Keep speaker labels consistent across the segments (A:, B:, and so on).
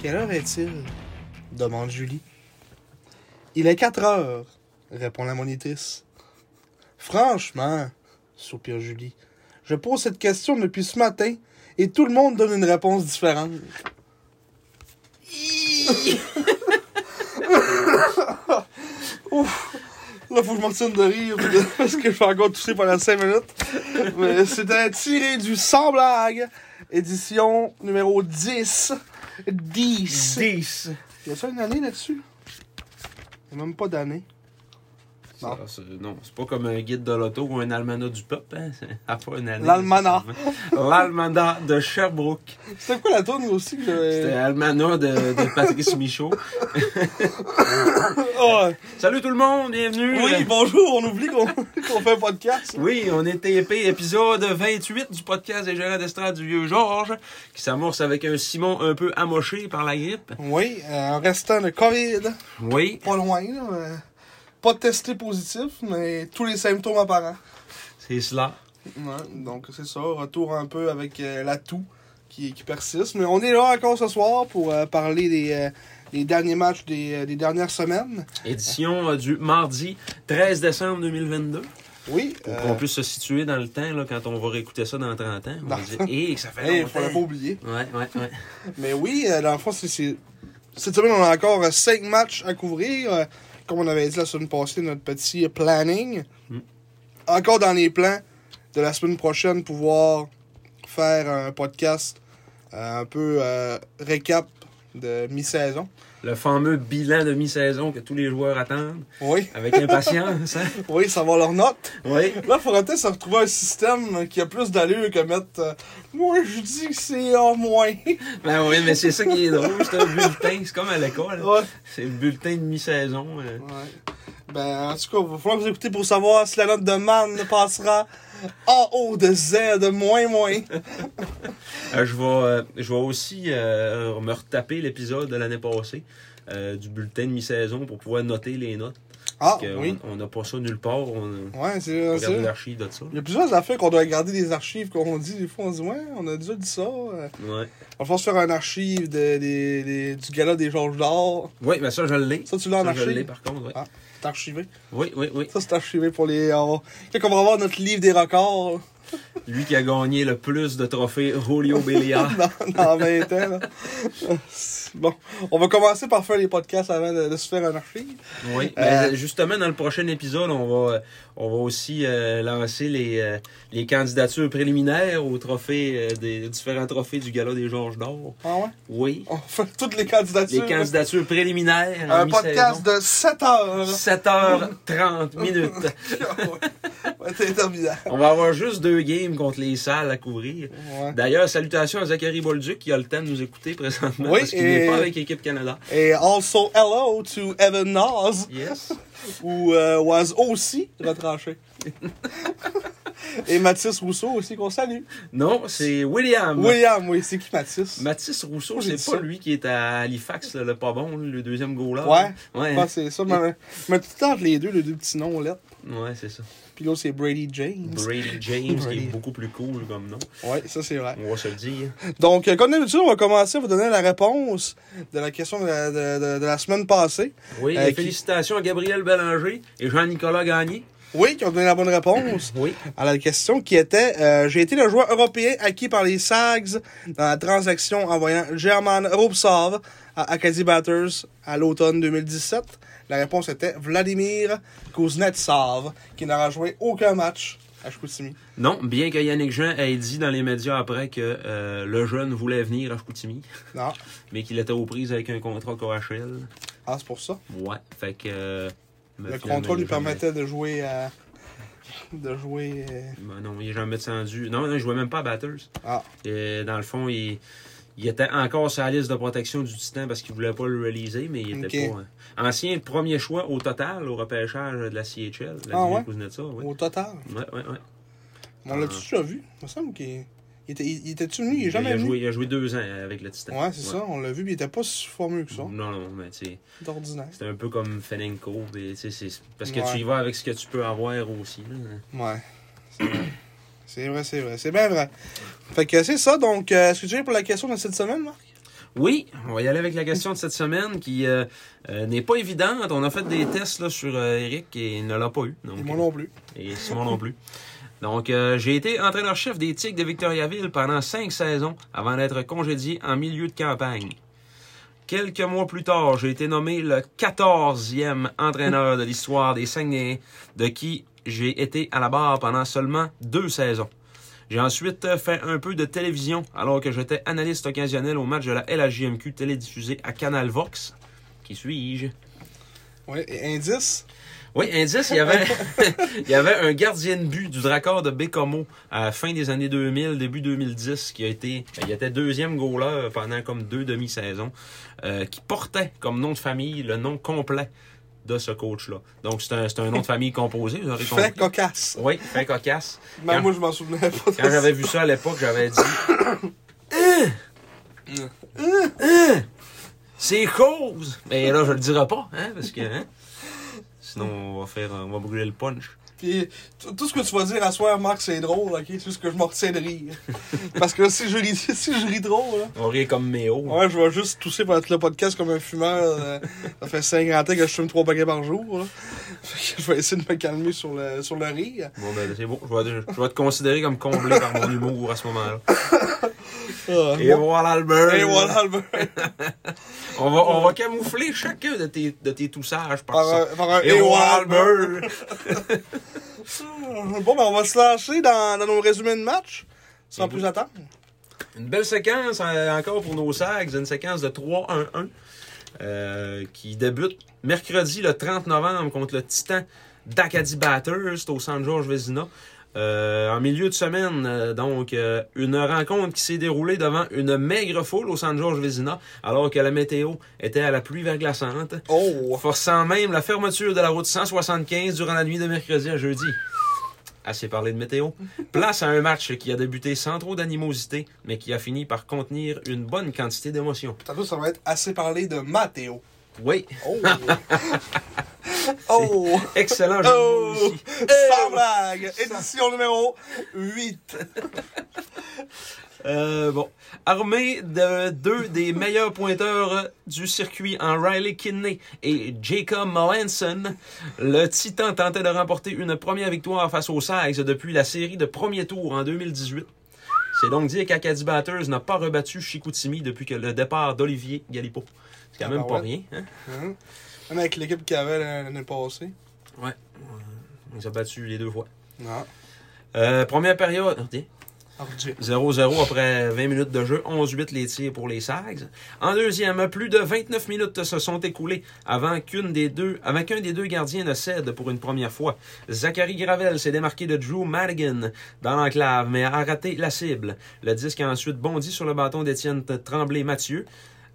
A: Quelle heure est-il demande Julie. Il est quatre heures, répond la monitrice. Franchement, soupire Julie, je pose cette question depuis ce matin et tout le monde donne une réponse différente. Ouf! Là, faut que je m'en tienne de rire parce que je vais encore tousser pendant cinq minutes. Mais C'était tiré du Sans blague, édition numéro 10. 10.
B: 10.
A: Y a-tu une année là-dessus? Y a même pas d'année. Non.
B: Ça, Ah, c'est- Non, c'est pas comme un guide de l'auto ou un almanach du peuple. Hein? C'est à pas une année.
A: L'almanach.
B: L'almanach de Sherbrooke.
A: C'était quoi la tourne aussi que
B: C'était
A: j'avais.
B: l'almanach de, de Patrice Michaud.
A: Ah, ouais.
B: Salut tout le monde, bienvenue.
A: oui, bonjour, on oublie qu'on qu'on fait un podcast.
B: Oui, on est TP, épisode 28 du podcast des gérants d'estrade du vieux Georges, qui s'amorce avec un Simon un peu amoché par la grippe.
A: Oui, euh, en restant le COVID,
B: Oui,
A: pas loin, là, mais pas testé positif, mais tous les symptômes apparents.
B: c'est cela.
A: Ouais, donc c'est ça, retour un peu avec euh, la toux qui, qui persiste. Mais on est là encore ce soir pour euh, parler des, euh, des derniers matchs des, euh, des dernières semaines.
B: Édition euh, du mardi 13 décembre 2022.
A: Oui,
B: Pour
A: euh,
B: qu'on puisse se situer dans le temps, là, quand on va réécouter ça dans 30 ans. On va
A: Dans- Eh,
B: dire, hé, ça fait
A: hey,
B: longtemps.
A: fallait pas oublier.
B: Ouais, ouais, ouais.
A: Mais oui, euh, dans le fond, c'est- c'est- cette semaine, on a encore 5 matchs à couvrir. euh, comme on avait dit la semaine passée, notre petit euh, planning.
B: Mm.
A: Encore dans les plans de la semaine prochaine, pouvoir faire un podcast euh, un peu euh, récap de mi-saison.
B: Le fameux bilan de mi-saison que tous les joueurs attendent
A: Oui,
B: avec impatience. Hein?
A: oui, ça va leur note.
B: Oui.
A: Là, il faudrait peut-être se retrouver un système qui a plus d'allure que mettre euh, Moi, je dis que c'est en moins.
B: Ben oui, mais c'est ça qui est drôle, c'est un bulletin, c'est comme à l'école.
A: Ouais.
B: C'est le bulletin de mi-saison. euh.
A: Ouais. Ben, en tout cas, il va falloir vous écouter pour savoir si la note de Man passera en haut de Z, de moins moins.
B: Euh, je vais, euh, je vais aussi euh, me retaper l'épisode de l'année passée euh, du bulletin de mi-saison pour pouvoir noter les notes.
A: Ah,
B: que
A: oui.
B: On on n'a pas ça nulle part. On,
A: Ouais, c'est vrai,
B: on regarde
A: c'est vrai.
B: l'archive de ça.
A: Il y a plusieurs affaires qu'on doit garder des archives qu'on dit. Des fois, on dit, ouais, on a déjà dit ça. Euh,
B: Ouais.
A: On va falloir se faire un archive de, des- des- du gala des Georges d'Or.
B: Oui, mais ça, je l'ai.
A: Ça, tu l'as en
B: Ça, je l'ai
A: archive?
B: par contre, oui.
A: Ah. C'est archivé.
B: Oui, oui, oui.
A: Ça, c'est archivé pour les. on va- Quand on va avoir notre livre des records hein,
B: Lui qui a gagné le plus de trophées Julio Béliard.
A: dans, dans 20 ans. là. Euh, Bon, on va commencer par faire les podcasts avant de, de se faire un archive.
B: Oui,
A: Euh,
B: ben, justement, dans le prochain épisode, on va, on va aussi euh, lancer les, euh, les candidatures préliminaires aux trophées, euh, des différents trophées du Gala des Georges d'Or.
A: Ah ouais?
B: Oui,
A: On fait toutes les
B: les
A: candidatures.
B: candidatures préliminaires.
A: Un podcast de 7 heures.
B: 7h30 minutes.
A: ouais, c'est interminable.
B: On va avoir juste deux games contre les salles à couvrir.
A: Ouais.
B: D'ailleurs, salutations à Zachary Bolduc qui a le temps de nous écouter présentement
A: Oui,
B: parce qu'il
A: et-
B: n'est pas avec l'équipe Canada.
A: Et also hello to Evan Nas,
B: Yes.
A: who euh, was aussi retranché. Et Mathis Rousseau aussi, qu'on salue.
B: Non, c'est William.
A: William, oui, c'est qui Mathis?
B: Mathis Rousseau,
A: J'ai dit
B: c'est pas
A: ça.
B: lui qui est à Halifax, le, le pas bon, le deuxième goaler.
A: Ouais.
B: Ouais,
A: Je pense que c'est ça. Mais, mais tout le temps, les deux, les deux petits noms, là.
B: ouais c'est ça.
A: Puis l'autre, c'est Brady James.
B: Brady James, qui
A: Brady.
B: est beaucoup plus cool comme nom.
A: Ouais, ça, c'est vrai.
B: On va se le dire.
A: Donc, euh, comme d'habitude, on va commencer à vous donner la réponse de la question de la, de- de- de la semaine passée.
B: Oui,
A: Euh,
B: et
A: qui-
B: félicitations à Gabriel Bélanger et Jean-Nicolas Gagné.
A: Oui, qui ont donné la bonne réponse.
B: Oui.
A: à la question qui était euh, J'ai été le joueur européen acquis par les Sags dans la transaction envoyant German Robsov à Acadie Batters à l'automne 2017 La réponse était Vladimir Kuznetsov, qui n'aura joué aucun match à Chicoutimi.
B: Non, bien que Yannick Jean ait dit dans les médias après que euh, le jeune voulait venir à Chicoutimi,
A: Non.
B: mais qu'il était aux prises avec un contrat KHL.
A: Ah, c'est pour ça.
B: Ouais, fait que. euh, me
A: Le
B: finalement,
A: contrat
B: il
A: lui
B: est jamais-
A: permettait de jouer à. de jouer. euh,
B: Ben non, il n'est jamais descendu. Non, non, il jouait même pas à Batters.
A: Ah,
B: Et dans le fond, il, il était encore sur la liste de protection du Titan parce qu'il voulait pas le réaliser, mais il était
A: Ok.
B: pas. euh, Ancien premier choix au total au repêchage de la CHL, la
A: Ah
B: Ligue
A: ouais?
B: Kuznetsov, ouais.
A: au total.
B: Ouais, ouais, ouais.
A: On l'a-tu déjà vu Il me semble qu'il. Il était, il, il était-tu venu Il est jamais
B: a
A: venu.
B: joué, il a joué deux ans avec le Titan.
A: Ouais, c'est ça, on l'a vu, puis il était pas si formeux que ça,
B: Non, non, mais tu sais,
A: d'ordinaire.
B: c'est un peu comme Fenenko. mais tu sais, c'est- Parce que
A: Ouais.
B: tu y vas avec ce que tu peux avoir aussi. là.
A: Ouais. C'est vrai. C'est vrai, c'est vrai, c'est bien vrai. Fait que c'est ça, donc, euh, est-ce que tu es pour la question de cette semaine, Marc
B: Oui, on va y aller avec la question de cette semaine qui euh, euh, n'est pas évidente. On a fait des tests là, sur euh, Eric et il ne l'a pas eu. Donc,
A: Et moi non plus.
B: Et Simon non plus. Donc, euh, j'ai été entraîneur-chef des Tigres de Victoriaville pendant cinq saisons avant d'être congédié en milieu de campagne. Quelques mois plus tard, j'ai été nommé le 14e entraîneur de l'histoire des Saguenayens, de qui j'ai été à la barre pendant seulement deux saisons. J'ai ensuite euh, fait un peu de télévision alors que j'étais analyste occasionnel au match de la LHJMQ télédiffusé à Canal Vox. Qui suis-je?
A: Ouais, et indice
B: Oui, indice, il y avait, il y avait un gardien de but du Dracor de Bécomo à la fin des années 2000, début 2010, qui a été, il était deuxième goaler pendant comme deux demi-saisons, euh, qui portait comme nom de famille le nom complet de ce coach-là. Donc, c'est un, c'est un nom de famille composé, vous aurez
A: Fait
B: compris.
A: cocasse.
B: Oui, fait cocasse.
A: Même moi, je m'en souvenais pas. de
B: Quand
A: ça.
B: j'avais vu ça à l'époque, j'avais dit. Hein? Hein? C'est cause! Mais là, je le dirai pas, hein, parce que. hein, Sinon, on va faire. On va brûler le punch.
A: Puis tout tout ce que tu vas dire à soir, Marc, c'est drôle, ok? C'est juste que je m'en retiens de rire. Parce que là, si je ris, si je ris drôle, là,
B: On rit comme Méo.
A: ouais, je vais juste tousser pendant tout le podcast comme un fumeur. euh, ça fait 50 ans que je fume trois paquets par jour, là. Fait que je vais essayer de me calmer sur le, sur le rire.
B: Bon, ben, c'est bon. Je vais, je vais te considérer comme comblé par mon humour à ce moment-là.
A: Ah,
B: Et
A: bon.
B: voilà, Albert.
A: Et voilà, Albert.
B: On va, on va camoufler chacun de tes, de tes toussages par
A: Par
B: ça.
A: un- par un-
B: Et voilà, Albert.
A: Bon, ben, on va se lâcher dans, dans nos résumés de match. Sans
B: Et
A: plus
B: oui.
A: attendre.
B: Une belle séquence euh, encore pour nos Sags, une séquence de 3-1-1 euh, qui débute mercredi le 30 novembre contre le Titan d'Acadie Bathurst au San George Vezina. Euh, en milieu de semaine, euh, donc, euh, une rencontre qui s'est déroulée devant une maigre foule au San George Vezina, alors que la météo était à la pluie verglaçante,
A: Oh!
B: forçant même la fermeture de la route 175 durant la nuit de mercredi à jeudi. Assez parlé de météo. Place à un match qui a débuté sans trop d'animosité, mais qui a fini par contenir une bonne quantité d'émotions.
A: Tantôt, ça va être assez parlé de Mathéo.
B: Oui,
A: Oh! oh!
B: excellent jeu de
A: Oh!
B: mots ici.
A: Sans blague! Édition numéro 8.
B: Euh, bon. Armé de deux des meilleurs pointeurs du circuit en Riley Kidney et Jacob Melanson, le Titan tentait de remporter une première victoire face aux Sags depuis la série de premier tour en 2018. C'est donc dire qu'Acadie Batters n'a pas rebattu Chicoutimi depuis que le départ d'Olivier Galipo. C'est quand
A: Ah
B: même
A: ben
B: pas
A: ouais.
B: rien. Hein?
A: Hein? Même avec l'équipe qu'il y avait l'année passée.
B: Ils ont battu les deux fois.
A: Non.
B: Euh, première période, attendez,
A: RJ.
B: 0-0 après 20 minutes de jeu, 11-8 les tirs pour les Sags. En deuxième, plus de 29 minutes se sont écoulées avant qu'une des deux, avant qu'un des deux gardiens ne cède pour une première fois. Zachary Gravel s'est démarqué de Drew Madigan dans l'enclave, mais a raté la cible. Le disque a ensuite bondi sur le bâton d'Étienne Tremblay-Mathieu.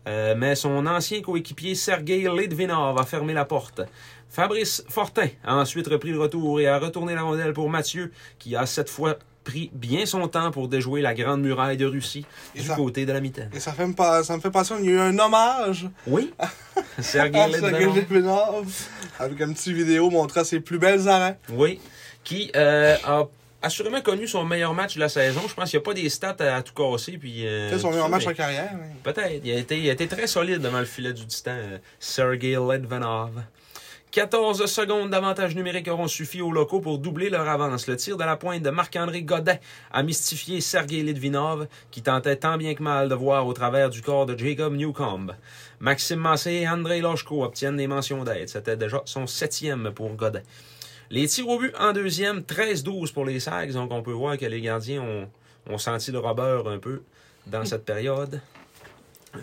B: euh, mais son ancien coéquipier Sergei Litvinov a fermé la porte. Fabrice Fortin a ensuite repris le retour et a retourné la rondelle pour Mathieu, qui a cette fois pris bien son temps pour déjouer la grande muraille de Russie
A: Et
B: du
A: ça-
B: côté de la mitaine.
A: Et ça, fait me pas- ça me fait penser, il y a eu un hommage
B: Oui, Ah,
A: à
B: Sergei
A: Sergei
B: Litvinov.
A: Lévinov avec une petite vidéo montrant ses plus belles arrêts.
B: Oui, qui euh, a assurément connu son meilleur match de la saison. Je pense qu'il n'y a pas des stats à, à tout casser. Puis, euh,
A: C'est son
B: tout
A: meilleur
B: ça,
A: match
B: mais
A: en carrière. hein.
B: Peut-être. Il a, été, il a été très solide devant le filet du Titan, euh, Sergei Ledvanov. 14 secondes d'avantage numérique auront suffi aux locaux pour doubler leur avance. Le tir de la pointe de Marc-André Godet a mystifié Sergei Litvinov, qui tentait tant bien que mal de voir au travers du corps de Jacob Newcomb. Maxime Massé et Andrei Loshko obtiennent des mentions d'aide. C'était déjà son septième pour Godet. Les tirs au but en deuxième, 13-12 pour les Sags. Donc, on peut voir que les gardiens ont, ont senti le robeur un peu dans cette période.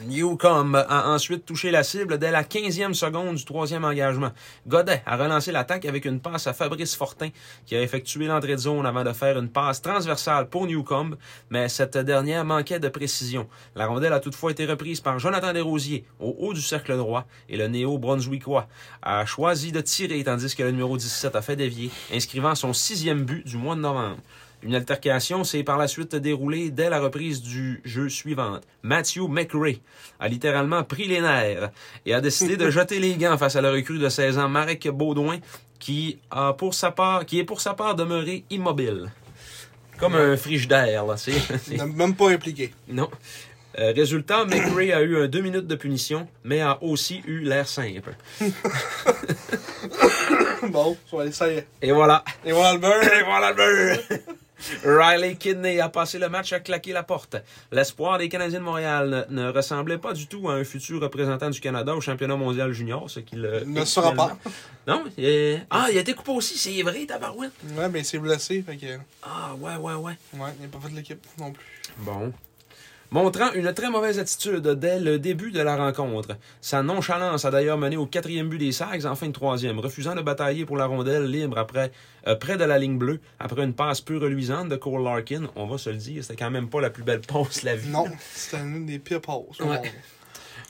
B: Newcomb a ensuite touché la cible dès la 15e seconde du troisième engagement. Godet a relancé l'attaque avec une passe à Fabrice Fortin, qui a effectué l'entrée de zone avant de faire une passe transversale pour Newcomb, mais cette dernière manquait de précision. La rondelle a toutefois été reprise par Jonathan Desrosiers au haut du cercle droit et le néo-brunswickois a choisi de tirer tandis que le numéro 17 a fait dévier, inscrivant son sixième but du mois de novembre. Une altercation s'est par la suite déroulée dès la reprise du jeu suivante. Matthew McRae a littéralement pris les nerfs et a décidé de jeter les gants face à la recrue de 16 ans Marek Baudouin, qui, a pour sa part, qui est pour sa part demeuré immobile. Comme un frigidaire, là. c'est- c'est-
A: Il n'a même pas impliqué.
B: non. Euh, résultat, McRae a eu un deux minutes de punition, mais a aussi eu l'air simple.
A: bon, ça va aller, ça y est.
B: Et voilà.
A: Et voilà le beurre.
B: Et voilà le but! Riley Kidney a passé le match à claquer la porte. L'espoir des Canadiens de Montréal ne ne ressemblait pas du tout à un futur représentant du Canada au championnat mondial junior, ce qu'il euh,
A: Ne sera pas.
B: Non, il est- ah, il a été coupé aussi, c'est vrai, Tabarouette.
A: Ouais, mais il s'est blessé, fait que.
B: Ah, ouais, ouais, ouais.
A: Ouais, il n'a pas fait de l'équipe non plus.
B: Bon. Montrant une très mauvaise attitude dès le début de la rencontre. Sa nonchalance a d'ailleurs mené au quatrième but des Sags en fin de troisième, refusant de batailler pour la rondelle libre après, euh, près de la ligne bleue, après une passe peu reluisante de Cole Larkin. On va se le dire, c'était quand même pas la plus belle passe de la vie.
A: Non, c'était une des pires pauses. au
B: Ouais.
A: monde.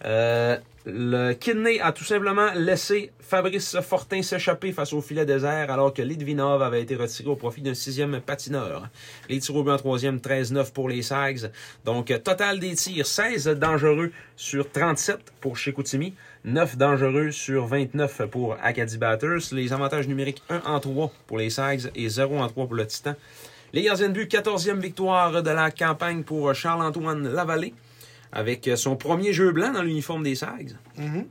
B: Euh, le Kidney a tout simplement laissé Fabrice Fortin s'échapper face au filet désert alors que Litvinov avait été retiré au profit d'un sixième patineur. Les tirs au but en troisième, 13-9 pour les Sags. Donc, euh, total des tirs, 16 dangereux sur 37 pour Chicoutimi, 9 dangereux sur 29 pour Acadie Batters. Les avantages numériques 1 en 3 pour les Sags et 0 en 3 pour le Titan. Les gardiens de but, 14e victoire de la campagne pour Charles-Antoine Lavallée avec euh, son premier jeu blanc dans l'uniforme des Sags.
A: Mhm.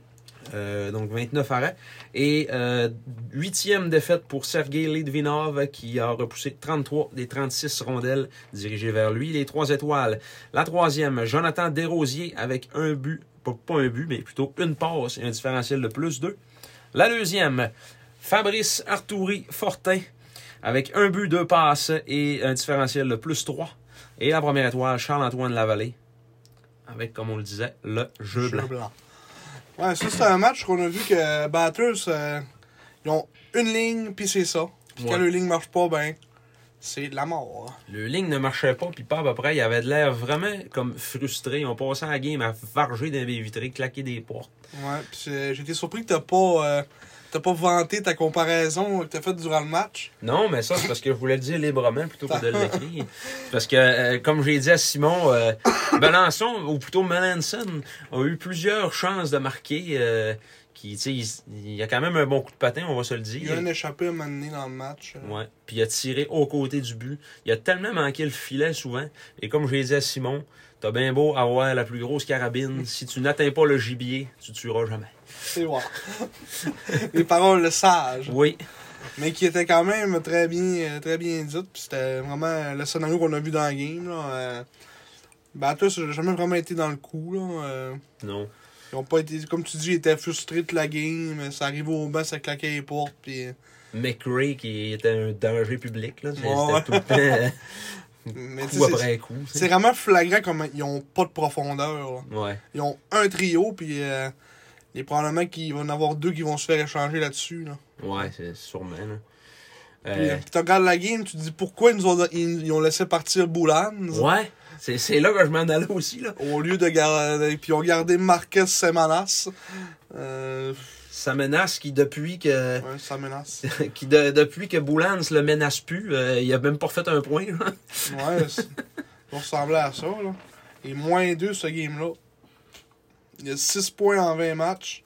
B: Euh, donc 29 arrêts. Et euh, huitième défaite pour Sergei Litvinov euh, qui a repoussé 33 des 36 rondelles dirigées vers lui. Les trois étoiles. La troisième, Jonathan Desrosiers avec un but, pas, pas un but, mais plutôt une passe et un différentiel de plus 2. La deuxième, Fabrice Arturi Fortin avec un but, deux passes et un différentiel de plus 3. Et la première étoile, Charles-Antoine Lavallée avec, comme on le disait, le jeu blanc.
A: Jeu blanc. Ouais, ça, c'était un match qu'on a vu que Batters, euh, ils ont une ligne, puis c'est ça. Puis
B: Ouais.
A: quand leur ligne marche pas, ben, c'est de la mort. hein.
B: Le ligne ne marchait pas, puis Pab, après, il avait de l'air vraiment comme frustré. On passait la game à varger dans les vitrées, claquer des portes.
A: Ouais, puis c'est- j'ai été surpris que t'as pas, euh, t'as pas vanté ta comparaison que t'as faite durant le match.
B: Non, mais ça, c'est parce que je voulais le dire librement plutôt que de l'écrire. Parce que, euh, comme j'ai dit à Simon, euh, Belançon, ou plutôt Melanson, a eu plusieurs chances de marquer. euh, qui, tu sais, il, il a quand même un bon coup de patin, on va se le
A: Il y a
B: dire.
A: un échappé à un moment donné dans le match. euh,
B: Ouais. Puis il a tiré aux côtés du but. Il a tellement manqué le filet souvent. Et comme je l'ai dit à Simon, t'as bien beau avoir la plus grosse carabine. Si tu n'atteins pas le gibier, tu tueras jamais.
A: C'est vrai. Les paroles sages.
B: Oui.
A: Mais qui étaient quand même très bien, euh, très bien dites. Puis c'était vraiment le scénario qu'on a vu dans la game. Là. Euh, Batters, j'ai jamais vraiment été dans le coup. Là. euh,
B: Non.
A: Ils ont pas été, comme tu dis, ils étaient frustrés de la game. Ça arrivait au banc, ça claquait les portes. Puis, euh,
B: McRae qui était un danger public, là. c'est- C'était
A: Ouais.
B: tout le temps euh,
A: mais tu
B: coup
A: sais, c'est-
B: après coup. tu sais.
A: c'est vraiment flagrant comme ils ont pas de profondeur. là.
B: Ouais.
A: Ils ont un trio, puis euh, il est probablement qu'il va en avoir deux qui vont se faire échanger là-dessus. Là.
B: Ouais, c'est sûrement, là.
A: Puis,
B: Euh,
A: euh, tu regardes la game, tu te dis pourquoi ils, nous ont, ils, ils ont laissé partir Boulans.
B: ouais. C'est c'est là que je m'en allais aussi, là.
A: Au lieu de garder. Puis ils ont gardé Marquez Semanas. Euh,
B: Ça menace qui, depuis que.
A: ouais, ça menace.
B: qui de- depuis que Boulans le menace plus, euh, il a même pas fait un point. là.
A: Ouais, c'est- ça ressemblait à ça, là. Et moins 2 ce game-là. Il y a 6 points en 20 matchs.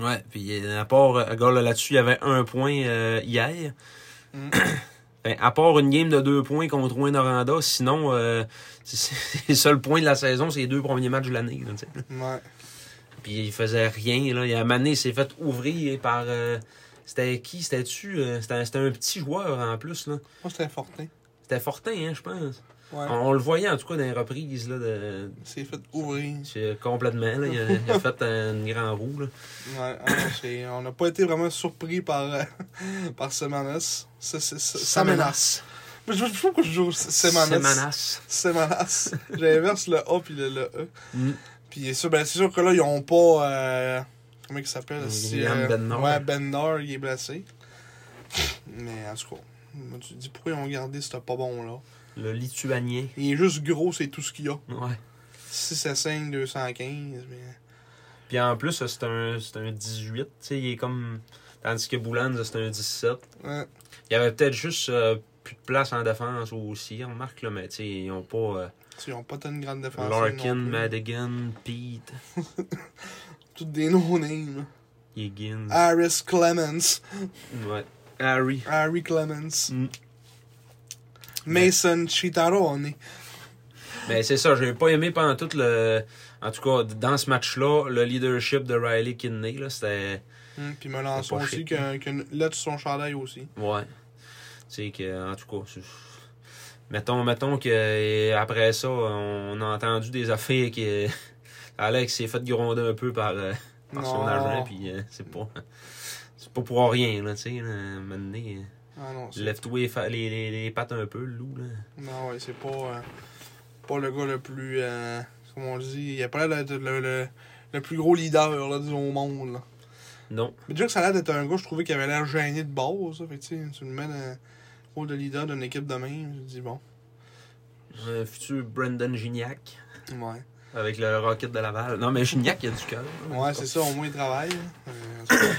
B: Ouais, puis euh, à part, euh, regarde, là, là-dessus, il y avait un point euh, hier.
A: Mm.
B: Ben, à part une game de deux points contre Rouen Noranda, sinon, euh, c'est- c'est les seuls points de la saison, c'est les deux premiers matchs de l'année. là, tu sais.
A: Ouais.
B: Puis il faisait rien. Là. Il a mané, il s'est fait ouvrir par. euh, c'était qui C'était-tu euh, C'était c'était un petit joueur en plus. là.
A: Moi, c'était Fortin.
B: C'était Fortin, hein, je pense.
A: Ouais.
B: On, on le voyait en tout cas dans les reprises. Là, de,
A: C'est fait ouvrir.
B: c'est euh, complètement. Là, il, a, il a fait une grande roue. Là.
A: Ouais, ah non, c'est- on n'a pas été vraiment surpris par, euh, par Semanas. Ça- ça- ça- Ça menace. Je je sais pas pourquoi je joue Semanas.
B: Semanas.
A: Semanas. J'inverse le A puis le, le E.
B: Mm.
A: Puis c'est sûr, ben, c'est sûr que là, ils ont pas. euh, comment il s'appelle c'est,
B: William
A: euh,
B: Bednar.
A: Ouais, Bendor, il est blessé. Mais en tout cas, je me suis dit pourquoi ils ont gardé ce pas bon-là.
B: Le lituanien.
A: Il est juste gros, c'est tout ce qu'il y a.
B: Ouais.
A: 6 à 5, 215. Mais...
B: Puis en plus, c'est un, c'est un 18. tu sais, il est comme. Tandis que Boulan, c'est un 17.
A: Ouais.
B: Il y avait peut-être juste euh, plus de place en défense aussi, remarque, là, mais tu sais, ils n'ont pas euh,
A: Tu sais, Ils n'ont pas tant de grande défense.
B: Larkin, Madigan, Pete,
A: Tous des no-names.
B: Mm. Higgins,
A: Harris Clements.
B: ouais. Harry.
A: Harry Clements.
B: Mm.
A: Mason Chitarone.
B: Mais Ben, c'est ça, j'ai pas aimé pendant tout le. En tout cas, dans ce match-là, le leadership de Riley Kidney, là, c'était.
A: Mm, Puis Melançon
B: pas
A: aussi,
B: chic,
A: que, que là, tu son chandail aussi.
B: Ouais. Tu sais que, en tout cas, c'est- mettons, mettons que euh, après ça, on a entendu des affaires que Alex s'est fait gronder un peu par, euh, par son
A: Non.
B: agent, puis euh, c'est pas. C'est pas pour rien, là, tu sais, là, à un moment donné, euh,
A: Ah non, c'est...
B: Lève-toi les, fa- les, les, les pattes un peu, le loup, là.
A: Non, ouais, c'est pas, euh, pas le gars le plus. euh, comment on dit Il a pas l'air d'être le, le, le plus gros leader là, disons, au monde. Là.
B: Non.
A: Mais déjà que ça a l'air d'être un gars, je trouvais qu'il avait l'air gêné de base. ça, Fait que, tu sais, tu le mets dans le rôle de leader d'une équipe de même. Je dis bon.
B: Un futur Brendan Gignac
A: Ouais.
B: avec le Rocket de Laval. Non, mais Gignac, il a du cœur. là.
A: Ouais, c'est ça, au moins il travaille. là. Euh, en tout cas,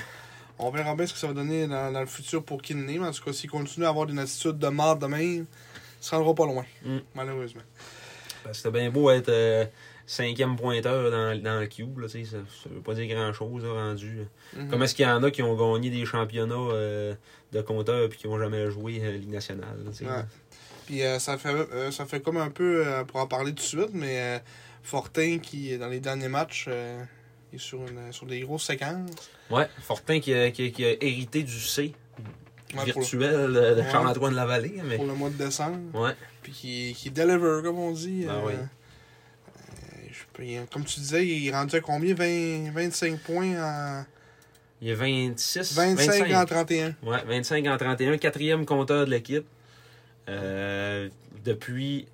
A: on verra bien ce que ça va donner dans, dans le futur pour Kidney. Mais en tout cas, s'il continue à avoir une attitude de mort de même, il se rendra pas loin,
B: Mm.
A: malheureusement.
B: Parce que C'était bien beau être euh, cinquième pointeur dans, dans le Q, là, tu sais, ça, ça veut pas dire grand-chose, là, rendu.
A: Mhm.
B: Comment est-ce qu'il y en a qui ont gagné des championnats euh, de compteurs puis qui ont jamais joué euh, Ligue nationale, là, tu sais,
A: Ouais.
B: là.
A: Puis euh, ça, fait, euh, ça fait comme un peu, euh, pour en parler tout de suite, mais euh, Fortin qui, dans les derniers matchs, euh, est sur, une, euh, sur des grosses séquences.
B: Ouais, Fortin qui a, qui a- qui a hérité du C
A: Ouais, pour,
B: virtuel euh, de
A: Ouais.
B: Charles-Antoine Lavallée, mais...
A: pour le mois de décembre.
B: Ouais,
A: Puis qui, qui deliver, comme on dit.
B: Ben oui.
A: euh, je peux- il- comme tu disais, il est rendu à combien 20, 25 points en
B: il y a 26,
A: 25,
B: 25
A: en 31.
B: Ouais, 25 en 31, quatrième compteur de l'équipe. Euh, depuis,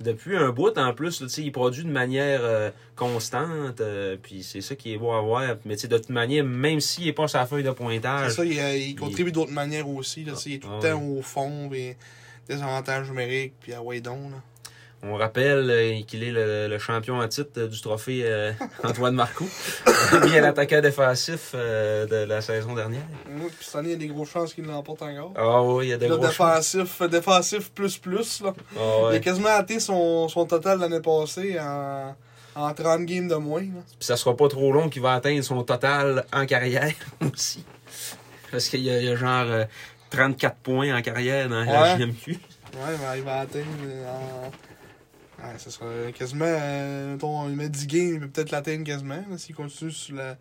B: depuis un bout, en plus, là, tu sais, il produit de manière euh, constante. euh, puis c'est ça qui est beau à voir. Mais tu sais, de toute manière, même s'il n'est pas sa feuille de
A: C'est
B: pointage,
A: ça, il, euh, il contribue d'autres manières aussi. Là, tu sais, il est tout le
B: Ah
A: temps au fond, puis des avantages numériques, puis à Waydon. Là.
B: on rappelle euh, qu'il est le, le champion en titre euh, du trophée euh, Antoine Marcoux. bien l'attaquant défensif euh, de la saison dernière.
A: Ouais, Puis cette année, il y a des grosses chances qu'il l'emporte encore.
B: Ah oui, il y a de
A: Là,
B: gros choix.
A: défensif, défensif plus plus. Là.
B: Ah ouais.
A: Il a quasiment hâté son, son total l'année passée en, en 30 games de moins. là.
B: Puis ça sera pas trop long qu'il va atteindre son total en carrière aussi. Parce qu'il y, a il y a genre euh, 34 points en carrière dans la
A: Ouais.
B: JMQ.
A: Ouais, il va arriver à atteindre euh, en. Ouais, ça sera quasiment. euh, mettons, il met 10 games, il peut peut-être l'atteindre quasiment là, s'il continue sur la.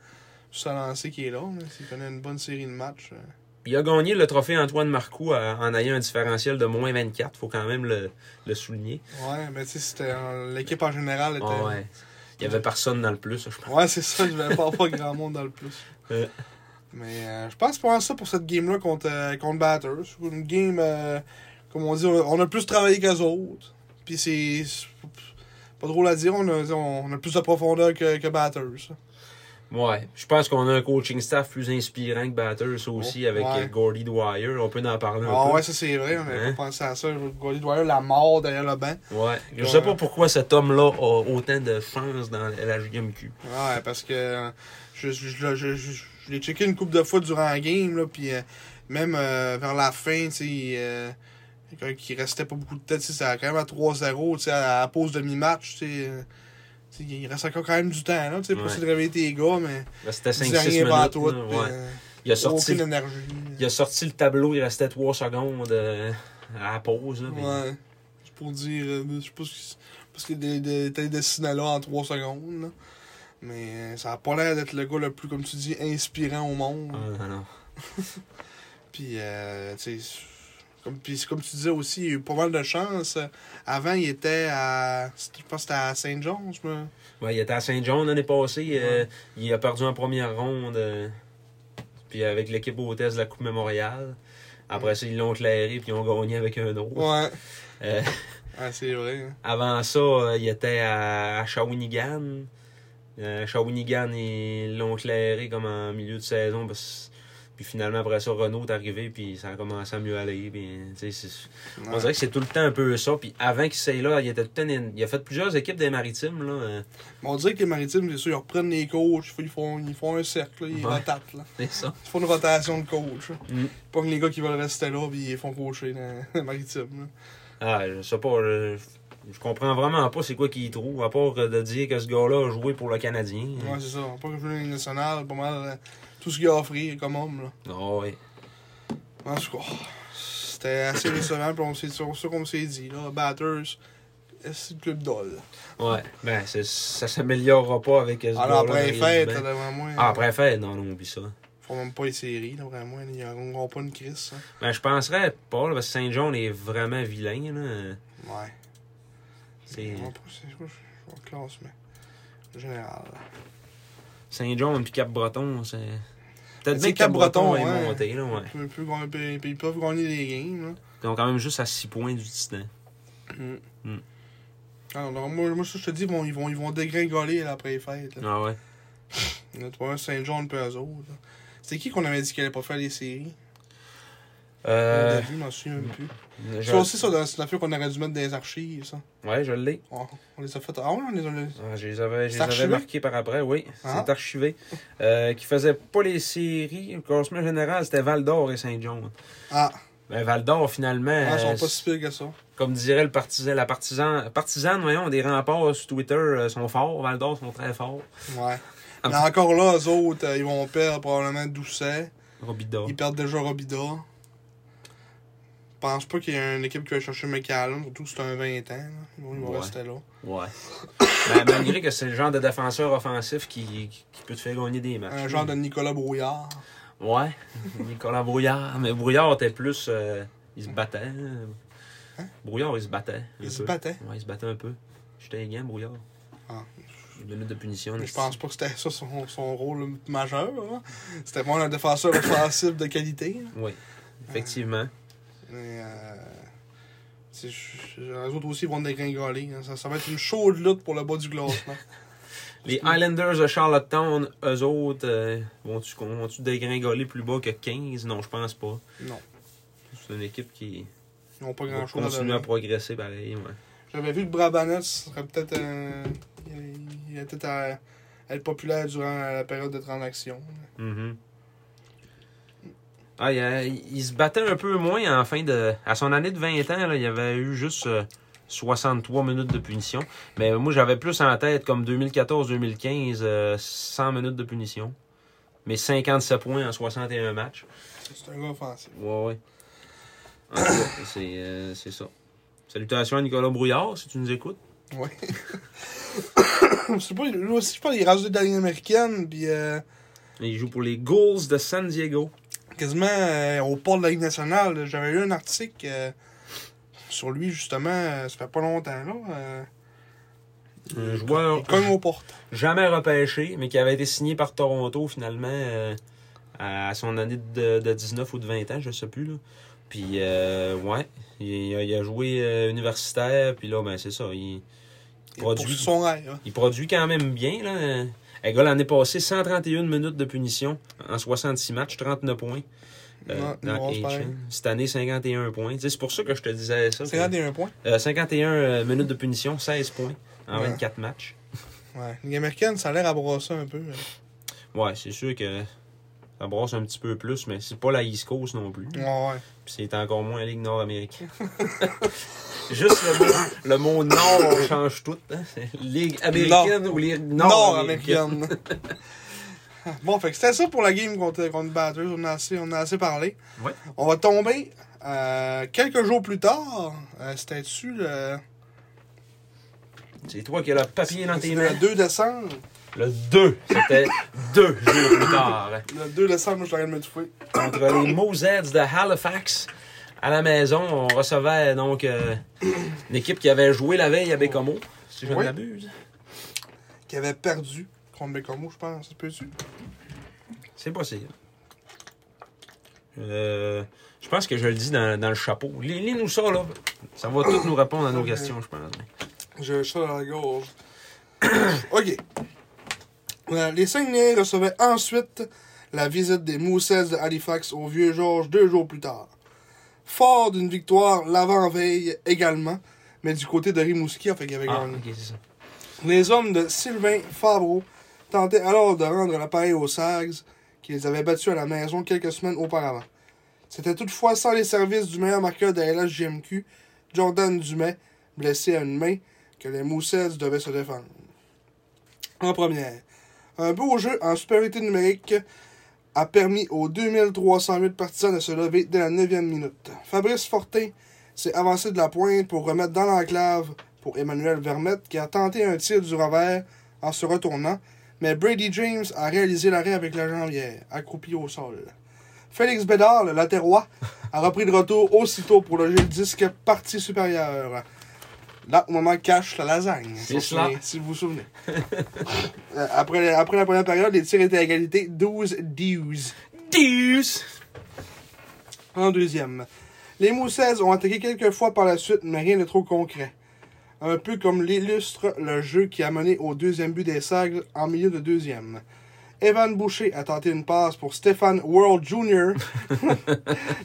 A: sur sa lancée qui est là, là, s'il connaît une bonne série de matchs. euh.
B: Il a gagné le trophée Antoine Marcoux à- en ayant un différentiel de moins 24. Faut quand même le, le souligner.
A: Ouais, mais tu sais, c'était. euh, L'équipe en général était.
B: Ah ouais. Il y avait personne dans le plus, je pense.
A: Ouais, c'est ça, je vais pas avoir grand monde dans le plus.
B: Euh.
A: Mais euh, je pense pas à ça pour cette game-là contre, euh, contre Batters. Une game, euh, comme on dit, on on a plus travaillé qu'eux autres. Puis c'est. c'est Pas drôle à dire, on a, on a plus de profondeur que, que Batters.
B: Ouais. Je pense qu'on a un coaching staff plus inspirant que Batters aussi
A: Oh,
B: avec
A: ouais.
B: euh, Gordy Dwyer. On peut en parler un
A: Ah
B: peu.
A: ouais, ça c'est vrai, on avait
B: Hein?
A: pas pensé à ça. Goldy Dwyer, la mort derrière le banc.
B: Ouais. Je sais pas pourquoi cet homme-là a autant de chance dans la JMQ.
A: Ouais, parce que euh, je, je, je, je, je- je l'ai checké une coupe de fois durant la game, là, puis euh, même euh, vers la fin, tu sais, il, euh, quand il restait pas beaucoup de tête, ça a quand même à 3-0, tu sais, à la pause de mi-match, tu sais, euh, tu sais, il reste encore quand même du temps, là, tu sais, pour
B: Ouais.
A: essayer de réveiller tes gars, mais
B: Là, C'était
A: tu sais,
B: 5-6
A: Ben,
B: minutes.
A: rien pas à toi,
B: là,
A: puis,
B: ouais.
A: euh,
B: Il a sorti
A: aucune énergie.
B: Il a sorti le tableau, il restait 3 secondes euh, à la pause. Là, puis-
A: Ouais, c'est pour dire, euh, je sais pas ce que- parce que des- des- t'as dessiné là en 3 secondes, là. Mais euh, ça a pas l'air d'être le gars le plus, comme tu dis, inspirant au monde.
B: Ah, non, non.
A: Puis, euh, tu sais, comme, puis c'est comme tu disais aussi, il y a eu pas mal de chance. Avant, il était à. Je pense que c'était à Saint John, je me.
B: Ouais, il était à Saint-John l'année passée. euh, il a perdu en première ronde. euh, puis avec l'équipe hôtesse de la Coupe Mémorial. Après ça, ils l'ont clairé puis ils ont gagné avec un autre.
A: Ouais.
B: Euh,
A: Ah, c'est vrai. hein.
B: avant ça, euh, il était à, à Shawinigan. Euh, Shawinigan, ils l'ont clairé comme en milieu de saison. parce- Puis finalement, après ça, Renault est arrivé, puis ça a commencé à mieux aller. Puis, tu sais, c'est- On
A: Ouais.
B: dirait que c'est tout le temps un peu ça. Puis avant qu'il soit là, il, était tout le temps dans- il a fait plusieurs équipes des maritimes. Là. euh,
A: Mais on dirait que les maritimes, c'est sûr, ils reprennent les coachs, ils font, ils font un cercle, là, ils
B: Ouais.
A: rotatent. Là.
B: C'est ça.
A: Ils font une rotation de coach. là.
B: Mm.
A: Pas que les gars qui veulent rester là, puis ils les font coacher dans les maritimes. là.
B: Ah, je sais pas. Je, je comprends vraiment pas c'est quoi qu'il trouve, à part euh, de dire que ce gars-là a joué pour le Canadien.
A: Ouais, c'est ça. Pas que je veux nationale, pas mal euh, tout ce qu'il a offert comme homme. Là.
B: Ah ouais.
A: En tout cas, c'était assez décevant, puis on s'est c'est ça qu'on s'est dit. Là. Batters, c'est le club d'ol.
B: Ouais. Ben, c'est- ça s'améliorera pas avec ce gars-là.
A: Alors après les
B: dans les
A: fêtes,
B: bancs.
A: devant moi,
B: Ah, après fête, non, non, oublie ça.
A: ils font même pas les séries, d'après moi. Ils n'auront pas une crise. ça.
B: Ben, je penserais pas, là, parce que Saint-John est vraiment vilain, là.
A: Ouais.
B: C'est-
A: Je vois pas, c'est quoi, je vois le classement. Général.
B: Saint-John puis Cap-Breton, c'est. Peut-être
A: Ben, Tu
B: bien
A: sais,
B: que Cap-Breton
A: Cap-Breton,
B: est
A: ouais.
B: monté, là, ouais.
A: Ils peuvent gagner- puis- puis ils peuvent gagner des games. Là.
B: Ils ont quand même juste à 6 points du Titan.
A: Mm.
B: Mm.
A: Alors, non, moi, moi, ça, je te dis, ils vont, ils vont, ils vont dégringoler là, après les fêtes. Là.
B: Ah ouais.
A: Il y en a trois, un Saint-Jean, puis eux autres. là. C'était qui qu'on avait dit qu'il allait pas faire les séries
B: Euh.
A: Je m'en souviens même plus.
B: je-
A: Ça aussi, ça, dans- c'est une affaire qu'on aurait dû mettre dans les archives. Ça.
B: Ouais, je l'ai.
A: On, on les a fait. Ah ouais, on les a. les-
B: Ah, je les avais,
A: C'est
B: je les avais
A: archivé?
B: marqués par après, oui.
A: Ah.
B: C'est archivé. Euh, qui faisait pas les séries. Le classement général, c'était Val d'Or et Saint-John.
A: Ah,
B: Ben, Val d'Or, finalement.
A: ah, ils
B: euh,
A: sont pas si pires que ça.
B: comme dirait le partisan, la partisan, partisane, voyons, des remparts sur Twitter euh, sont forts. Val d'Or sont très forts.
A: Ouais.
B: Ah,
A: Mais encore là, eux autres, euh, ils vont perdre probablement Doucet.
B: Robida.
A: Ils perdent déjà Robida. Je pense pas qu'il y ait une équipe qui va chercher McCallum, surtout que c'est un 20 ans. là. Ils vont, ils vont
B: Ouais.
A: rester là.
B: Ouais. Ben, malgré que c'est le genre de défenseur offensif qui, qui- qui peut te faire gagner des matchs.
A: Un genre de Nicolas Brouillard.
B: Ouais. Nicolas Brouillard. Mais Brouillard était plus. euh, il se battait. hein. Brouillard, il se battait. un
A: Ils se
B: peu.
A: battaient.
B: Ouais, il se battait un peu. J'étais un gant, Brouillard.
A: Ah.
B: Une minute de punition.
A: Mais je pense pas que c'était ça son, son rôle majeur. là. C'était vraiment un défenseur offensif de qualité. là.
B: Oui. Effectivement.
A: Mais, euh, tu sais, je- je- les autres aussi vont dégringoler. hein. Ça, ça va être une chaude lutte pour le bas du classement.
B: Les Highlanders de Charlottetown, eux autres, euh, vont-tu vont dégringoler plus bas que 15 Non, je pense pas.
A: non,
B: C'est une équipe qui
A: ils n'ont pas
B: va
A: grand-chose à
B: continuer à
A: donner.
B: progresser pareil. Ouais.
A: J'avais vu que Brabanets serait peut-être un- il- il est peut-être à être populaire durant la période de transaction.
B: Mhm. Ah, il, a- il se battait un peu moins en fin de. À son année de 20 ans, là, il y avait eu juste euh, 63 minutes de punition. Mais moi, j'avais plus en tête comme 2014-2015, euh, 100 minutes de punition. Mais 57 points en 61 matchs.
A: C'est un gars offensif.
B: Ouais, ouais. En tout cas, c'est euh, c'est ça. Salutations à Nicolas Brouillard, si tu nous écoutes.
A: Ouais. je sais pas, lui aussi, je pense qu'il est rendu dans la ligne américaine, puis euh,
B: Il joue pour les Ghouls de San Diego.
A: quasiment euh, au port de la Ligue nationale. là. J'avais lu un article euh, sur lui, justement, euh, ça fait pas longtemps, là. euh,
B: Un joueur
A: il cogne aux portes.
B: jamais repêché, mais qui avait été signé par Toronto finalement euh, à son année de, de 19 ou de 20 ans, je sais plus. Là. Puis, euh, ouais, il, a, il a joué euh, universitaire, puis là, ben c'est ça. Il,
A: Il
B: Produit.
A: poursuit son rêve. hein.
B: il produit quand même bien. Là. Le gars, l'année passée, 131 minutes de punition en 66 matchs, 39 points. Euh,
A: Non,
B: dans
A: non, c'est
B: HN.
A: pareil.
B: Cette année, 51 points. Tu sais, C'est pour ça que je te disais ça. que-
A: 51 points.
B: Euh, 51 euh, minutes de punition, 16 points en
A: Ouais.
B: 24 matchs.
A: Ouais. Ligue américaine, ça a l'air à brasser un peu. mais-
B: Ouais, c'est sûr que ça brasse un petit peu plus, mais c'est pas la East Coast non plus. Puis
A: Ouais, ouais.
B: c'est encore moins la Ligue nord-américaine. Juste le mot, le mot nord change tout. hein. C'est Ligue américaine ou Ligue nord-américaine.
A: nord-américaine. bon, fait que c'était ça pour la game contre, contre Batters. On a assez, on a assez parlé.
B: Ouais.
A: On va tomber euh, quelques jours plus tard. euh, c'était dessus le,
B: C'est toi qui as le papier dans
A: c'était
B: tes
A: le
B: mains.
A: 2 décembre.
B: Le 2, c'était deux jours plus tard.
A: Le 2 décembre, moi, je suis en train de me touffer.
B: contre les Mosets de Halifax. À la maison, on recevait donc euh, une équipe qui avait joué la veille à Bécomo, si je ne
A: Oui.
B: m'abuse.
A: Qui avait perdu contre Bécomo, je pense. Ça se peut-tu?
B: C'est possible. Euh, je pense que je le dis dans, dans le chapeau. Lily nous ça, là. Ça va tout nous répondre à nos questions, je pense.
A: J'ai ça dans la gorge. OK. Euh, Les Saguenay recevaient ensuite la visite des Mousses de Halifax au vieux Georges deux jours plus tard. Fort d'une victoire l'avant-veille également, mais du côté de Rimouski, en fait, qu'il avait
B: Ah,
A: gagné.
B: ok, c'est ça.
A: Les hommes de Sylvain Favreau tentaient alors de rendre l'appareil aux Sags, qui les avaient battus à la maison quelques semaines auparavant. C'était toutefois sans les services du meilleur marqueur de la LHJMQ, Jordan Dumais, blessé à une main, que les Mousses devaient se défendre. En première, un beau jeu en supériorité numérique a permis aux 2308 partisans de se lever dès la 9e minute. Fabrice Fortin s'est avancé de la pointe pour remettre dans l'enclave pour Emmanuel Vermette qui a tenté un tir du revers en se retournant, mais Brady James a réalisé l'arrêt avec la jambière, accroupi au sol. Félix Bédard, le latérois, a repris de retour aussitôt pour loger le disque partie supérieure. Là, au moment cache la lasagne, si
B: C'est
A: vous
B: cela.
A: souvenez- si vous vous souvenez. Euh, après, après la première période, les tirs étaient à égalité 12-12.
B: Deuce!
A: En deuxième, les Mousses ont attaqué quelques fois par la suite, mais rien de trop concret. Un peu comme l'illustre le jeu qui a mené au deuxième but des Sagres en milieu de deuxième. Evan Boucher a tenté une passe pour Stéphane World Jr.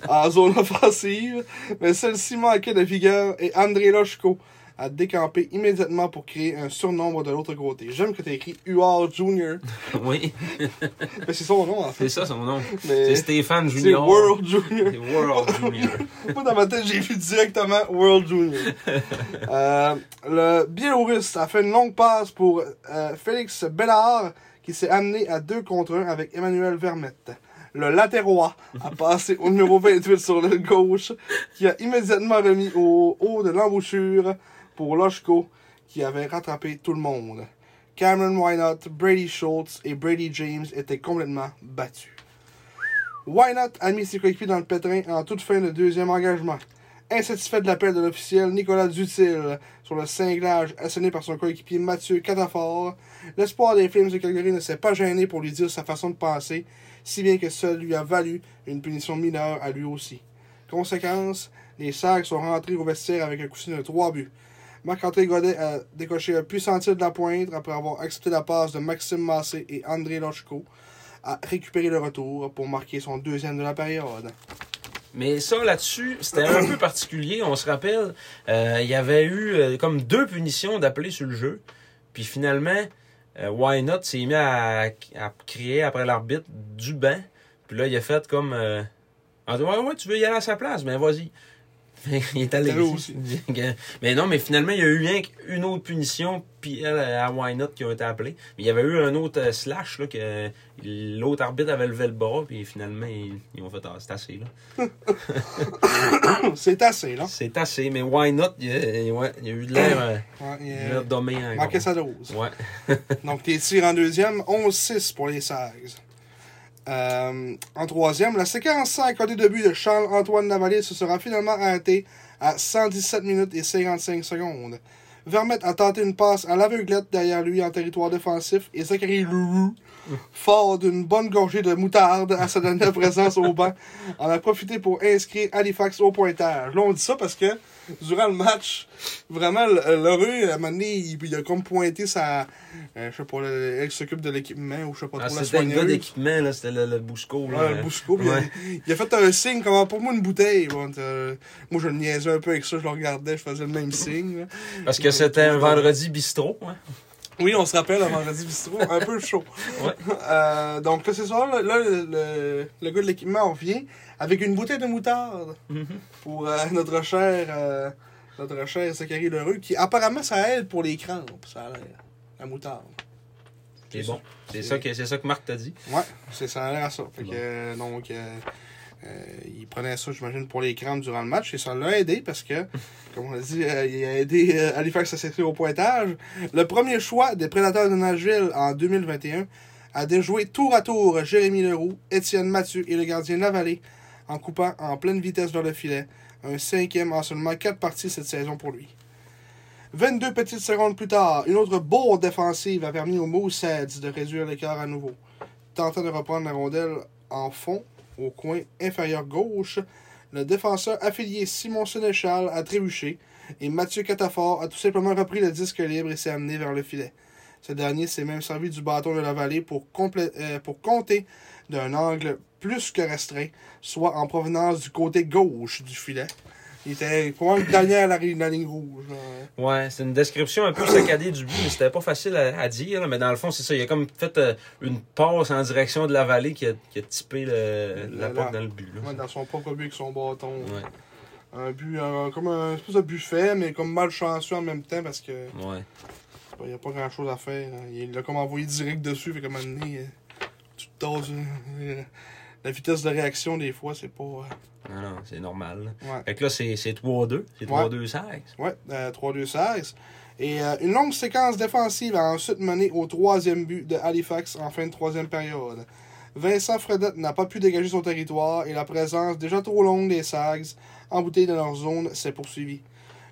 A: en zone offensive, mais celle-ci manquait de vigueur et André Lochko a décampé immédiatement pour créer un surnombre de l'autre côté. J'aime que tu écrit Uard Jr.
B: Oui,
A: Mais c'est son nom en fait.
B: c'est ça son nom.
A: Mais
B: C'est Stéphane
A: Euh, C'est
B: Junior.
A: World Jr.
B: C'est World Junior.
A: Moi, dans ma tête, j'ai vu directement World Junior. Euh, le Biélorusse a fait une longue passe pour euh, Félix Bellard, qui s'est amené à 2 contre 1 avec Emmanuel Vermette. Le Latérois a passé au numéro 28 sur le gauche, qui a immédiatement remis au haut de l'embouchure pour Loshko, qui avait rattrapé tout le monde. Cameron Wynott, Brady Schultz et Brady James étaient complètement battus. Wynott a mis ses coéquipiers dans le pétrin en toute fin de deuxième engagement. Insatisfait de l'appel de l'officiel Nicolas Dutil sur le cinglage asséné par son coéquipier Mathieu Catafort, l'espoir des films de Calgary ne s'est pas gêné pour lui dire sa façon de penser, si bien que cela lui a valu une punition mineure à lui aussi. Conséquence, les Sags sont rentrés au vestiaire avec un coussin de trois buts. Marc-André Godet a décoché un puissant tir de la pointe après avoir accepté la passe de Maxime Massé et André Lochko a récupéré le retour pour marquer son deuxième de la période.
B: Mais ça, là-dessus, c'était un peu particulier. On se rappelle, euh, il y avait eu euh, comme deux punitions d'appeler sur le jeu. Puis finalement, euh, Why Not s'est mis à, à crier après l'arbitre du banc. Puis là, il a fait comme... euh, Ah, ouais, ouais, tu veux y aller à sa place, ben vas-y. il est allé
A: Allô aussi.
B: Mais non, mais finalement, il y a eu rien qu'une autre punition, puis elle, à Why Not qui a été appelée. Mais il y avait eu un autre euh, slash, là, que l'autre arbitre avait levé le bras, puis finalement, ils, ils ont fait Ah, c'est assez, là.
A: C'est assez, là.
B: C'est assez, mais why not? Il y a, il y a- ouais, il y a eu de l'air euh,
A: Ouais, il,
B: de
A: euh,
B: l'air dommé en
A: manquait
B: gros.
A: sa dose.
B: Ouais.
A: Donc, les tirs en deuxième, 11-6 pour les Sags. Euh, en troisième, la séquence 5 côté de but de Charles-Antoine Lavallée se sera finalement arrêtée à 117 minutes et 55 secondes. Vermette a tenté une passe à l'aveuglette derrière lui en territoire défensif et Zachary Loulou, fort d'une bonne gorgée de moutarde à sa dernière présence au banc, en a profité pour inscrire Halifax au pointage. Là, on dit ça parce que durant le match, vraiment, l- l'heureux, à un moment donné, il, il a comme pointé sa. euh, je sais pas, le- elle s'occupe de l'équipement ou je sais pas
B: Ah,
A: trop, la
B: c'était le gars
A: soigneuse.
B: d'équipement, là, c'était le, le Bousco. Là,
A: Ouais, le Bousco, puis
B: Euh, Ouais.
A: il, a, il a fait un signe comme pour moi une bouteille. Bon, euh, moi je le niaisais un peu avec ça, je le regardais, je faisais le même signe. là.
B: Parce que c'était un vendredi bistrot. hein.
A: Oui, on se rappelle un vendredi bistrot, un peu chaud.
B: Ouais.
A: Euh, donc là, c'est ça, là, là, le, le- le gars de l'équipement revient avec une bouteille de moutarde
B: Mm-hmm.
A: pour euh, notre cher euh, notre cher Zachary Lheureux, qui apparemment ça aide pour les crampes, ça a l'air. La moutarde.
B: C'est bon. C'est ça, que, c'est ça que Marc t'a dit.
A: Ouais, c'est ça a l'air à ça. Fait que,
B: Bon.
A: euh, donc, euh, euh, il prenait ça, j'imagine, pour les crampes durant le match. Et ça l'a aidé parce que, comme on l'a dit, euh, il a aidé euh, Halifax à s'inscrire au pointage. Le premier choix des Prédateurs de Nashville en 2021 a déjoué tour à tour Jérémy Leroux, Étienne Mathieu et le gardien Lavallée en coupant en pleine vitesse vers le filet. Un cinquième en seulement quatre parties cette saison pour lui. 22 petites secondes plus tard, une autre bourde défensive a permis aux Mooseheads de réduire l'écart à nouveau tentant de reprendre la rondelle en fond au coin inférieur gauche. Le défenseur affilié Simon Sénéchal a trébuché et Mathieu Catafort a tout simplement repris le disque libre et s'est amené vers le filet. Ce dernier s'est même servi du bâton de la vallée pour, complé- euh, pour compter d'un angle plus que restreint, soit en provenance du côté gauche du filet. Il était probablement le dernier à la, ri- la ligne rouge. là. hein.
B: Ouais, c'est une description un peu saccadée du but, mais c'était pas facile à, à dire. Mais dans le fond, c'est ça. Il a comme fait euh, une passe en direction de la vallée qui a, qui a typé le-
A: Le-
B: la
A: la-
B: porte dans le but. là.
A: Ouais, Dans son propre but avec son bâton.
B: Ouais,
A: Un but, euh, comme un espèce de buffet, mais comme malchanceux en même temps parce que
B: ouais.
A: il n'y a pas grand chose à faire. hein. Il l'a comme envoyé direct dessus, fait comme un moment donné, euh, tu te tasses, euh, La vitesse de réaction, des fois, c'est pas. euh,
B: Non, non, c'est normal.
A: Ouais.
B: Fait que là, c'est c'est 3-2. C'est 3-2 16.
A: Ouais, euh, 3-2-16. Et euh, une longue séquence défensive a ensuite mené au troisième but de Halifax en fin de troisième période. Vincent Fredette n'a pas pu dégager son territoire et la présence déjà trop longue des Sags, embouteillés dans leur zone, s'est poursuivie.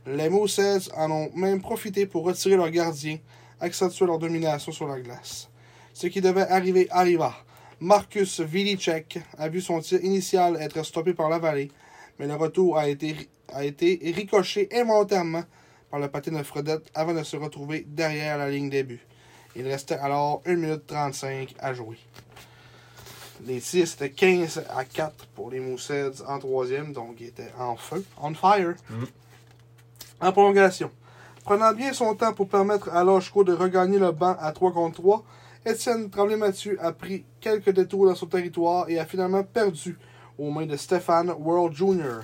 A: Les Moses en ont même profité pour retirer leur gardien, accentuer leur domination sur la glace. Ce qui devait arriver arriva. Marcus Vilicek a vu son tir initial être stoppé par la vallée, mais le retour a été, a été ricoché involontairement par le patin de Fredette avant de se retrouver derrière la ligne des buts. Il restait alors 1 minute 35 à jouer. Les tirs, c'était 15 à 4 pour les Mooseheads en troisième, donc ils étaient en feu, on fire.
B: Mhm.
A: En prolongation. Prenant bien son temps pour permettre à Lochko de regagner le banc à 3 contre 3, Étienne Tremblay-Mathieu a pris quelques détours dans son territoire et a finalement perdu aux mains de Stéphane World Jr.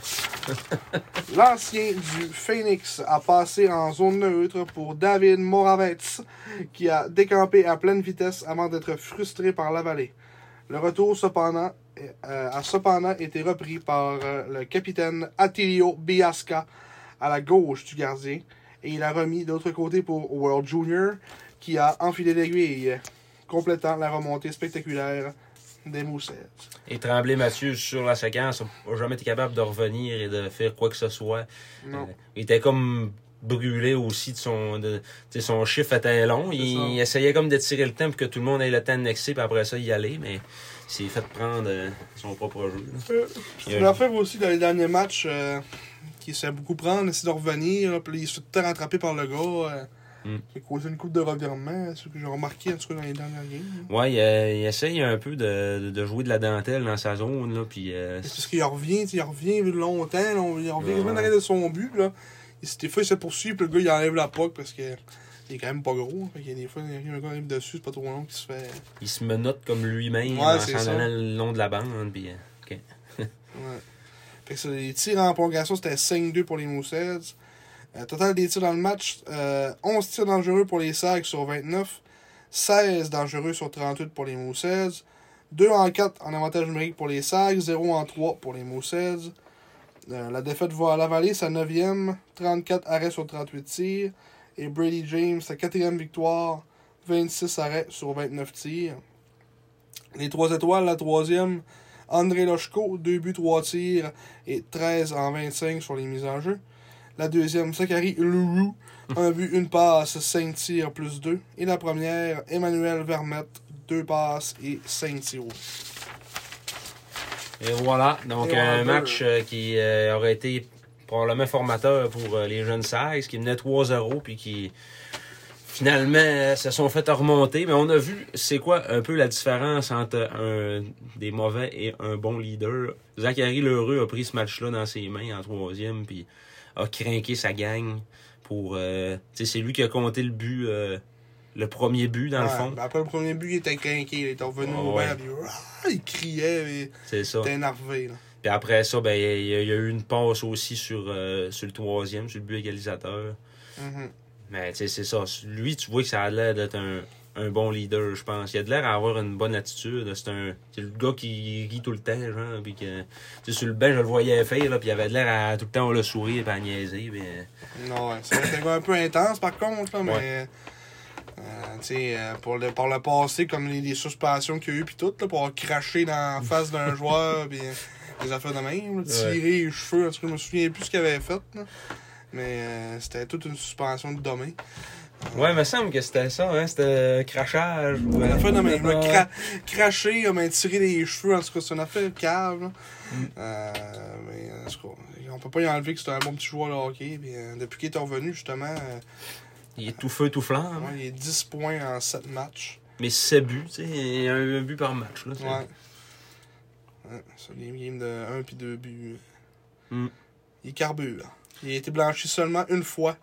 A: L'ancien du Phoenix a passé en zone neutre pour David Moravets, qui a décampé à pleine vitesse avant d'être frustré par la vallée. Le retour, cependant, euh, a cependant été repris par euh, le capitaine Attilio Biasca à la gauche du gardien, et il a remis de l'autre côté pour World Jr., qui a enfilé l'aiguille, complétant la remontée spectaculaire des Moussettes.
B: Et Tremblay Mathieu, sur la séquence, n'a jamais été capable de revenir et de faire quoi que ce soit.
A: Non.
B: Euh, il était comme brûlé aussi de son de, tu sais, son chiffre était long.
A: ça.
B: Il, essayait comme d'étirer le temps pour que tout le monde ait le temps de nexer, puis après ça, y aller, mais il s'est fait prendre euh, son propre jeu. là.
A: Euh,
B: Il y a-
A: C'est l'affaire aussi dans les derniers matchs euh, qui s'est beaucoup prendre, essayer de revenir, là, puis il se fait tout le temps rattraper par le gars. euh,
B: Mm.
A: Qui a causé une coupe de revirement, c'est ce que j'ai remarqué en tout cas dans les dernières games.
B: Ouais, il, euh, il essaye un peu de, de- de jouer de la dentelle dans sa zone, là, puis euh,
A: C'est Parce qu'il revient, tu sais, il revient longtemps, là, on- il revient
B: Ouais.
A: même derrière de son but. puis Là. Et c'est- des fois, il se poursuit, puis le gars, il enlève la POC parce qu'il est quand même pas gros. hein, Fait qu'il y a des fois, il y a un gars qui arrive dessus, c'est pas trop long, qui se fait.
B: il se menote comme lui-même
A: Ouais,
B: en
A: c'est
B: s'en
A: ça.
B: allant le long de la bande. Puis, euh,
A: Ouais. Fait que ça, les tirs en prolongation, c'était 5-2 pour les Mooseheads. Euh, total des tirs dans le match, euh, 11 tirs dangereux pour les Sags sur 29, 16 dangereux sur 38 pour les Mooseheads, 2 en 4 en avantage numérique pour les Sags, 0 en 3 pour les Mooseheads. Euh, la défaite va à la vallée, sa 9e, 34 arrêts sur 38 tirs. Et Brady James, sa 4e victoire, 26 arrêts sur 29 tirs. Les 3 étoiles, la 3e, André Lochko, 2 buts, 3 tirs et 13 en 25 sur les mises en jeu. La deuxième, Zachary Lourou, 1 but, 1 passe, 5 tirs plus 2. Et la première, Emmanuel Vermette, 2 passes et 5 tirs.
B: Et voilà, donc
A: Et
B: un
A: voilà.
B: match euh, qui euh, aurait été probablement formateur pour euh, les jeunes Sags, qui menaient 3-0, puis qui finalement euh, se sont fait remonter. Mais on a vu, c'est quoi un peu la différence entre un, des mauvais et un bon leader. Zachary Lheureux a pris ce match-là dans ses mains en troisième, puis a craqué sa gang pour... euh, tu sais, c'est lui qui a compté le but, euh, le premier but dans le
A: Ouais,
B: fond.
A: ben après le premier but, il était craqué, il était revenu
B: Ouais,
A: au
B: ouais.
A: banc, puis, ah, il criait, et
B: C'est ça.
A: il était énervé. Là.
B: Puis après ça, ben, il y, a- il y a eu une passe aussi sur, euh, sur le troisième, sur le but égalisateur.
A: Mhm.
B: Mais tu sais, c'est ça. Lui, tu vois que ça a l'air d'être un, un bon leader, je pense. Il a de l'air à avoir une bonne attitude. C'est un c'est le gars qui rit tout le temps, genre. Puis que, tu sais, sur le banc, je le voyais faire, là, puis il avait de l'air à tout le temps le sourire et à niaiser. puis, euh,
A: Non, ouais, c'est vrai que c'était un peu intense par contre, là, mais.
B: Ouais.
A: euh, tu sais, euh, pour, le, pour le passé, comme les, les suspensions qu'il y a eu, puis tout, là, pour avoir craché dans la face d'un joueur, puis des affaires de même, là, tirer les cheveux, en tout cas, je me souviens plus ce qu'il avait fait, là. mais euh, c'était toute une suspension de domaine.
B: Ouais, il me semble que c'était ça, hein? C'était un crachage. ou, euh,
A: La fin, non, mais je me
B: ouais.
A: cra cracher, comme un tiré des cheveux, en tout cas, c'est une affaire de cave. là.
B: Mm.
A: Euh, mais en tout cas, on peut pas y enlever que c'était un bon petit joueur de hockey. Puis, euh, depuis qu'il est revenu, justement, euh,
B: Il est tout feu, tout flamme.
A: ouais, il est 10 points en 7 matchs.
B: Mais c'est buts, tu sais, il y a un but par match. Là, c'est-
A: Ouais. ouais c'est des games de 1 puis 2 buts.
B: Mm.
A: Il carbure. Il a été blanchi seulement une fois.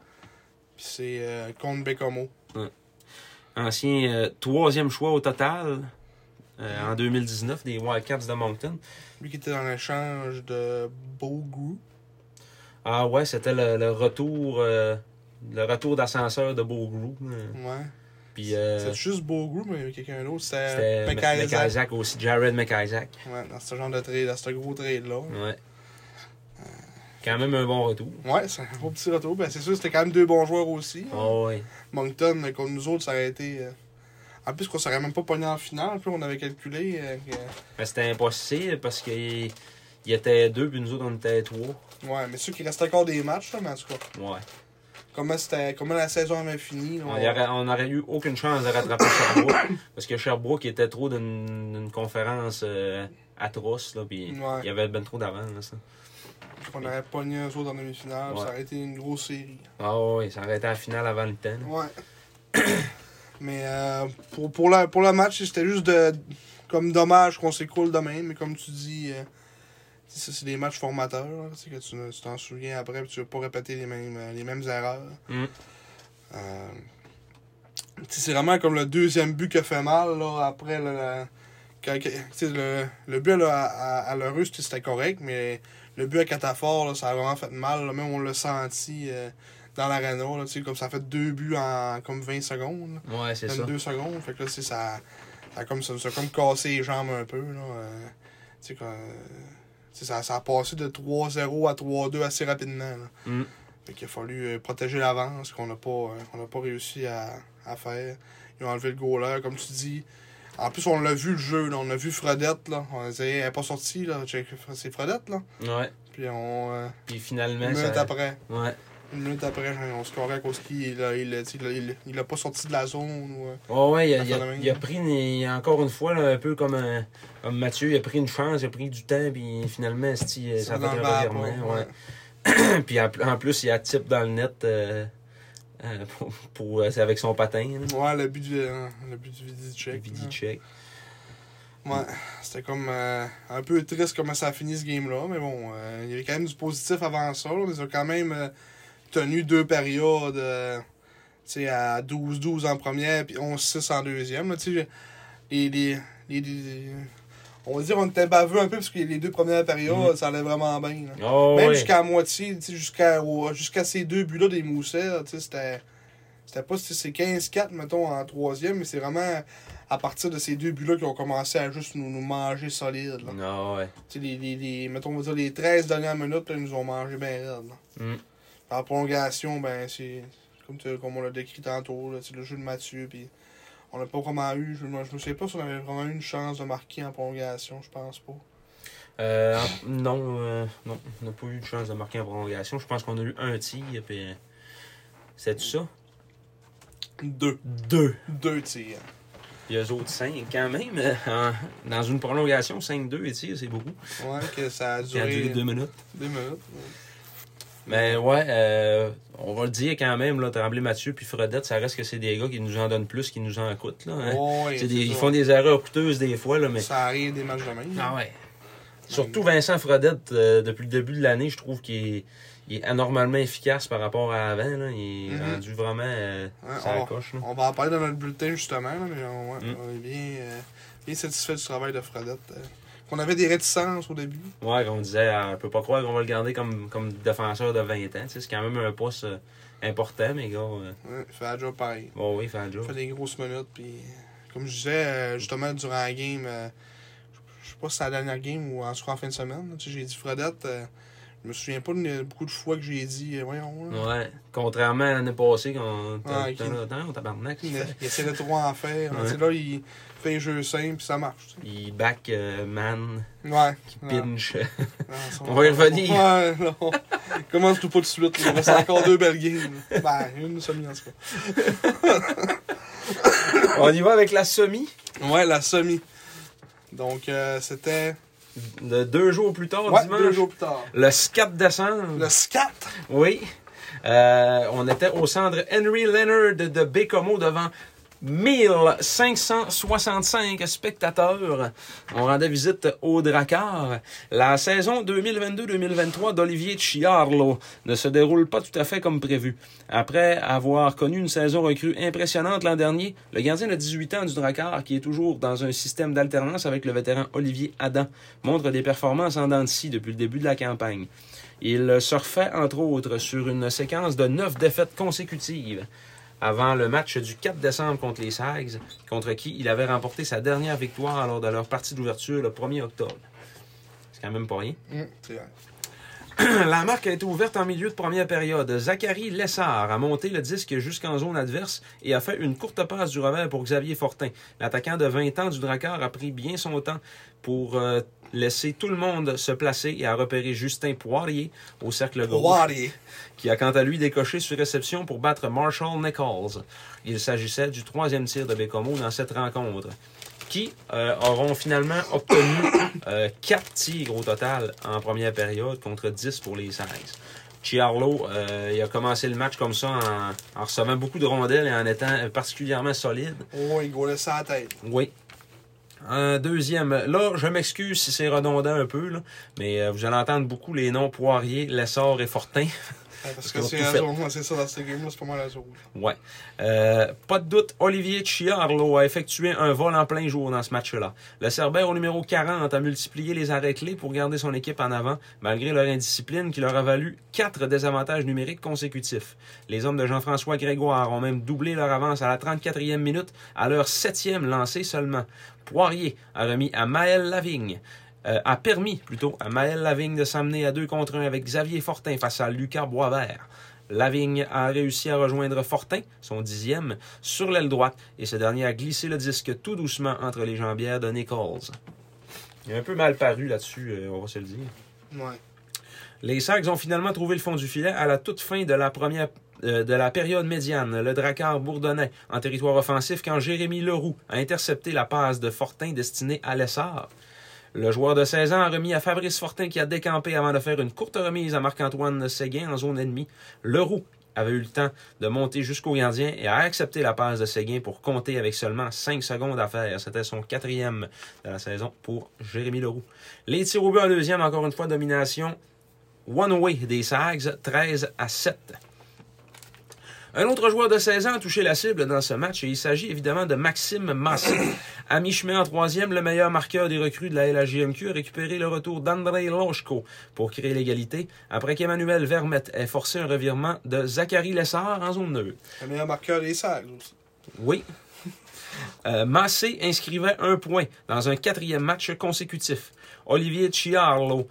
A: Puis c'est euh, contre Bécomo.
B: Ancien euh, troisième choix au total euh, en 2019 des Wildcats de Moncton.
A: Lui qui était dans l'échange de Bogu.
B: Ah ouais, c'était le, le retour euh, le retour d'ascenseur de Beaugrou. euh,
A: Ouais.
B: Puis euh,
A: C'est euh, juste Bogu, mais il y avait quelqu'un d'autre. C'était
B: c'était
A: McIsaac.
B: McIsaac aussi, Jared McIsaac.
A: Ouais, dans ce genre de trade, dans ce gros trade-là.
B: Ouais. Quand même un bon retour.
A: Ouais, c'est un beau petit retour. Ben, c'est sûr, c'était quand même deux bons joueurs aussi.
B: Ah ouais.
A: Moncton, euh, contre nous autres, ça aurait été. euh, En plus, qu'on s'aurait même pas pogné en finale. Puis on avait calculé. euh, que-
B: Mais c'était impossible parce qu'il il était deux, puis nous autres on était trois.
A: Ouais, mais sûr qu'il restait encore des matchs, là, mais en tout cas,
B: Ouais.
A: comment, c'était- comment la saison avait fini. là,
B: On n'aurait eu aucune chance de rattraper Sherbrooke parce que Sherbrooke était trop d'une d'une conférence euh, atroce. Là, puis
A: Ouais.
B: Il y avait ben trop d'avance. là, ça.
A: On aurait pogné un autres en demi-finale,
B: Ouais.
A: ça aurait été une grosse série.
B: Ah oui, ça aurait été à la finale avant le temps. là.
A: Ouais. mais euh, pour, pour, la, pour le match, c'était juste de, comme dommage qu'on s'écoule demain, mais comme tu dis, euh, ça, c'est des matchs formateurs, là, c'est que tu ne- tu t'en souviens après, puis tu ne veux pas répéter les mêmes, euh, les mêmes erreurs.
B: Mm.
A: Euh, tu sais, c'est vraiment comme le deuxième but qui a fait mal, là, après le... la- quand- que- tu sais, le, le but là, à, à, à l'heureux, c'était- c'était correct, mais le but à Catafort, là, ça a vraiment fait mal. là. Même on l'a senti euh, dans l'aréna, là, tu sais, comme ça a fait deux buts en comme 20 secondes. là.
B: Ouais, c'est ça.
A: 22 secondes. Fait que là, c'est ça. Ça a comme, ça, ça a comme cassé les jambes un peu. Là, euh, tu sais, quand, euh, tu sais, ça, ça a passé de 3-0 à 3-2 assez rapidement. là.
B: Mm.
A: Fait qu'il a fallu euh, protéger l'avance qu'on n'a pas, euh, qu'on n'a pas réussi à, à faire. Ils ont enlevé le goaler, comme tu dis. En plus, on l'a vu le jeu, là. on a vu Fredette. Là. On a dit, elle n'est pas sortie, là. Check, c'est Fredette. Là.
B: Ouais.
A: Puis on, euh,
B: Puis
A: une
B: finalement,
A: minute
B: ça...
A: après.
B: Ouais.
A: Une minute après, genre, on scorait à cause qu'il il, a- il, a- tu sais, il, a- il, a- il a pas sorti de la zone. ou, euh,
B: Oh, ouais, il a,
A: La
B: il a-
A: fin de même.
B: il a pris, une- encore une fois, là, un peu comme, un- comme Mathieu, il a pris une chance, il a pris du temps, puis finalement, esti, euh, ça a fait
A: dans
B: un
A: le bas,
B: revirement,
A: pas,
B: ouais. Puis en en plus, il a type dans le net euh, euh, pour, pour- euh, c'est avec son patin, là.
A: Ouais, le but du, euh, le but du Vidicek.
B: Vidi check.
A: là. Ouais, c'était comme euh, un peu triste comment ça a fini ce game-là, mais bon, euh, il y avait quand même du positif avant ça. là. On les a quand même euh, tenu deux périodes, euh, tu sais, à 12-12 en première, puis 11-6 en deuxième. là. Tu sais, les, les, les- les- on va dire on était baveux un peu, parce que les deux premières
B: Mm.
A: périodes, ça allait vraiment bien. là.
B: Oh,
A: Même
B: ouais.
A: jusqu'à la moitié, tu sais, jusqu'à au- jusqu'à ces deux buts-là des Moussets, tu sais, c'était. C'était pas si c'est 15-4, mettons, en troisième, mais c'est vraiment à partir de ces deux buts-là qu'ils ont commencé à juste nous, nous manger solide. là.
B: Ah, ouais.
A: Tu sais, les, les, les- mettons, on va dire les 13 dernières minutes, là, ils nous ont mangé bien raide. là.
B: Mm.
A: En prolongation, ben, c'est comme, tu- comme on l'a décrit tantôt, là, c'est le jeu de Mathieu, puis on n'a pas vraiment eu, je, moi, je me sais pas si on avait vraiment eu une chance de marquer en prolongation, je pense pas.
B: Euh, en- non, euh, non, on n'a pas eu de chance de marquer en prolongation. Je pense qu'on a eu un tir, puis. C'est ça?
A: Deux.
B: Deux.
A: Deux tirs.
B: Il y a eux autres cinq, quand même. euh, en- dans une prolongation, 5-2 et tir, c'est beaucoup.
A: Ouais, que ça a
B: Ça a duré
A: duré
B: deux minutes.
A: deux minutes. ouais.
B: Mais ouais, euh, on va le dire quand même, là, Tremblay Mathieu puis Fredette, ça reste que c'est des gars qui nous en donnent plus, qui nous en coûtent. Là, hein.
A: Ouais,
B: C'est des-
A: c'est
B: ils
A: ça.
B: font des erreurs coûteuses des fois, là, mais.
A: Ça arrive des matchs de même.
B: Ah ouais. Surtout Vincent Fredette, euh, depuis le début de l'année, je trouve qu'il est, il est anormalement efficace par rapport à avant. Là. Il est
A: Mhm.
B: rendu vraiment euh,
A: Ouais,
B: sur la coche. Là.
A: On va en parler dans notre bulletin justement, là, mais on, ouais,
B: Mm.
A: on est bien, euh, bien satisfait du travail de Fredette. euh, qu'on avait des réticences au début.
B: Ouais, on disait, ah, on peut pas croire qu'on va le garder comme, comme défenseur de 20 ans. tu sais, C'est quand même un poste euh, important, mais gars. euh,
A: Ouais, hein. il fait la job pareil.
B: bon, oui, il fait un
A: Il
B: job.
A: fait des grosses minutes. Puis, euh, comme je disais, euh, justement, durant la game, euh, je- je sais pas si c'est la dernière game ou en, soit en fin de semaine, là, tu sais, j'ai dit Fredette, euh, Je me souviens pas de beaucoup de fois que j'ai dit, euh, voyons. là.
B: Ouais. Contrairement à l'année passée, quand t'as
A: Ouais,
B: t'as-
A: qui-
B: t'as- on tabarnak.
A: Il, il essaie de trop en faire.
B: Ouais.
A: Tu sais, Là, il fait un jeu simple puis ça marche. tu sais.
B: Il back euh, man,
A: Ouais.
B: pinch.
A: Ah, ça,
B: On va y revenir.
A: Ouais, non. Commence tout pas tout de suite. là. Il reste encore deux belles games. Ben, une semi en tout cas.
B: on y va avec la semi.
A: Ouais, la semi. Donc, euh, c'était.
B: De deux jours plus tard,
A: Ouais,
B: dimanche.
A: deux jours plus tard.
B: Le 4 décembre.
A: Le scat.
B: Oui. Euh, on était au centre Henry Leonard de Bécomo devant 1565 spectateurs. On rendait visite au Drakkar. La saison 2022-2023 d'Olivier Chiarlo ne se déroule pas tout à fait comme prévu. Après avoir connu une saison recrue impressionnante l'an dernier, le gardien de 18 ans du Drakkar, qui est toujours dans un système d'alternance avec le vétéran Olivier Adam, montre des performances en dents de scie depuis le début de la campagne. Il se refait, entre autres, sur une séquence de neuf défaites consécutives avant le match du 4 décembre contre les Sags, contre qui il avait remporté sa dernière victoire lors de leur partie d'ouverture le 1er octobre. C'est quand même pas rien.
A: Hum, c'est vrai.
B: La marque a été ouverte en milieu de première période. Zachary Lessard a monté le disque jusqu'en zone adverse et a fait une courte passe du revers pour Xavier Fortin. L'attaquant de 20 ans du Drakkar a pris bien son temps pour euh, laisser tout le monde se placer et a repéré Justin Poirier au cercle gauche
A: Warrior.
B: qui a quant à lui décoché sur réception pour battre Marshall Nichols. Il s'agissait du troisième tir de Bécomo dans cette rencontre, qui euh, auront finalement obtenu euh, quatre tirs au total en première période contre 10 pour les 16. Chiarlo, euh, il a commencé le match comme ça en, en recevant beaucoup de rondelles et en étant particulièrement solide.
A: Oh, il gaulait ça à la tête.
B: Oui. Un deuxième. Là, je m'excuse si c'est redondant un peu, là, mais euh, vous allez entendre beaucoup les noms Poirier, Lessard et Fortin.
A: Ouais, Parce
B: Ils
A: que
B: ont
A: c'est
B: tout
A: la
B: fait.
A: zone. C'est ça, dans ces games-là, c'est pas mal la zone.
B: Ouais. Euh, pas de doute, Olivier Chiarlo a effectué un vol en plein jour dans ce match-là. Le Cerbère au numéro 40 a multiplié les arrêts clés pour garder son équipe en avant, malgré leur indiscipline qui leur a valu quatre désavantages numériques consécutifs. Les hommes de Jean-François Grégoire ont même doublé leur avance à la 34e minute, à leur septième lancée seulement. Poirier a remis à Maël Lavigne. euh, a permis plutôt à Maël Lavigne de s'amener à 2 contre 1 avec Xavier Fortin face à Lucas Boisvert. Lavigne a réussi à rejoindre Fortin, son dixième, sur l'aile droite, et ce dernier a glissé le disque tout doucement entre les jambières de Nichols. Il a un peu mal paru là-dessus, euh, on va se le dire.
A: Ouais.
B: Les Sags ont finalement trouvé le fond du filet à la toute fin de la première euh, de la période médiane. Le Drakkar bourdonnait en territoire offensif quand Jérémy Leroux a intercepté la passe de Fortin destinée à Lessard. Le joueur de 16 ans a remis à Fabrice Fortin qui a décampé avant de faire une courte remise à Marc-Antoine Séguin en zone ennemie. Leroux avait eu le temps de monter jusqu'au gardien et a accepté la passe de Séguin pour compter avec seulement 5 secondes à faire. C'était son quatrième de la saison pour Jérémy Leroux. Les tirs au but en deuxième, encore une fois, domination One Way des Sags, 13 à 7. Un autre joueur de 16 ans a touché la cible dans ce match et il s'agit évidemment de Maxime Massé. À mi-chemin en troisième, le meilleur marqueur des recrues de la LHJMQ a récupéré le retour d'André Lochko pour créer l'égalité après qu'Emmanuel Vermette ait forcé un revirement de Zachary Lessard en zone neutre.
A: Le meilleur marqueur des salles aussi.
B: Oui. Euh, Massé inscrivait un point dans un quatrième match consécutif. Olivier Chiarlo,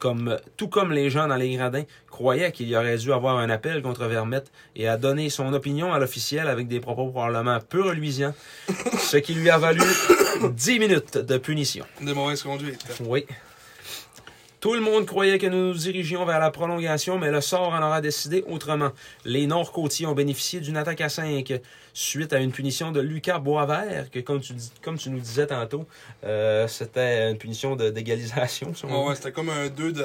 B: comme, tout comme les gens dans les gradins, croyait qu'il y aurait dû avoir un appel contre Vermette et a donné son opinion à l'officiel avec des propos probablement peu reluisants, ce qui lui a valu 10 minutes de punition.
A: Des mauvaises conduites.
B: Oui. Tout le monde croyait que nous nous dirigions vers la prolongation, mais le sort en aura décidé autrement. Les Nord-Côtiers ont bénéficié d'une attaque à 5 suite à une punition de Lucas Boisvert, que comme tu, dis- comme tu nous disais tantôt, euh, c'était une punition de- d'égalisation. si on
A: Ouais,
B: veut.
A: ouais, c'était comme un 2 de...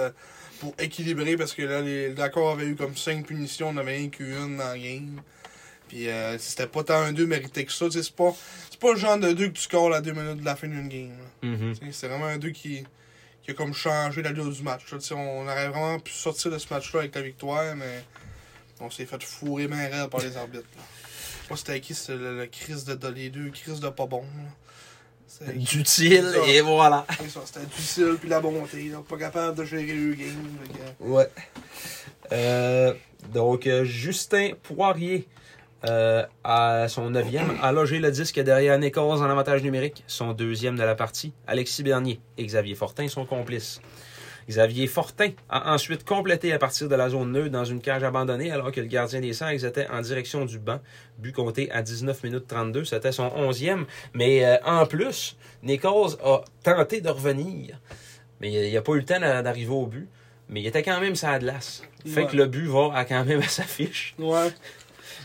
A: pour équilibrer parce que là, les d'accord avait eu comme 5 punitions, on n'avait rien qu'une dans le game. Puis euh, c'était pas tant un 2 mérité que ça. tu sais, C'est pas... c'est pas le genre de 2 que tu scores à 2 minutes de la fin d'une game. là.
B: Mhm.
A: Tu sais, C'est vraiment un 2 qui... qui a comme changé l'allure du match. là. Tu sais, On aurait vraiment pu sortir de ce match-là avec la victoire, mais on s'est fait fourrer main raide par les arbitres. là. Je sais pas c'était qui, c'était le, le Chris de, de- les deux, Chris de pas bon. là. C'était-
B: D'utile, et voilà.
A: c'est ça, c'était difficile puis la bonté, là, pas capable de gérer le game. fait que-
B: Ouais. Euh, donc, euh, Justin Poirier, euh, à son neuvième, a logé le disque derrière Nichols en avantage numérique, son deuxième de la partie. Alexis Bernier et Xavier Fortin sont complices. Xavier Fortin a ensuite complété à partir de la zone neutre dans une cage abandonnée alors que le gardien des Sags était en direction du banc. But compté à 19 minutes 32, c'était son 11e. Mais euh, en plus, Nichols a tenté de revenir, mais il n'a pas eu le temps d'a- d'arriver au but. Mais il était quand même sa glace. Fait
A: Ouais.
B: que le but va à quand même à sa fiche.
A: Ouais.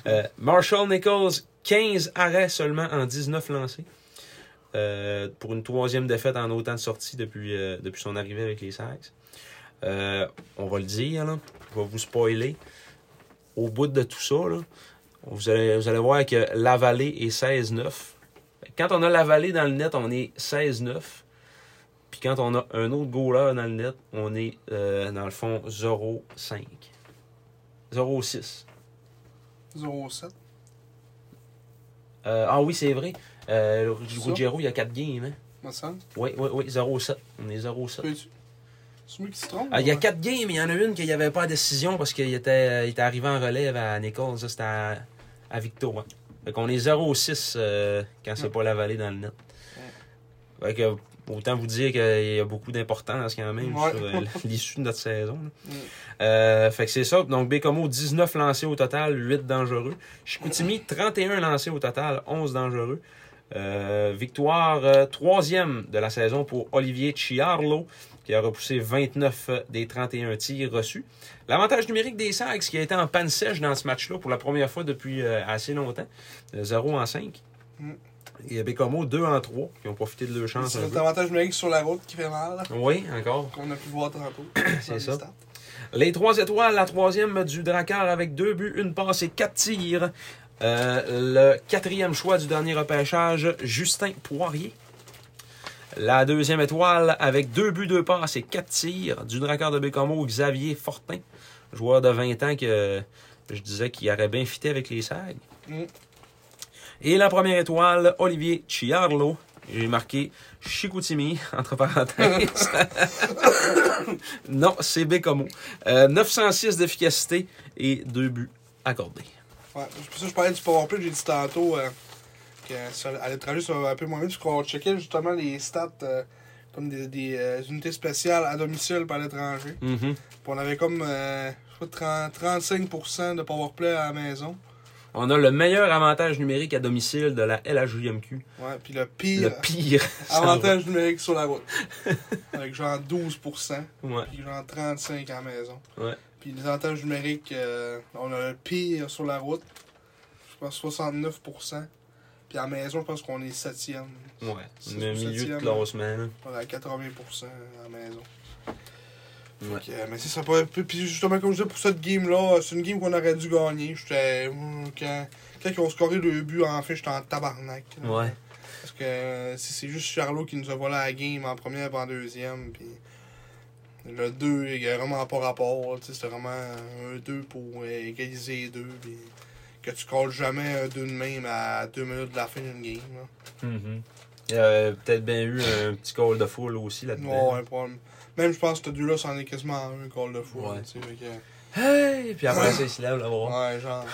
B: Euh, Marshall Nichols, 15 arrêts seulement en 19 lancés. Euh, pour une troisième défaite en autant de sorties depuis, euh, depuis son arrivée avec les Sags. Euh, on va le dire, là, je vais vous spoiler. Au bout de tout ça, là, vous, allez, vous allez voir que la vallée est 16-9. Quand on a la vallée dans le net, on est 16-9. Puis quand on a un autre goaler dans le net, on est euh, dans le fond 0-5. 0-6.
A: 0-7.
B: Euh, ah oui, c'est vrai. Euh,
A: C'est ça?
B: Ruggiero, il y a 4 games. Hein?
A: me semble.
B: Oui, oui, oui, 0-7. On est 0-7.
A: Peux-tu? C'est moi qui se trompe.
B: Ah, il y a
A: ouais?
B: 4 games, mais il y en a une qu'il n'y avait pas à décision parce qu'il était, euh, il était arrivé en relève à Nichols. ça, C'était à, à Victo. hein. Fait qu'on est 0-6 euh, quand
A: Hmm.
B: c'est pas la vallée dans le net. Fait que, autant vous dire qu'il y a beaucoup d'importance quand même
A: Ouais.
B: sur euh, l'issue de notre saison. là.
A: Mm.
B: Euh, fait que c'est ça. Donc, Bécomo, 19 lancés au total, 8 dangereux. Chicoutimi, 31 lancés au total, 11 dangereux. Euh, victoire euh, troisième de la saison pour Olivier Chiarlo, qui a repoussé 29 des 31 tirs reçus. L'avantage numérique des Sags, qui a été en panne sèche dans ce match-là pour la première fois depuis euh, assez longtemps, de 0 en 5.
A: Mm.
B: Et Bécomo, 2 en 3, qui ont profité de leur chance.
A: C'est
B: un
A: notre
B: peu.
A: avantage numérique sur la route qui fait mal, là,
B: Oui, encore.
A: qu'on a pu voir tantôt.
B: C'est ça. Les trois étoiles, la troisième du Drakkar avec deux buts, une passe et quatre tirs. Euh, le quatrième choix du dernier repêchage, Justin Poirier. La deuxième étoile avec deux buts, deux passes et quatre tirs du Drakkar de Bécamo, Xavier Fortin, joueur de 20 ans que je disais qu'il aurait bien fité avec les SAG.
A: Mm.
B: Et la première étoile, Olivier Chiarlo. J'ai marqué Chicoutimi, entre parenthèses. non, c'est Bécamo. Euh, 906 d'efficacité et 2 buts accordés.
A: Ouais, c'est pour ça que je parlais du powerplay, j'ai dit tantôt euh, que sur- à l'étranger, ça va un peu moins bien, parce qu'on checkait justement les stats euh, comme des, des, euh, unités spéciales à domicile par l'étranger. Puis on avait comme euh, je sais pas, 30 35% de powerplay à la maison.
B: On a le meilleur avantage numérique à domicile de la LHJMQ.
A: Ouais, puis le
B: Le
A: pire
B: pire.
A: avantage numérique sur la route. Avec genre 12%,
B: Ouais.
A: puis genre 35% à la maison.
B: Ouais.
A: Puis les avantages numériques, euh, on a le pire sur la route, je pense 69%. Puis à la maison, je pense qu'on est 7e.
B: Ouais.
A: C'est
B: Le
A: au
B: milieu de
A: septième.
B: classement. là.
A: On est à 80% à la maison.
B: Ouais.
A: Fait que, euh, mais c'est ça pas. Puis puis justement, comme je disais, pour cette game-là, euh, c'est une game qu'on aurait dû gagner. J'étais. euh, Quand, quand ils ont scoré le but, en fait, j'étais en tabarnak. là.
B: Ouais.
A: Parce que euh, c'est c'est juste Charlot qui nous a volé la game en première et en deuxième. Puis le 2, il n'y a vraiment pas rapport. là. Tu sais, C'était vraiment un 2 pour euh, égaliser les deux. Puis que tu colles jamais un 2 de même à 2 minutes de la fin d'une game. là.
B: Mhm. Il y a peut-être bien eu un petit call de foule aussi là-dedans.
A: Ouais, ouais, pas- Même je pense que ce deux-là, c'en est quasiment un call de fou.
B: Ouais.
A: tu sais, fait que-
B: Hey! Puis après ça, il se lève là voir.
A: ouais, genre.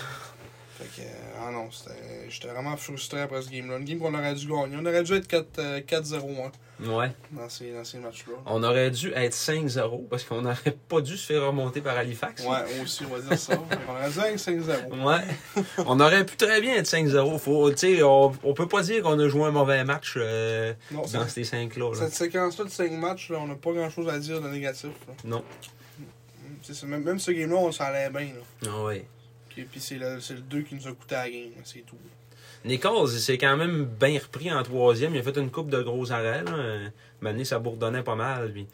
A: fait que, ah non, c'était- j'étais vraiment frustré après ce game-là. Une game qu'on aurait dû gagner. On aurait dû être 4, euh, 4-0-1
B: Ouais.
A: dans ces, dans ces matchs-là.
B: On aurait dû être 5-0 parce qu'on n'aurait pas dû se faire remonter par Halifax.
A: Ouais, aussi, on va dire ça. on aurait dû être 5-0.
B: Ouais. on aurait pu très bien être 5-0. Faut, tu sais, on, on peut pas dire qu'on a joué un mauvais match euh,
A: Non,
B: dans
A: cette,
B: ces 5-là. là.
A: cette séquence-là de 5 matchs, là, on n'a pas grand-chose à dire de négatif. là.
B: Non.
A: C'est ça, même, même ce game-là, on s'en allait bien. Là.
B: Ah ouais.
A: Puis, puis c'est le, c'est le 2 qui nous a coûté la game, c'est tout.
B: Nichols, il s'est quand même bien repris en troisième. Il a fait une coupe de gros arrêts. Là. Euh, Mané, ça bourdonnait pas mal. puis-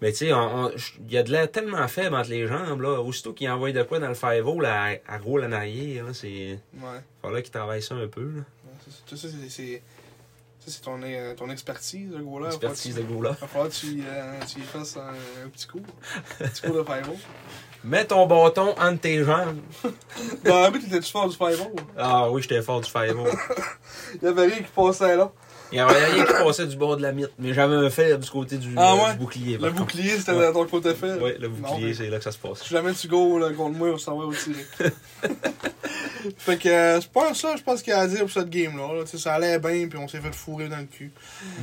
B: Mais tu sais, on- on- j- il y a de l'air tellement faible entre les jambes. Là. Aussitôt qu'il envoie de quoi dans le 5-0, là, elle- elle roule en arrière. Là. C'est...
A: Ouais.
B: Fallait qu'il travaille ça un peu. Là.
A: Ouais, c'est- c'est- tout ça, c'est- c'est. Ça, c'est ton, euh, ton expertise, le gros là.
B: Expertise de
A: Il
B: goût là.
A: va falloir que tu, euh, tu y fasses un, un petit coup. Un petit coup de fireball.
B: Mets ton bâton entre tes jambes.
A: Dans la but, Bah, t'étais-tu fort du fireball?
B: Ah oui, j'étais fort du 5-0.
A: Il y avait rien qui passait là.
B: Il y avait rien qui passait du bord de la mythe, mais j'avais un faible du côté du,
A: Ah
B: euh,
A: ouais?
B: du bouclier.
A: Le bouclier, ben. c'était dans ton côté faible.
B: Oui, le
A: Non,
B: bouclier,
A: mais
B: c'est là que ça se passe.
A: Si jamais tu go là, contre moi, on s'en va au tir. Fait que euh, c'est pas ça, je pense qu'il y a à dire pour cette game-là. là. Tu sais, ça allait bien, puis on s'est fait fourrer dans le cul.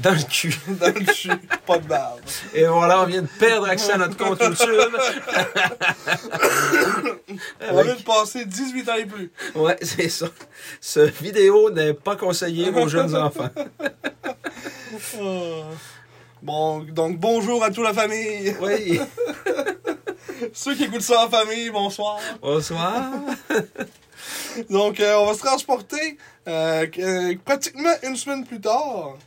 B: Dans le cul.
A: Dans le cul, pas de barbe.
B: Et voilà, on vient de perdre accès à notre compte YouTube.
A: On vient de passer 18 ans et plus.
B: Ouais, c'est ça. Ce vidéo n'est pas conseillé aux jeunes enfants.
A: Ah. Bon, donc bonjour à toute la famille.
B: Oui.
A: Ceux qui écoutent ça en famille, bonsoir.
B: Bonsoir.
A: Donc, euh, on va se transporter euh, euh, pratiquement une semaine plus tard.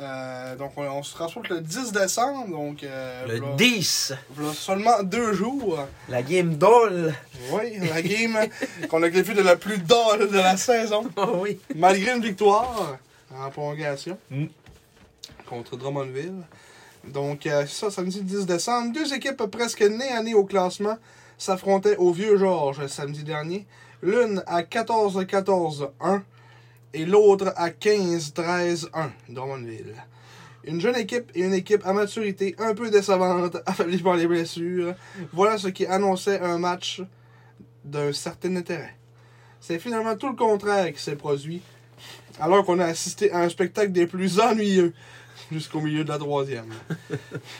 A: Euh, donc, on, on se transporte le 10 décembre. Donc, euh,
B: Le
A: v'là-
B: 10.
A: v'là seulement deux jours.
B: La game doll.
A: Oui, la game qu'on a qualifiée de la plus dolle de la saison,
B: Oh oui.
A: malgré une victoire euh, en prolongation
B: Mm.
A: contre Drummondville. Donc, euh, ça, samedi 10 décembre, deux équipes presque nées à nez au classement s'affrontaient au Vieux-Georges samedi dernier. L'une à 14-14-1 et l'autre à 15-13-1, Drummondville. Une jeune équipe et une équipe à maturité un peu décevante, affaiblie par les blessures. Voilà ce qui annonçait un match d'un certain intérêt. C'est finalement tout le contraire qui s'est produit, alors qu'on a assisté à un spectacle des plus ennuyeux jusqu'au milieu de la troisième.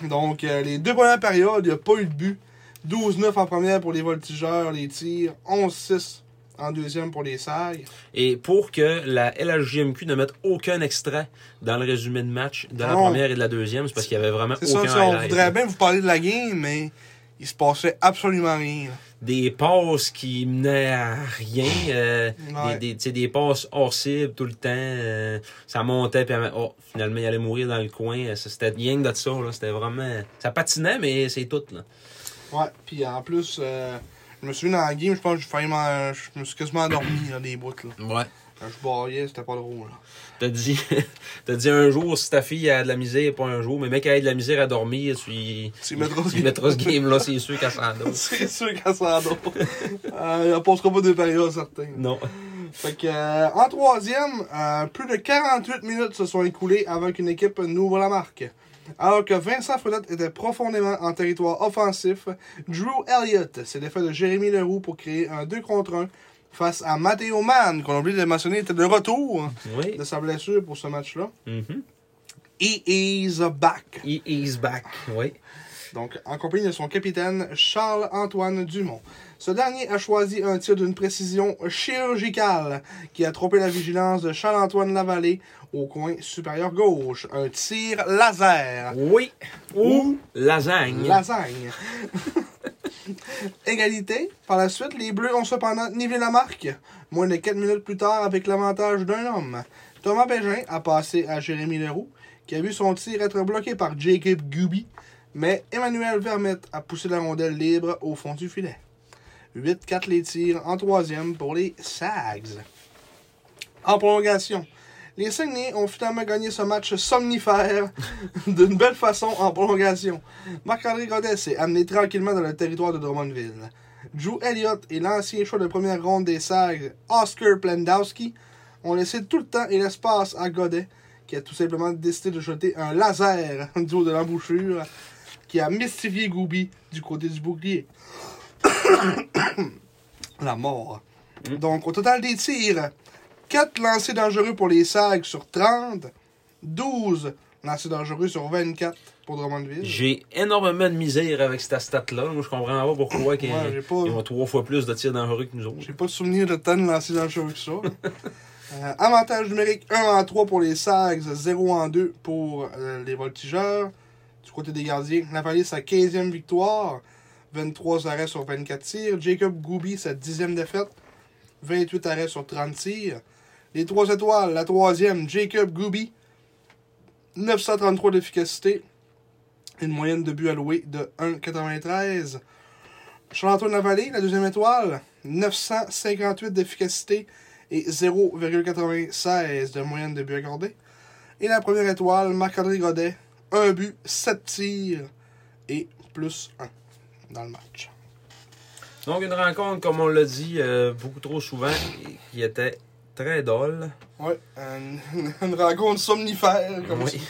A: Donc, euh, les deux premières périodes, il n'y a pas eu de but. 12-9 en première pour les voltigeurs, les tirs, 11-6 en deuxième pour les sailles.
B: Et pour que la LHJMQ ne mette aucun extrait dans le résumé de match de la
A: Non.
B: première et de la deuxième, c'est parce qu'il y avait vraiment
A: Ah. C'est ça,
B: aucun
A: tu sais, on
B: highlight.
A: voudrait bien vous parler de la game, mais il se passait absolument rien.
B: Des passes qui menaient à rien. euh,
A: Ouais.
B: des, des, tu sais, des passes hors cible tout le temps. euh, ça montait, puis oh, finalement, il allait mourir dans le coin. euh, ça, C'était rien que de ça. là, C'était vraiment... Ça patinait, mais c'est tout. Là.
A: Ouais, puis en plus, euh, je me souviens dans la game, je pense que j'ai failli m'en- je me suis quasiment endormi là, des bouts. Là.
B: Ouais.
A: Quand je baillais, c'était pas drôle. là.
B: T'as dit, t'as dit un jour, si ta fille a de la misère, pas un jour, mais mec, elle a de la misère à dormir, tu y,
A: Tu y mettras ce
B: tu y
A: game.
B: mettras ce game-là, c'est sûr qu'elle s'endort.
A: C'est sûr qu'elle s'endort. euh, on passera pas deux périodes certaines.
B: Non.
A: Fait que, euh, en troisième, euh, plus de 48 minutes se sont écoulées avant qu'une équipe n'ouvre la marque. Alors que Vincent Frenette était profondément en territoire offensif, Drew Elliott s'est défait de Jérémy Leroux pour créer un 2 contre 1 face à Matteo Mann, qu'on a oublié de mentionner, était de retour
B: Oui.
A: de sa blessure pour ce match-là.
B: Mhm.
A: He is back.
B: He is back. Oui.
A: Donc, en compagnie de son capitaine Charles-Antoine Dumont. Ce dernier a choisi un tir d'une précision chirurgicale qui a trompé la vigilance de Charles-Antoine Lavallée au coin supérieur gauche. Un tir laser.
B: Oui. Ou lasagne.
A: Lasagne. Égalité. Par la suite, les Bleus ont cependant nivelé la marque. Moins de 4 minutes plus tard, avec l'avantage d'un homme. Thomas Bégin a passé à Jérémy Leroux, qui a vu son tir être bloqué par Jacob Gubi, mais Emmanuel Vermette a poussé la rondelle libre au fond du filet. 8-4 les tirs en troisième pour les Sags. En prolongation, les Saguenay ont finalement gagné ce match somnifère d'une belle façon en prolongation. Marc-André Godet s'est amené tranquillement dans le territoire de Drummondville. Drew Elliott et l'ancien choix de première ronde des Sags, Oscar Plendowski, ont laissé tout le temps et l'espace à Godet, qui a tout simplement décidé de jeter un laser du haut de l'embouchure, qui a mystifié Goubi du côté du bouclier. La mort. Donc, au total des tirs, 4 lancers dangereux pour les Sags sur 30, 12 lancers dangereux sur 24 pour Drummondville.
B: J'ai énormément de misère avec cette stat-là. Moi, je comprends pas pourquoi qu'ils
A: Ouais, j'ai pas-
B: ils ont trois fois plus de tirs dangereux que nous autres.
A: J'ai pas de souvenir de tant de lancer dans le show que ça. Euh, avantage numérique 1 en 3 pour les Sags, 0 en 2 pour euh, les Voltigeurs. Du côté des gardiens, Lavallée sa 15e victoire, 23 arrêts sur 24 tirs. Jacob Goubi sa 10e défaite, 28 arrêts sur 30 tirs. Les 3 étoiles, la 3e, Jacob Goubi, 933 d'efficacité, une moyenne de but allouée de 1,93. Charles-Antoine Lavallée, la deuxième étoile, 958 d'efficacité et 0,96 de moyenne de but accordé. Et la première étoile, Marc-André Godet, 1 but, 7 tirs et plus 1 dans le match.
B: Donc, une rencontre, comme on l'a dit euh, beaucoup trop souvent, qui était très dolle.
A: Ouais, une, une rencontre somnifère comme
B: Oui.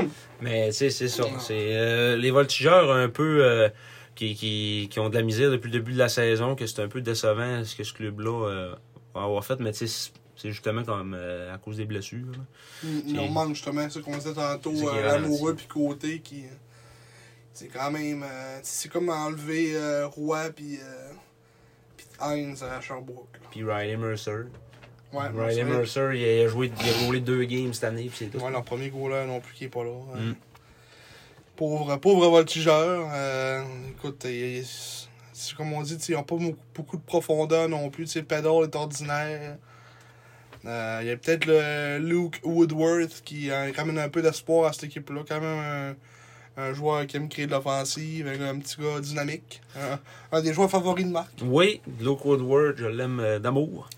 B: Mais tu sais, c'est ça. C'est, euh, les voltigeurs un peu euh, qui, qui, qui ont de la misère depuis le début de la saison, que c'est un peu décevant ce que ce club-là euh, va avoir fait, mais tu sais, c'est justement comme euh, à cause des blessures. là.
A: Il leur manque justement ce qu'on disait tantôt,
B: C'est qu'il
A: euh,
B: ralentit.
A: l'amoureux puis côté qui. euh, C'est quand même. euh, c'est comme enlever euh, Roy puis. euh, puis Heinz à Sherbrooke. là.
B: Puis Riley Mercer.
A: Ouais,
B: Riley
A: Mercer.
B: Mercer, il a, il a joué, il a roulé deux games cette année, puis c'est tout.
A: Ouais, leur premier goaler non plus qui est pas là. hein.
B: Mm.
A: Pauvre, pauvre voltigeur. euh, écoute, il- il- c'est comme on dit, tu sais, ils n'ont pas mou- beaucoup de profondeur non plus. tu sais, Pedal est ordinaire. Euh, Il y a peut-être le Luke Woodworth qui euh, ramène un peu d'espoir à cette équipe-là. Quand même un, un joueur qui aime créer de l'offensive, un, un petit gars dynamique. Un, un des joueurs favoris de Marc.
B: Oui, Luke Woodward, je l'aime euh, d'amour.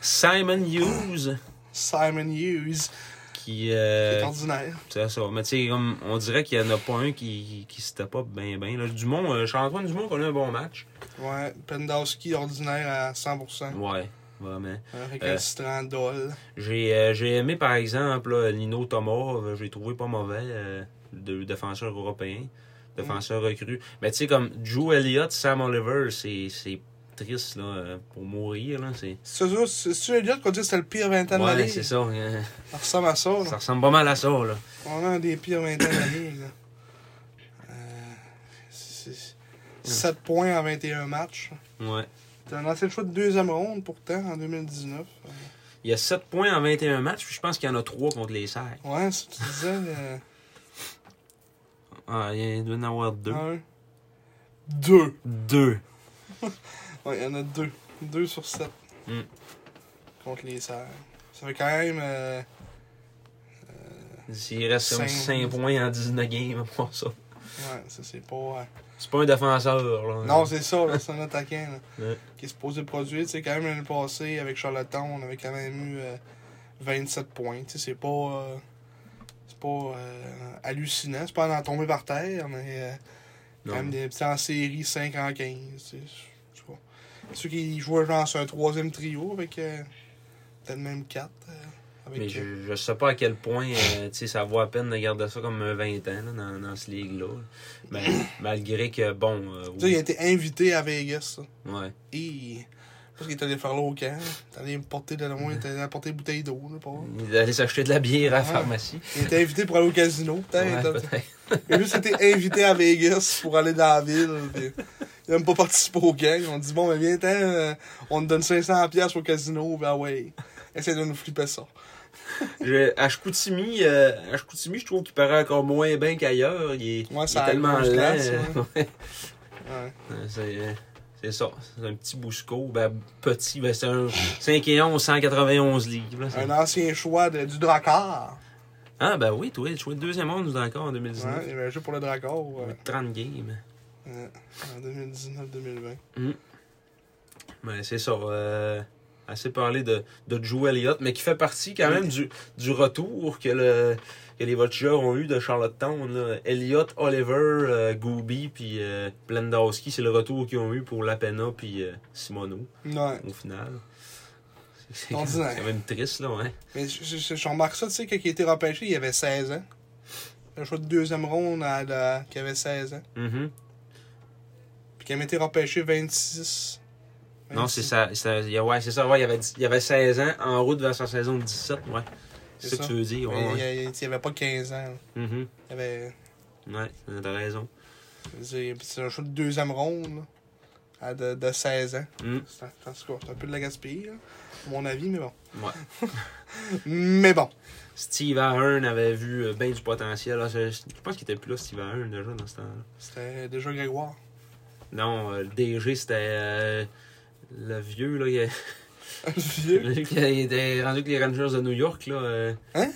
B: Simon Hughes,
A: Simon Hughes,
B: qui.
A: qui est
B: euh,
A: ordinaire.
B: C'est ça. Mais tu sais, comme on dirait qu'il n'y en a pas un qui, qui se tape up bien, bien. Là, Dumont, euh, Charles-Antoine Dumont qu'on a un bon match.
A: Ouais, Pendowski, ordinaire à 100%.
B: Ouais, vraiment.
A: Un récalcitrant Dole.
B: J'ai euh, j'ai aimé, par exemple, là, Lino Thomas. euh, J'ai trouvé pas mauvais, euh, de, défenseur européen, défenseur recru. Mais tu sais, comme Joe Elliott, Sam Oliver, c'est c'est triste, là, euh, pour mourir, là. C'est
A: C'est sûr, c'est sûr, Elliott, qu'on dit que c'était le pire vingtaine de
B: ouais,
A: l'année.
B: c'est ça. euh,
A: Ça ressemble à ça. là.
B: ça ressemble pas mal à ça, là.
A: On a un des pires vingtaines de l'année. là. Euh, c'est- 7 points en 21 matchs.
B: Ouais.
A: T'as lancé le choix de deuxième ronde pourtant en 2019.
B: Il y a 7 points en 21 matchs, puis je pense qu'il y en a 3 contre les Serres.
A: Ouais, si tu disais. euh,
B: Ah, il doit y en avoir 2.
A: un. Deux.
B: 2.
A: Ouais, il y en a deux. Deux sur sept.
B: Mm.
A: Contre les serres. Ça fait quand même. euh,
B: Il reste
A: Cinq.
B: 5 points en 19 games, à part ça.
A: ouais, ça c'est pas. euh,
B: C'est pas un défenseur, là.
A: Non, c'est ça, là, c'est un attaquant là,
B: Ouais.
A: qui est supposé produire. Tu sais, quand même, l'année passée, avec Charlottetown, on avait quand même eu euh, 27 points. Tu sais, c'est pas. euh, c'est pas euh, hallucinant. C'est pas en tomber par terre, mais euh, quand
B: Non.
A: même des petits en série 5 en 15. Tu sais, je sais pas. Ceux qui jouaient genre sur un troisième trio avec euh, peut-être même 4. avec,
B: Mais
A: euh,
B: je, je sais pas à quel point euh, tu sais, ça vaut à peine de garder ça comme un 20 ans là, dans, dans ce ligue-là. Mais malgré que, bon. euh,
A: Tu sais, il a
B: oui.
A: été invité à Vegas. ça.
B: Ouais.
A: Et. Parce qu'il est allé faire là au camp. T'es allé porter de loin, t'es allé porter une bouteille d'eau, là, pas.
B: Il allait s'acheter de la bière à la
A: Ouais.
B: pharmacie.
A: Il était invité pour aller au casino,
B: Ouais,
A: peut-être.
B: peut-être.
A: il a juste été invité à Vegas pour aller dans la ville. puis il n'a même pas participé au gang. On dit, bon, mais viens, t'en, euh, on te donne 500$ piastres au casino. Ben ouais, essaye de nous flipper ça.
B: Je- à Chicoutimi, euh, à Chicoutimi, je trouve qu'il paraît encore moins bien qu'ailleurs. Il, est-
A: Ouais,
B: il
A: ça
B: est
A: a
B: tellement
A: grosse
B: lent.
A: glace,
B: euh, ouais.
A: Ouais.
B: Euh, C'est euh, c'est ça. C'est un petit bousco. Ben, petit, ben, c'est un 5 et 11, 191 livres. là. C'est-
A: Un ancien choix de- du Drakkar.
B: Ah, ben oui, toi, tu jouais deuxième monde nous encore en
A: Ouais,
B: 2019.
A: il y avait un jeu pour le Drakkar ouais,
B: Avec 30 games.
A: ouais, en 2019-2020.
B: Mais Ben, c'est ça. euh, assez parlé de, de Joe Elliott, mais qui fait partie quand
A: Oui.
B: même du, du retour que, le, que les Voltigeurs ont eu de Charlottetown. là. Elliott, Oliver, euh, Gooby, puis euh, Blendowski, c'est le retour qu'ils ont eu pour Lapena puis euh, Simoneau,
A: Ouais.
B: au final. C'est c'est
A: Ordinaire.
B: quand même triste, là, ouais.
A: Mais je, je- je- je remarque ça, tu sais, quand il a été repêché, il avait 16 ans. Un choix de deuxième ronde à la- qui avait 16 ans.
B: Mhm.
A: Puis qui avait été repêché 26.
B: Non, c'est ça. ça- il y a- ouais, c'est ça. Ouais, il, avait, dix- il avait 16 ans, en route vers sa saison de 17, ouais. C'est
A: C'est
B: ça que
A: ça.
B: tu veux dire, ouais.
A: Mais
B: ouais.
A: Il n'y avait pas 15 ans. là.
B: Mhm.
A: Il avait.
B: Ouais, t'as raison.
A: je veux dire, C'est un choix de deuxième ronde, là, à de, de 16 ans.
B: Mm.
A: C'est en tout cas, c'est un peu de la gaspille, là, à mon avis, mais bon.
B: Ouais.
A: Mais bon.
B: Steve Ahern avait vu bien du potentiel. là. Je, je pense qu'il était plus là, Steve Ahern, déjà, dans ce temps-là.
A: C'était déjà Grégoire.
B: Non, euh, le DG, c'était euh, le vieux, là. Il,
A: Le vieux.
B: lui qui était rendu avec les Rangers de New York, là. euh.
A: Hein?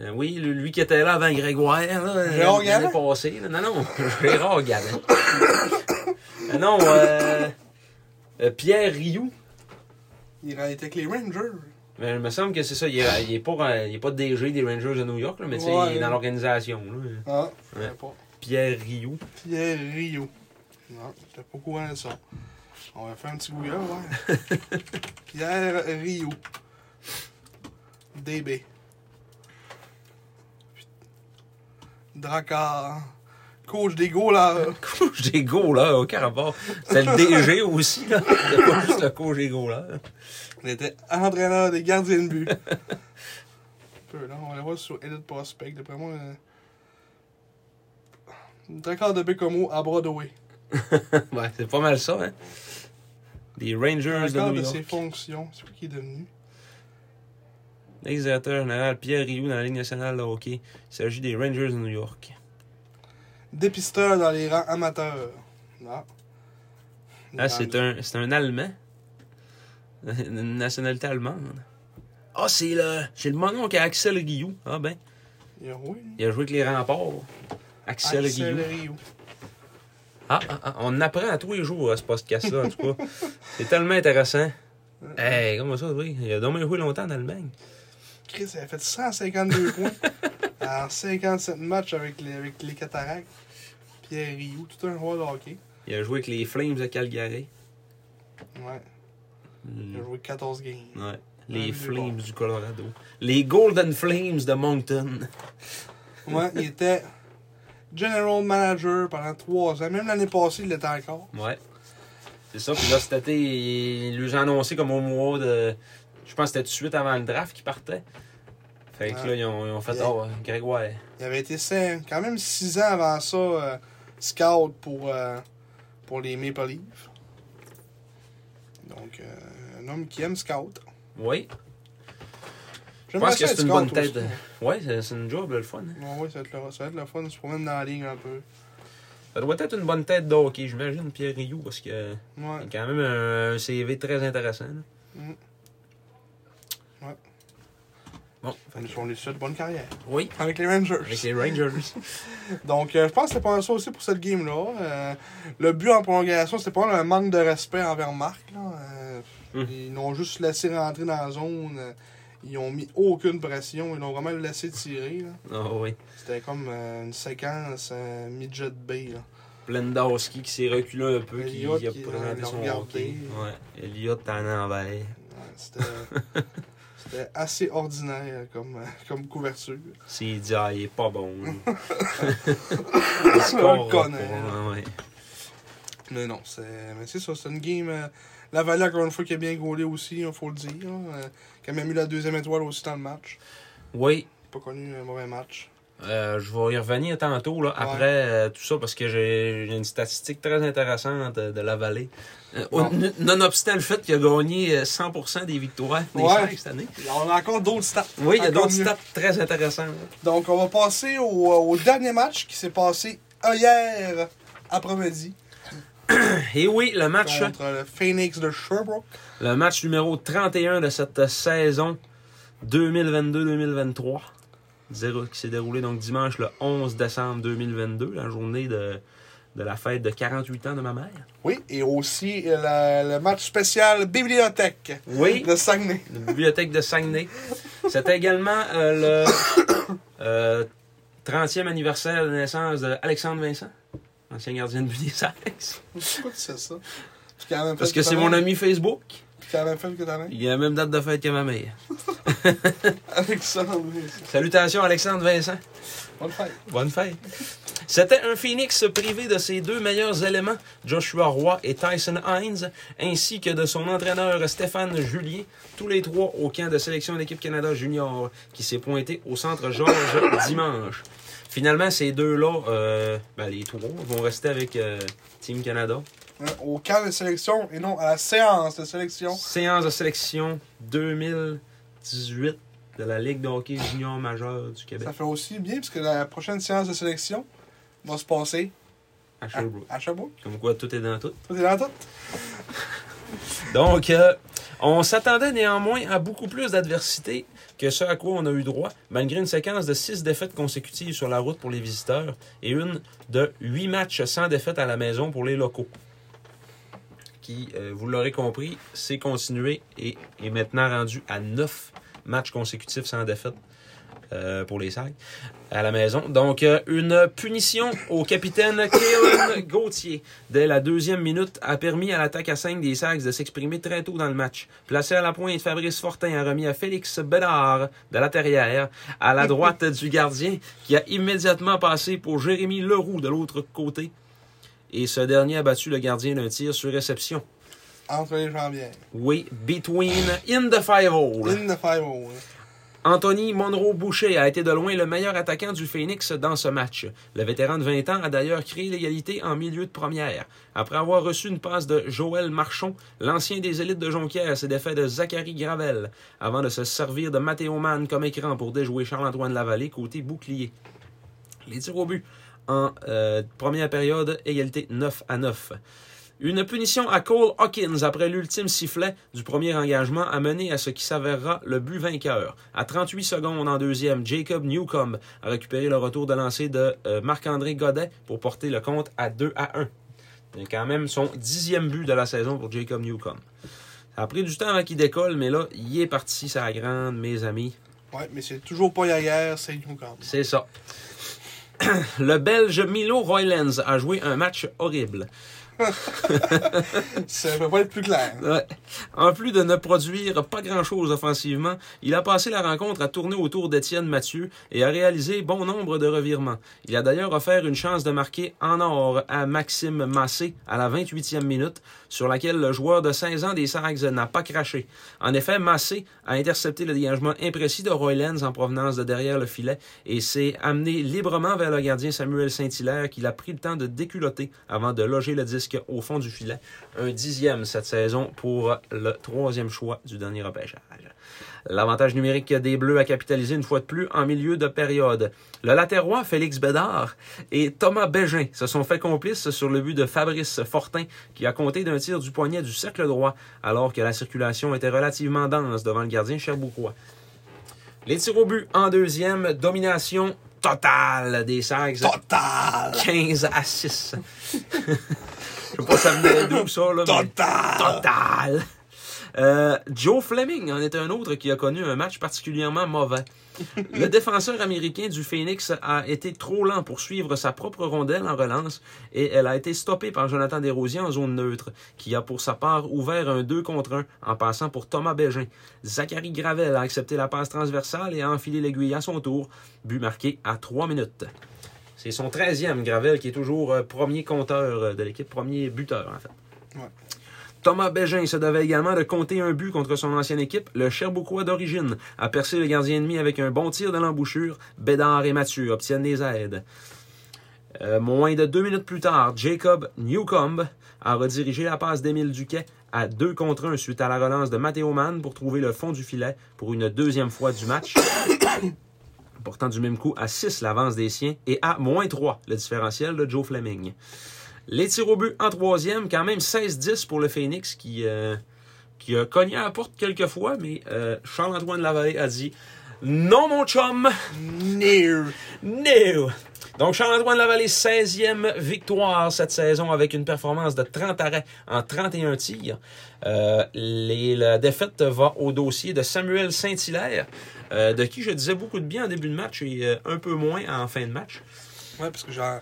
B: Euh, oui, le- lui qui était là avant Grégoire, là. euh,
A: Gérard
B: l'année
A: Gallin?
B: passée, là. Non, non, Gérard Gallin. Euh, non, euh, euh, Pierre Rioux.
A: Il était avec les Rangers.
B: Mais il me semble que c'est ça. Il est, il est pas, euh, il est pas DG des Rangers de New York, là, mais tu sais, il
A: Ouais.
B: est dans l'organisation. là.
A: Ah,
B: Ouais.
A: ouais. pas.
B: Pierre Rioux.
A: Pierre Rio. Non, j'étais pas au courant de ça. On va faire un petit Google, ouais. Pierre Rio. DB. Dracar. Coach des goalers.
B: Coach des là, aucun rapport. C'était le DG aussi, là. C'était pas juste le coach des là.
A: On était entraîneur des gardiens de but. Peu, là, on va aller voir sur Edit Prospect. D'après moi. Euh... D'accord de Bécomo à Broadway.
B: Ouais, c'est pas mal ça, hein. Les Rangers de
A: D'accord
B: New
A: de ses
B: York.
A: fonctions. C'est quoi qui est devenu
B: L'ex-directeur général Pierre Rioux dans la Ligue nationale de hockey. Il s'agit des Rangers de New York.
A: Dépisteur dans les rangs amateurs. Non.
B: Ah, c'est un, c'est un Allemand. Une nationalité allemande. Ah, c'est le, c'est le monon qui a Axel Guillou. Ah ben,
A: Il a roué.
B: il a joué avec les remparts. Axel, Guillou.
A: Rio.
B: Ah, ah, ah, on apprend à tous les jours à ce podcast-là, en tout cas. C'est tellement intéressant. Hey, comment ça, oui? Il a dormi joué longtemps en Allemagne.
A: Chris, elle a fait 152 points en 57 matchs avec les, avec les Cataractes. Pierre Rioux, tout un roi de hockey.
B: Il a joué avec les Flames de Calgary.
A: Ouais, il
B: Mm.
A: a joué 14 games.
B: Ouais. Les
A: Ouais,
B: Flames du Colorado. Les Golden Flames de Moncton.
A: Ouais, il était general manager pendant 3 ans. Même l'année passée, il l'était encore.
B: Ouais. C'est ça. Puis là, cet été, ils lui ont annoncé comme au mois de. Je pense que c'était tout de suite avant le draft qu'il partait. Fait que
A: Ouais.
B: là, ils ont, ils ont fait
A: Yeah.
B: Oh, Grégoire.
A: Il avait été cinq- quand même 6 ans avant ça, euh, scout pour, euh, pour les Maple Leafs. Donc, euh, un homme qui aime scout.
B: Oui. Je
A: J'aimerais
B: pense que
A: ça être
B: c'est une
A: scout
B: bonne tête.
A: aussi.
B: Oui, c'est c'est une job, le fun. hein.
A: Ouais, ouais, ça va être le, ça va être le fun. On se promène dans la ligne un peu.
B: Ça doit être une bonne tête de hockey, j'imagine, Pierre Rioux, parce que.
A: Ouais.
B: Il a quand même un CV très intéressant. là.
A: Mm. Ouais.
B: Bon, fait
A: Ils
B: que-
A: sont les seuls de bonne carrière.
B: oui,
A: Avec les Rangers.
B: avec les Rangers.
A: Donc, euh, je pense que c'est pas mal ça aussi pour cette game-là. Euh, le but en prolongation, c'était pas mal un manque de respect envers Marc. Là. Euh,
B: Mm.
A: Ils l'ont juste laissé rentrer dans la zone. Euh, Ils ont mis aucune pression. Ils l'ont vraiment laissé tirer. là.
B: Ah oui.
A: C'était comme euh, une séquence euh, midget B. Là.
B: Blendowski qui s'est reculé un peu, qui,
A: Elliott
B: qui a
A: qui
B: présenté
A: l'a
B: son
A: regardé.
B: hockey. Ouais. Elliott en envahait.
A: Ouais, c'était c'était assez ordinaire comme, euh, comme couverture.
B: S'il dit, ah, il est pas bon. lui.
A: Un
B: Il scorera pas,
A: connard.
B: ouais.
A: Mais non, c'est mais c'est ça, c'est une game. euh, la Vallée, encore une fois, qui a bien gaulé aussi, il faut le dire. hein, euh, qui a même eu la deuxième étoile aussi dans le match.
B: Oui,
A: Pas connu un mauvais match.
B: euh, je vais y revenir tantôt, là, après euh, tout ça, parce que j'ai j'ai une statistique très intéressante euh, de la vallée. Euh,
A: Bon.
B: au- n- Nonobstant le fait qu'il a gagné euh, 100% des victoires des
A: Ouais.
B: Saints cette année.
A: Et On a encore d'autres stats.
B: Oui, il y a
A: Encore
B: d'autres
A: mieux.
B: stats très intéressantes. là.
A: Donc, on va passer au, euh, au dernier match qui s'est passé hier après-midi
B: Et oui, le match, hein.
A: contre le Phoenix de Sherbrooke.
B: le match numéro 31 de cette saison 2022-2023, zéro- qui s'est déroulé donc dimanche le 11 décembre 2022, la journée de, de la fête de 48 ans de ma mère.
A: Oui, et aussi euh, la- le match spécial Bibliothèque
B: Oui,
A: de Saguenay.
B: la bibliothèque de Saguenay. C'était également euh, le euh, 30e anniversaire de naissance d'Alexandre Vincent, ancien gardien de but des Saints.
A: Pourquoi tu sais ça? Parce qu'il y a la même
B: Parce
A: fête
B: que c'est
A: ta
B: mon
A: mère.
B: ami Facebook.
A: Puis qu'il y a la même fête que ta mère.
B: Il a la même date de fête que ma mère.
A: Alexandre, oui, c'est-
B: Salutations Alexandre Vincent.
A: bonne fête.
B: Bonne fête. C'était un Phoenix privé de ses deux meilleurs éléments, Joshua Roy et Tyson Hines, ainsi que de son entraîneur Stéphane Julien, tous les trois au camp de sélection de l'équipe Canada Junior, qui s'est pointé au centre Georges dimanche. Finalement, ces deux-là, euh, ben, les trois, vont rester avec euh, Team Canada.
A: Hein, Au camp de sélection, et non à la séance de sélection.
B: Séance de sélection 2018 de la Ligue de hockey junior majeure du Québec
A: Ça fait aussi bien, parce que la prochaine séance de sélection va se passer
B: à
A: à,
B: Sherbrooke.
A: à Sherbrooke.
B: Comme quoi, tout est dans tout.
A: Toi, t'es dans tout?
B: Donc, euh, on s'attendait néanmoins à beaucoup plus d'adversité que ce à quoi on a eu droit, malgré une séquence de six défaites consécutives sur la route pour les visiteurs et une de huit matchs sans défaite à la maison pour les locaux. Qui, euh, vous l'aurez compris, s'est continué et est maintenant rendu à neuf matchs consécutifs sans défaite. euh, pour les Sags à la maison. Donc, euh, une punition au capitaine Kieran Gauthier dès la deuxième minute a permis à l'attaque à 5 des Sags de s'exprimer très tôt dans le match. Placé à la pointe, Fabrice Fortin a remis à Félix Bédard de la terrière à la droite du gardien qui a immédiatement passé pour Jérémy Leroux de l'autre côté. Et ce dernier a battu le gardien d'un tir sur réception.
A: Entre les jambières.
B: Oui, between in the five hole.
A: In the five oh hole.
B: Anthony Monroe Boucher a été de loin le meilleur attaquant du Phoenix dans ce match. Le vétéran de 20 ans a d'ailleurs créé l'égalité en milieu de première. Après avoir reçu une passe de Joël Marchon, l'ancien des élites de Jonquière s'est défait de Zachary Gravel avant de se servir de Matteo Mann comme écran pour déjouer Charles-Antoine Lavallée côté bouclier. Les tirs au but en euh, première période, égalité 9 à 9. Une punition à Cole Hawkins après l'ultime sifflet du premier engagement a mené à ce qui s'avérera le but vainqueur. À 38 secondes en deuxième, Jacob Newcomb a récupéré le retour de lancer de euh, Marc-André Godet pour porter le compte à 2 à 1. C'est quand même son dixième but de la saison pour Jacob Newcomb. Ça a pris du temps avant qu'il décolle, mais là, il est parti, sa grande, mes amis.
A: Ouais, mais c'est toujours pas Yaguerre, c'est Newcomb.
B: C'est ça. le Belge Milo Roylens a joué un match horrible.
A: Ça peut pas être plus clair.
B: Ouais. En plus de ne produire pas grand-chose offensivement, il a passé la rencontre à tourner autour d'Étienne Mathieu et a réalisé bon nombre de revirements. Il a d'ailleurs offert une chance de marquer en or à Maxime Massé à la 28e minute, sur laquelle le joueur de 16 ans des Sags n'a pas craché. En effet, Massé a intercepté le dégagement imprécis de Roylens en provenance de derrière le filet et s'est amené librement vers le gardien Samuel Saint-Hilaire qui a pris le temps de déculotter avant de loger le disque au fond du filet. Un dixième cette saison pour le troisième choix du dernier repêchage. L'avantage numérique des Bleus a capitalisé une fois de plus en milieu de période. Le latérois Félix Bédard et Thomas Bégin se sont fait complices sur le but de Fabrice Fortin qui a compté d'un tir du poignet du cercle droit alors que la circulation était relativement dense devant le gardien Cherboucois. Les tirs au but en deuxième, domination totale des Sags.
A: Total!
B: 15 à 6. Je sais pas ça venait d'où ça, là. mais-
A: Total!
B: Total! Euh, Joe Fleming en est un autre qui a connu un match particulièrement mauvais. Le défenseur américain du Phoenix a été trop lent pour suivre sa propre rondelle en relance et elle a été stoppée par Jonathan Desrosiers en zone neutre, qui a pour sa part ouvert un 2 contre 1 en passant pour Thomas Bégin. Zachary Gravel a accepté la passe transversale et a enfilé l'aiguille à son tour, but marqué à 3 minutes. C'est son 13e, Gravel, qui est toujours euh, premier compteur euh, de l'équipe, premier buteur en fait. Thomas Bégin se devait également de compter un but contre son ancienne équipe, le Cherboucois d'origine, a percé le gardien ennemi avec un bon tir de l'embouchure. Bédard et Mathieu obtiennent les aides. Euh, moins de deux minutes plus tard, Jacob Newcomb a redirigé la passe d'Émile Duquet à 2 contre 1 suite à la relance de Matteo Mann pour trouver le fond du filet pour une deuxième fois du match. Portant du même coup à 6 l'avance des siens et à moins 3 le différentiel de Joe Fleming. Les tirs au but en troisième, quand même 16-10 pour le Phoenix qui, euh, qui a cogné à la porte quelques fois, mais euh, Charles-Antoine Lavallée a dit Non, mon chum,
A: Near.
B: no! Donc, Charles-Antoine Lavallée, 16e victoire cette saison avec une performance de 30 arrêts en 31 tirs. Euh, les- la défaite va au dossier de Samuel Saint-Hilaire, euh, de qui je disais beaucoup de bien en début de match et euh, un peu moins en fin de match.
A: Ouais, parce que genre,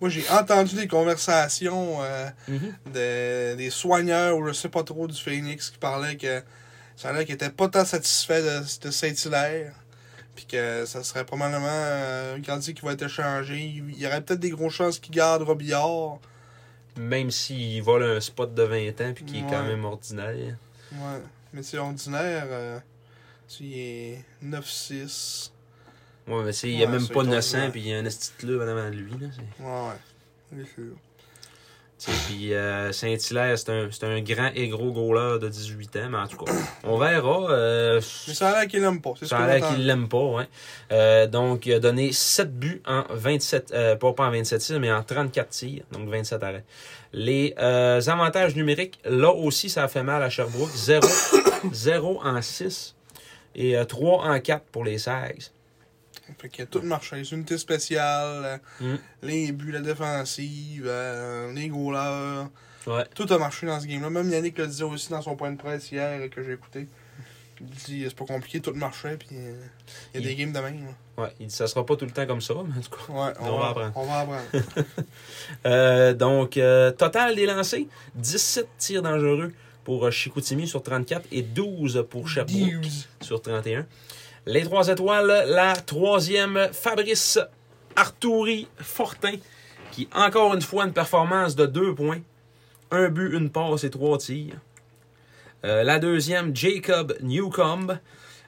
A: moi j'ai entendu des conversations euh,
B: Mhm.
A: de- des soigneurs ou je sais pas trop du Phoenix qui parlaient que ça a l'air qu'ils étaient pas tant satisfaits de, de Saint-Hilaire. Puis que ça serait probablement euh, un candidat qui va être échangé. Il y aurait peut-être des grosses chances qu'il garde Robillard.
B: même s'il vole un spot de 20 ans puis qui est quand
A: Ouais.
B: même ordinaire.
A: Ouais. Mais c'est ordinaire. euh, tu il est 9-6.
B: Ouais, mais c'est, il n'y a
A: Ouais,
B: même
A: c'est
B: pas de
A: ordinaire.
B: 900 puis il y a un esti de club en avant de lui. Là, c'est-
A: Ouais, ouais. C'est sûr.
B: tu sais, puis euh, Saint-Hilaire, c'est un, c'est un grand et gros goaler de 18 ans, mais en tout cas, on verra. euh,
A: Mais ça a l'air qu'il l'aime pas. C'est ce
B: ça
A: qu'on
B: a l'air
A: entend.
B: qu'il l'aime pas, ouais. Euh, donc, il a donné 7 buts en 27, euh, pas, pas en 27 tirs, mais en 34 tirs, donc 27 arrêts. Les euh, avantages numériques, là aussi, ça a fait mal à Sherbrooke. 0, 0 en 6 et 3 en 4 pour les Sags.
A: Fait que tout marchait. Les unités spéciales, euh,
B: Mm.
A: les buts, la défensive, euh, les goalers.
B: Ouais.
A: Tout a marché dans ce game-là. Même Yannick le disait aussi dans son point de presse hier euh, que j'ai écouté. Il dit, c'est pas compliqué, tout marchait, puis euh, il y a
B: Il-
A: des games de même. là.
B: Ouais, il dit ça sera pas tout le temps comme ça, mais en tout cas.
A: Ouais,
B: Mm. On va apprendre.
A: On va apprendre.
B: Euh, donc, euh, total des lancers 17 tirs dangereux pour euh, Chicoutimi sur 34 et 12 pour Sherbrooke
A: News.
B: sur 31. Les trois étoiles, la troisième, Fabrice Arturi Fortin, qui encore une fois une performance de 2 points, un but, une passe et trois tirs. Euh, la deuxième, Jacob Newcomb,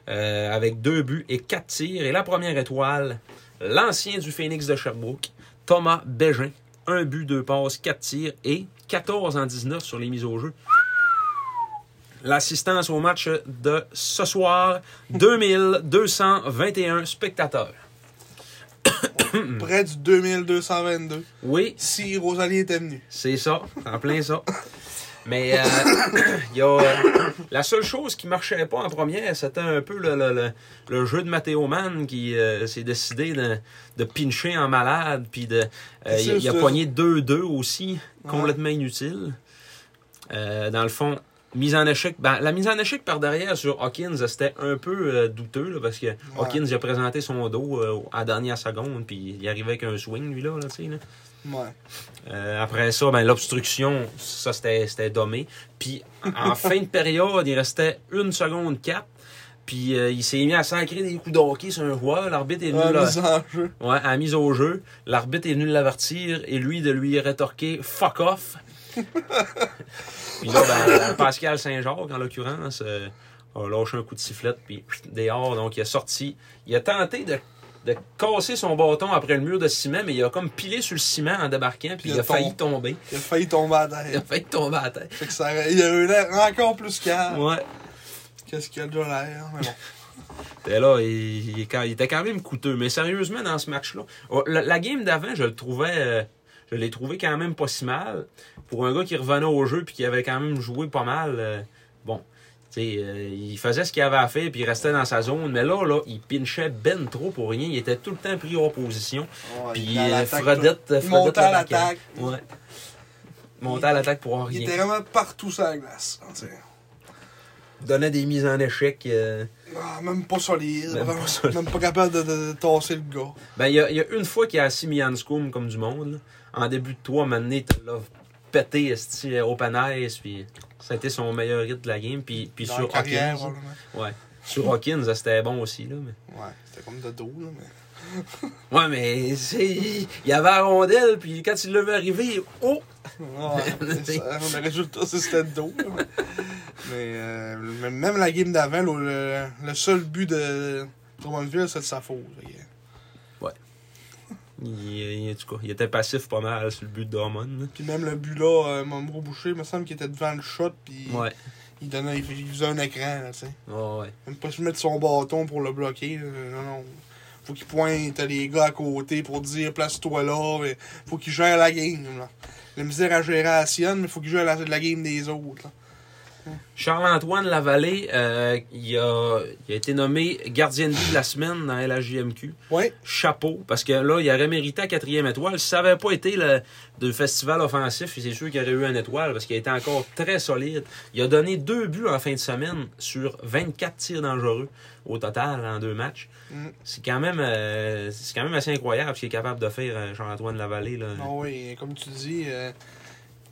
B: euh, avec deux buts et quatre tirs. Et la première étoile, l'ancien du Phoenix de Sherbrooke, Thomas Bégin, un but, deux passes, quatre tirs et 14 en 19 sur les mises au jeu. L'assistance au match de ce soir, 2221 spectateurs. Mm.
A: Près du 2222,
B: Oui,
A: si Rosalie était venue.
B: C'est ça, en plein ça. Mais euh, il y a, euh, la seule chose qui marchait pas en première, c'était un peu le, le- le- le jeu de Matteo Mann qui euh, s'est décidé de, de pincher en malade. Puis de, euh, il, il a
A: C'est-
B: poigné 2-2 aussi,
A: Ouais.
B: complètement inutile. Euh, dans le fond, mise en échec. ben, la mise en échec par derrière sur Hawkins, c'était un peu euh, douteux là, parce que Hawkins il a présenté son dos euh, à la dernière seconde. Puis il arrivait avec un swing, lui-là. Là, tu sais, là.
A: Ouais.
B: Euh, après ça, ben, l'obstruction, ça c'était c'était dommé. Puis en fin de période, il restait une seconde 4. Puis euh, il s'est mis à sacrer des coups de hockey sur un joueur. L'arbitre est venu
A: Ouais,
B: là-
A: mise en jeu.
B: ouais, à la mise au jeu. L'arbitre est venu l'avertir et lui de lui rétorquer fuck off. puis là, ben, Pascal Saint-Jacques, en l'occurrence, euh, a lâché un coup de sifflette puis pff, dehors. Donc il est sorti. Il a tenté de de casser son bâton après le mur de ciment, mais il a comme pilé sur le ciment en débarquant, puis il,
A: Il a
B: a failli tomber.
A: Il a failli tomber à
B: Il a
A: terre.
B: failli tomber à terre.
A: Fait que ça aurait- il a eu l'air encore plus calme.
B: Ouais.
A: Qu'est-ce qu'il a de l'air, mais bon.
B: Et là, il, il est quand- il était quand même coûteux. Mais sérieusement, dans ce match-là, oh, la, la game d'avant, je le trouvais. euh, je l'ai trouvé quand même pas si mal. Pour un gars qui revenait au jeu puis qui avait quand même joué pas mal. euh, bon. tu sais, euh, il faisait ce qu'il avait à faire puis il restait dans sa zone. Mais là, là, il pinchait ben trop pour rien. Il était tout le temps pris hors position.
A: Ouais,
B: Puis
A: il était à
B: euh,
A: l'attaque,
B: Fredette,
A: tout.
B: Fredette
A: Il montait à
B: le baquait.
A: l'attaque.
B: Ouais. Montait à l'attaque pour
A: Il
B: rien.
A: était vraiment partout sur la glace. hein, tu sais.
B: Donnait des mises en échec. euh,
A: Ah, même pas solide.
B: Même
A: Même,
B: pas solide.
A: même pas capable de, de- de tasser le gars.
B: Ben, il y, a- il y a une fois qu'il a assis Mianscoum comme du monde. là. En début de toit, maintenant, il l'a pété esti, au panaise. Puis ça a été son meilleur hit de la game. Puis, puis
A: Dans
B: sur
A: la carrière,
B: Hawkins.
A: probablement.
B: Ouais. Sur Hawkins, ça, c'était bon aussi. Là, mais...
A: Ouais, c'était comme de dos, là, mais.
B: Ouais, mais c'est- il y avait la rondelle. Puis quand il l'a vu arriver, oh!
A: Ah, Ouais, c'est ça. Le résultat, c'est que c'était de dos. là, mais mais euh, même- même la game d'avant, le, le- le seul but de Drummondville, c'est de sa faute. fait que-
B: Il, il- en tout cas, il était passif pas mal sur le but de Drummond.
A: Puis même le but là, euh, Momro Boucher, il me semble qu'il était devant le shot, puis
B: là. Ouais.
A: il, donnait, il, il faisait un écran, là, tu sais.
B: Ouais, ouais.
A: Même pas se mettre son bâton pour le bloquer. là. Non, non. Faut qu'il pointe les gars à côté pour dire place-toi là. Mais faut qu'il gère la game. Là. La misère à gérer à la sienne, mais faut qu'il gère la, la game des autres. là.
B: Charles-Antoine Lavallée, euh, il, a, il a été nommé gardien de but de la semaine dans la JMQ.
A: Ouais.
B: chapeau, parce que là, il aurait mérité la quatrième étoile. Si ça n'avait pas été le de festival offensif, c'est sûr qu'il aurait eu une étoile, parce qu'il a été encore très solide. Il a donné deux buts en fin de semaine sur 24 tirs dangereux au total en deux matchs.
A: Mm.
B: C'est quand même euh, c'est quand même assez incroyable ce qu'il est capable de faire, euh, Jean-Antoine Lavallée. Là.
A: Non, Ah oui, comme tu dis, euh,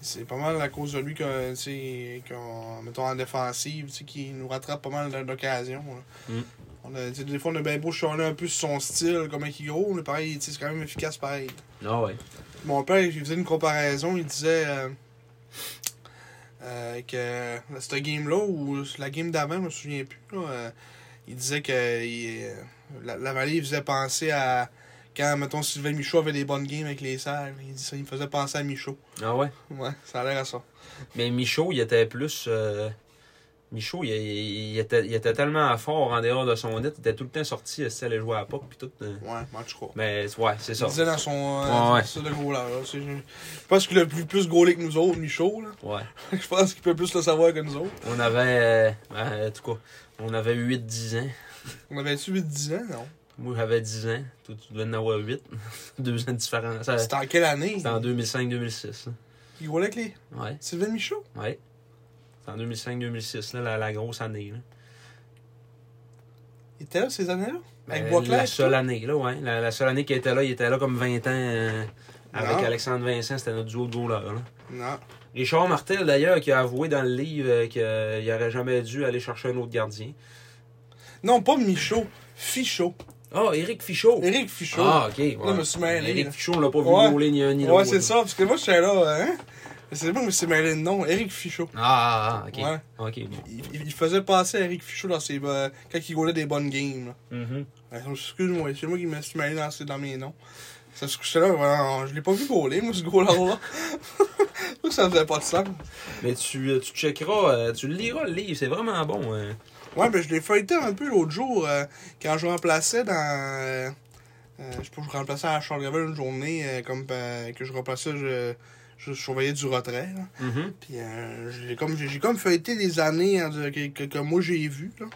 A: c'est pas mal à cause de lui que, tu sais, qu'on, mettons, en défensive, tu sais, qu'il nous rattrape pas mal d'occasions. là.
B: Mm.
A: On a- tu sais, Des fois, on a bien beau chialer un peu sur son style, comment il gros, mais pareil, tu sais, c'est quand même efficace pareil.
B: Ah ouais.
A: Mon père, il faisait une comparaison, il disait euh, euh, que dans cette game-là, ou la game d'avant, je me souviens plus, là, euh, il disait que il, euh, la, la vallée il faisait penser à quand, mettons, Sylvain Michaud avait des bonnes games avec les serres. Il dit ça, il me faisait penser à Michaud.
B: Ah ouais.
A: Ouais, ça a l'air à ça.
B: Mais Michaud, il était plus. euh, Michaud, il, il- il était, il était tellement fort en dehors de son net, il était tout le temps sorti, il allait jouer à la POC, puis tout. euh.
A: Ouais, moi, je crois.
B: Mais ouais, c'est
A: Il
B: ça.
A: disait dans son.
B: Ouais,
A: Euh,
B: ouais.
A: ça, le gros là. là, c'est- Je pense qu'il a plus, plus gros que nous autres, Michaud. Là.
B: Ouais.
A: Je pense qu'il peut plus le savoir que nous autres.
B: On avait. euh, ben, en tout cas, on avait 8-10 ans.
A: On avait-tu 8-10 ans, non
B: Moi, j'avais 10 ans. Toi, tu devais en avoir 8. Deux ans de différence. Ça-
A: C'était en quelle année
B: C'était en 2005-2006. là.
A: Il roulait avec les.
B: Ouais,
A: Sylvain Michaud
B: ouais. C'était en 2005-2006, là, la, la grosse année. là.
A: Il était là ces années-là? Avec
B: Ben,
A: Boisclair?
B: la
A: tout
B: seule
A: ça?
B: année, là, ouais. La, la seule année qu'il était là, il était là comme 20 ans euh, avec
A: Non.
B: Alexandre Vincent, c'était notre duo de goalers, là.
A: Non.
B: Richard Martel, d'ailleurs, qui a avoué dans le livre euh, qu'il n'aurait jamais dû aller chercher un autre gardien.
A: Non, pas Michaud. Fichot.
B: Ah, Éric Fichot!
A: Éric Fichot.
B: Ah, ok. ouais.
A: Là, je me suis mêlé,
B: Éric
A: là.
B: Fichot, on l'a pas vu
A: Ouais.
B: rouler ni un ni l'autre.
A: ouais, c'est ça, parce que moi, je suis là, hein? C'est moi, mais c'est mêlé de nom. Éric Fichot.
B: Ah, ah, ah, ok.
A: Ouais.
B: Ok, bon.
A: Il, il- il faisait passer Eric Fichot dans ses, euh, quand il goulait des bonnes games. là.
B: Mhm.
A: Euh, Excuse-moi, c'est moi qui me suis mêlé dans, ces- dans mes noms. Ça se couchait là, vraiment, je l'ai pas vu gauler, moi, ce goaler-là. Je trouve que ça faisait pas de sens.
B: Mais tu, euh, tu checkeras, euh, tu liras le livre, c'est vraiment bon. hein.
A: Ouais, ben je l'ai feuilleté un peu l'autre jour euh, quand je remplaçais dans. euh, euh, je sais pas, je remplaçais à Charles Gravel une journée euh, comme euh, que je remplaçais, je, je surveillais du retrait. là.
B: Mhm.
A: Puis euh, j'ai comme, j'ai j'ai comme feuilleté les années hein, de- que, que- que moi j'ai vues. là.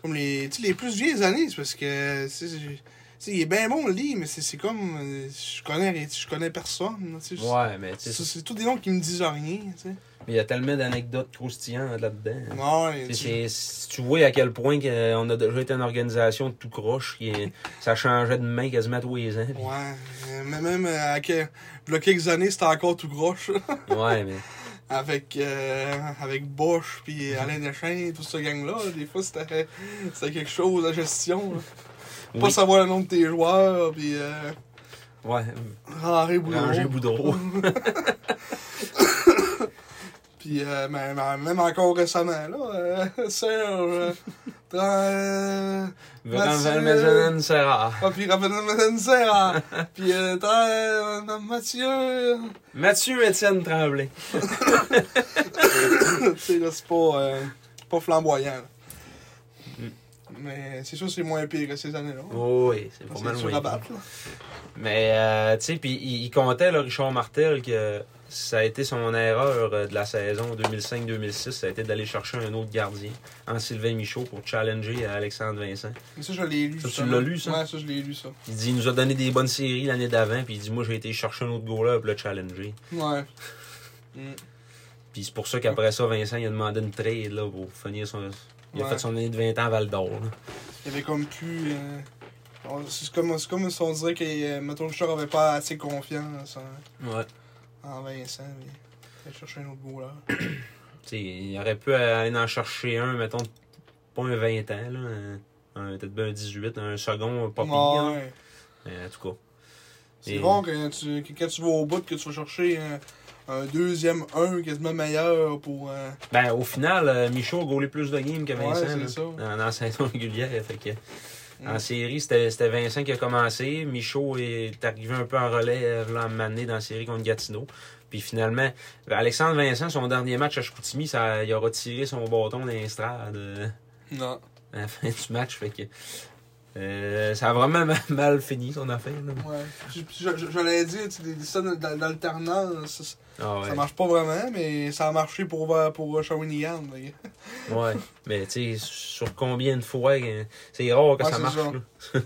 A: Comme les, tu sais, les plus vieilles années, c'est parce que. tu sais, c'est- tu sais, il est bien bon le livre, mais c'est c'est comme. euh, Je connais, rien- je connais personne. là, tu sais.
B: Ouais, mais tu
A: C'est
B: sais,
A: c'est tous des noms qui me disent rien. tu sais.
B: mais il y a tellement d'anecdotes croustillantes là-dedans.
A: Ouais,
B: Tu
A: tu-
B: sais, c'est- Si tu vois à quel point que, euh, on a déjà été une organisation de tout croche, qui, est- ça changeait de main quasiment tous les ans.
A: Ouais, euh, mais même euh, à que, v'là quelques années, c'était encore tout groche.
B: Ouais, mais
A: avec, euh, avec Bosch, puis Alain Deschamps, tout ce gang-là. Des fois, c'était c'était quelque chose, la gestion. là. Pas
B: Oui.
A: savoir le nom de tes joueurs, puis euh,
B: ouais,
A: Henri Boulot.
B: Ranger Boudreau.
A: Puis euh, même, même encore récemment, là, euh, Serge, euh, dans, euh,
B: Vraiment,
A: Mathieu.
B: Valmazanan, c'est rare.
A: ah, puis Raphaël Serre, puis euh, dans, euh, Mathieu,
B: Mathieu Étienne Tremblay.
A: tu sais, là, c'est pas, euh, pas flamboyant. là.
B: Mm.
A: Mais c'est sûr, c'est moins pire que ces années-là.
B: Oh, oui, c'est pas
A: c'est
B: mal
A: dur
B: moins
A: à battre. là.
B: Mais, euh, tu sais, puis il, il comptait, là, Richard Martel, que ça a été son erreur euh, de la saison 2005-2006, ça a été d'aller chercher un autre gardien, en Sylvain Michaud, pour challenger à Alexandre Vincent.
A: Mais ça, je l'ai lu.
B: Ça, tu
A: justement.
B: l'as lu, ça?
A: Ouais, ça, je l'ai lu, ça.
B: Il dit, il nous a donné des bonnes séries l'année d'avant, puis il dit, moi, j'ai été chercher un autre goaler pour le challenger.
A: Ouais. Mm.
B: Puis c'est pour ça qu'après ça, Vincent, il a demandé une trade, là, pour finir son... Il a
A: Ouais.
B: fait son année de 20 ans à Val d'Or, là.
A: Il y avait comme plus. euh, on- C'est comme, c'est comme si on dirait que, euh, mettons, Richard avait pas assez confiance en,
B: Ouais.
A: en Vincent. Mais... Il allait chercher un autre goût, là.
B: Tu sais, il aurait pu aller en chercher un, mettons, pas un 20 ans, là, un- un- peut-être bien un 18, un second, pas pire. là.
A: Ouais.
B: Mais en tout cas.
A: C'est
B: Et-
A: bon que, tu, que quand tu vas au bout, que tu vas chercher un, un deuxième un quasiment meilleur pour. euh,
B: Ben, au final, euh, Michaud a gaulé plus de games que
A: Ouais,
B: Vincent
A: c'est
B: là,
A: ça.
B: dans, dans la saison régulière. Fait que,
A: Mm.
B: En série, c'était c'était Vincent qui a commencé. Michaud est arrivé un peu en relais euh, l'an mané dans la série contre Gatineau. Puis finalement, ben, Alexandre Vincent, son dernier match à Chicoutimi, ça, il a retiré son bâton d'un estrade euh,
A: Non.
B: à la fin du match. Fait que, euh, ça a vraiment ma- mal fini son affaire. là.
A: Ouais. Je- je- je- J'allais dire, tu sais, des- des- ça dans- dans- d'alternance, ça, ça-
B: Ah ouais.
A: ça marche pas vraiment, mais ça a marché pour, euh, pour euh, Shawinigan. fait que-
B: Ouais, mais tu sais, sur combien de fois, euh, c'est rare que
A: Ouais,
B: ça
A: c'est
B: marche.
A: ça.
B: là.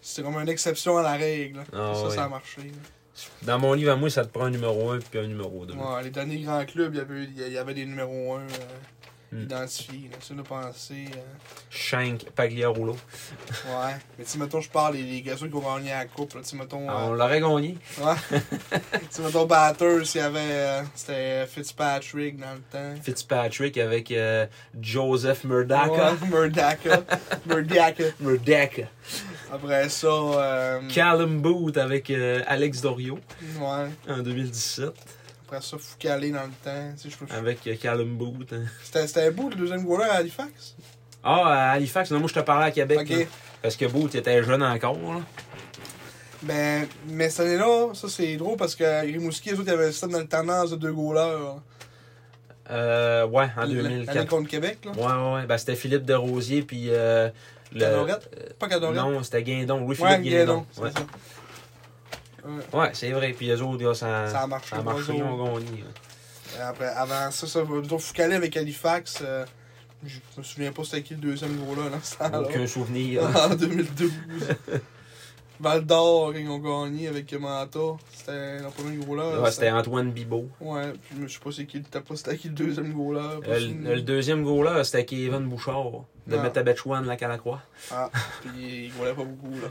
A: C'était comme une exception à la règle.
B: Ah,
A: ça,
B: ouais.
A: ça a marché. là.
B: Dans mon livre à moi, ça te prend un numéro 1 puis un numéro 2.
A: Ouais, les derniers grands clubs, il y avait, il y avait des numéros 1
B: Hmm.
A: identifiés. Là. Ça, le penser. euh,
B: Shank, Pagliarulo.
A: ouais. Mais tu sais, mettons, je parle des des gars ceux qui ont gagné la coupe. là, Tu sais, mettons.
B: Ah,
A: euh,
B: On l'aurait gagné.
A: Ouais. tu sais, mettons, Batters, il y avait. euh, C'était Fitzpatrick dans le temps.
B: Fitzpatrick avec euh, Joseph Murdaka.
A: Ouais, Murdaka. Murdaka.
B: Murdaka.
A: Après ça. euh,
B: Callum Booth avec euh, Alex Dorio
A: Ouais.
B: en 2017.
A: Après ça, Foucalé dans le temps. Tu sais, je peux-
B: Avec euh, Callum Booth. hein.
A: C'était c'était beau le deuxième goaler à Halifax.
B: Ah, à Halifax, non, moi je te parlais à Québec.
A: Ok.
B: là. parce que Booth était jeune encore. là.
A: Ben, mais cette année-là, ça c'est drôle parce que Rimouski, eux autres, il y avait un système d'alternance de deux goalers. hein.
B: Euh, ouais, en
A: L'année
B: 2004.
A: contre Québec, là.
B: Ouais, ouais, ouais. Ben, c'était Philippe Desrosiers puis. euh, le-
A: Cadorette? Pas Cadorette.
B: Non, c'était Guindon.
A: ouais,
B: Louis-Philippe
A: Guédon.
B: Guindon.
A: c'est
B: Ouais.
A: ça.
B: Ouais, c'est vrai. Puis eux autres, là, ça,
A: Ça a marché,
B: Ça a marché,
A: eux
B: ils
A: autres.
B: ont gagné. hein. ouais.
A: Et Après, avant ça, ça plutôt Foucalé avec Halifax. euh, je me Ah, souviens pas c'était qui le deuxième goaler dans ce temps-là.
B: Aucun souvenir.
A: en 2012. Val d'Or, quand ils ont gagné avec Manta, c'était leur premier goaler.
B: Ouais, c'était Antoine Bibot.
A: Ouais, puis je sais pas c'est qui le tape, c'était qui le deuxième goaler. pas
B: Euh,
A: si-
B: le, le deuxième goaler, c'était Kevin Bouchard de
A: Ah.
B: Metabetchouan, la Calacroix.
A: Ah, puis il goalait pas beaucoup, là.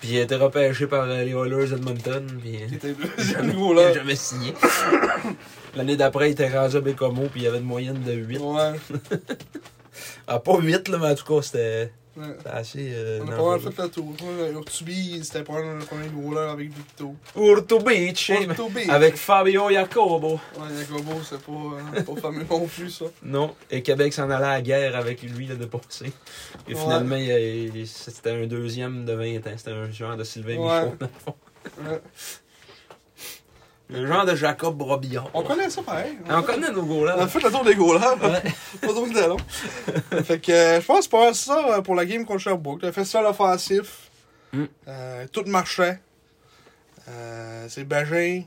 B: Puis il a été repêché par euh, les Oilers Edmonton. Puis
A: Il
B: il
A: était le deuxième
B: n'a
A: goaler.
B: jamais signé. L'année d'après, il était rendu à Bécomo, puis il avait une moyenne de 8.
A: Ouais.
B: Ah, pas 8, là, mais en tout cas, c'était
A: ouais.
B: c'était assez. Euh,
A: On a pas mal fait le tour. Ouais, Urtubi, c'était pas le premier goaler avec Victo.
B: Urto Beach, eh,
A: Urtubi!
B: avec Fabio Jacobo.
A: Ouais, Jacobo, c'est pas, euh, pas fameux non plus, ça.
B: Non, et Québec s'en allait à la guerre avec lui l'année passée. Et
A: Ouais.
B: finalement, il- il- c'était un deuxième de 20 ans. C'était un genre de Sylvain
A: Ouais.
B: Michaud, dans le fond.
A: Ouais.
B: Un genre de Jacob Robillard.
A: On connaît ça pareil. hein.
B: Ah, on connaît nos goalers.
A: On a fait le tour des goalers.
B: Ouais.
A: Pas trop que c'était long. fait que euh, je pense que c'est pas mal ça euh, pour la game contre Sherbrooke. Le festival offensif,
B: Mm.
A: euh, tout marchait. Euh, c'est Bégin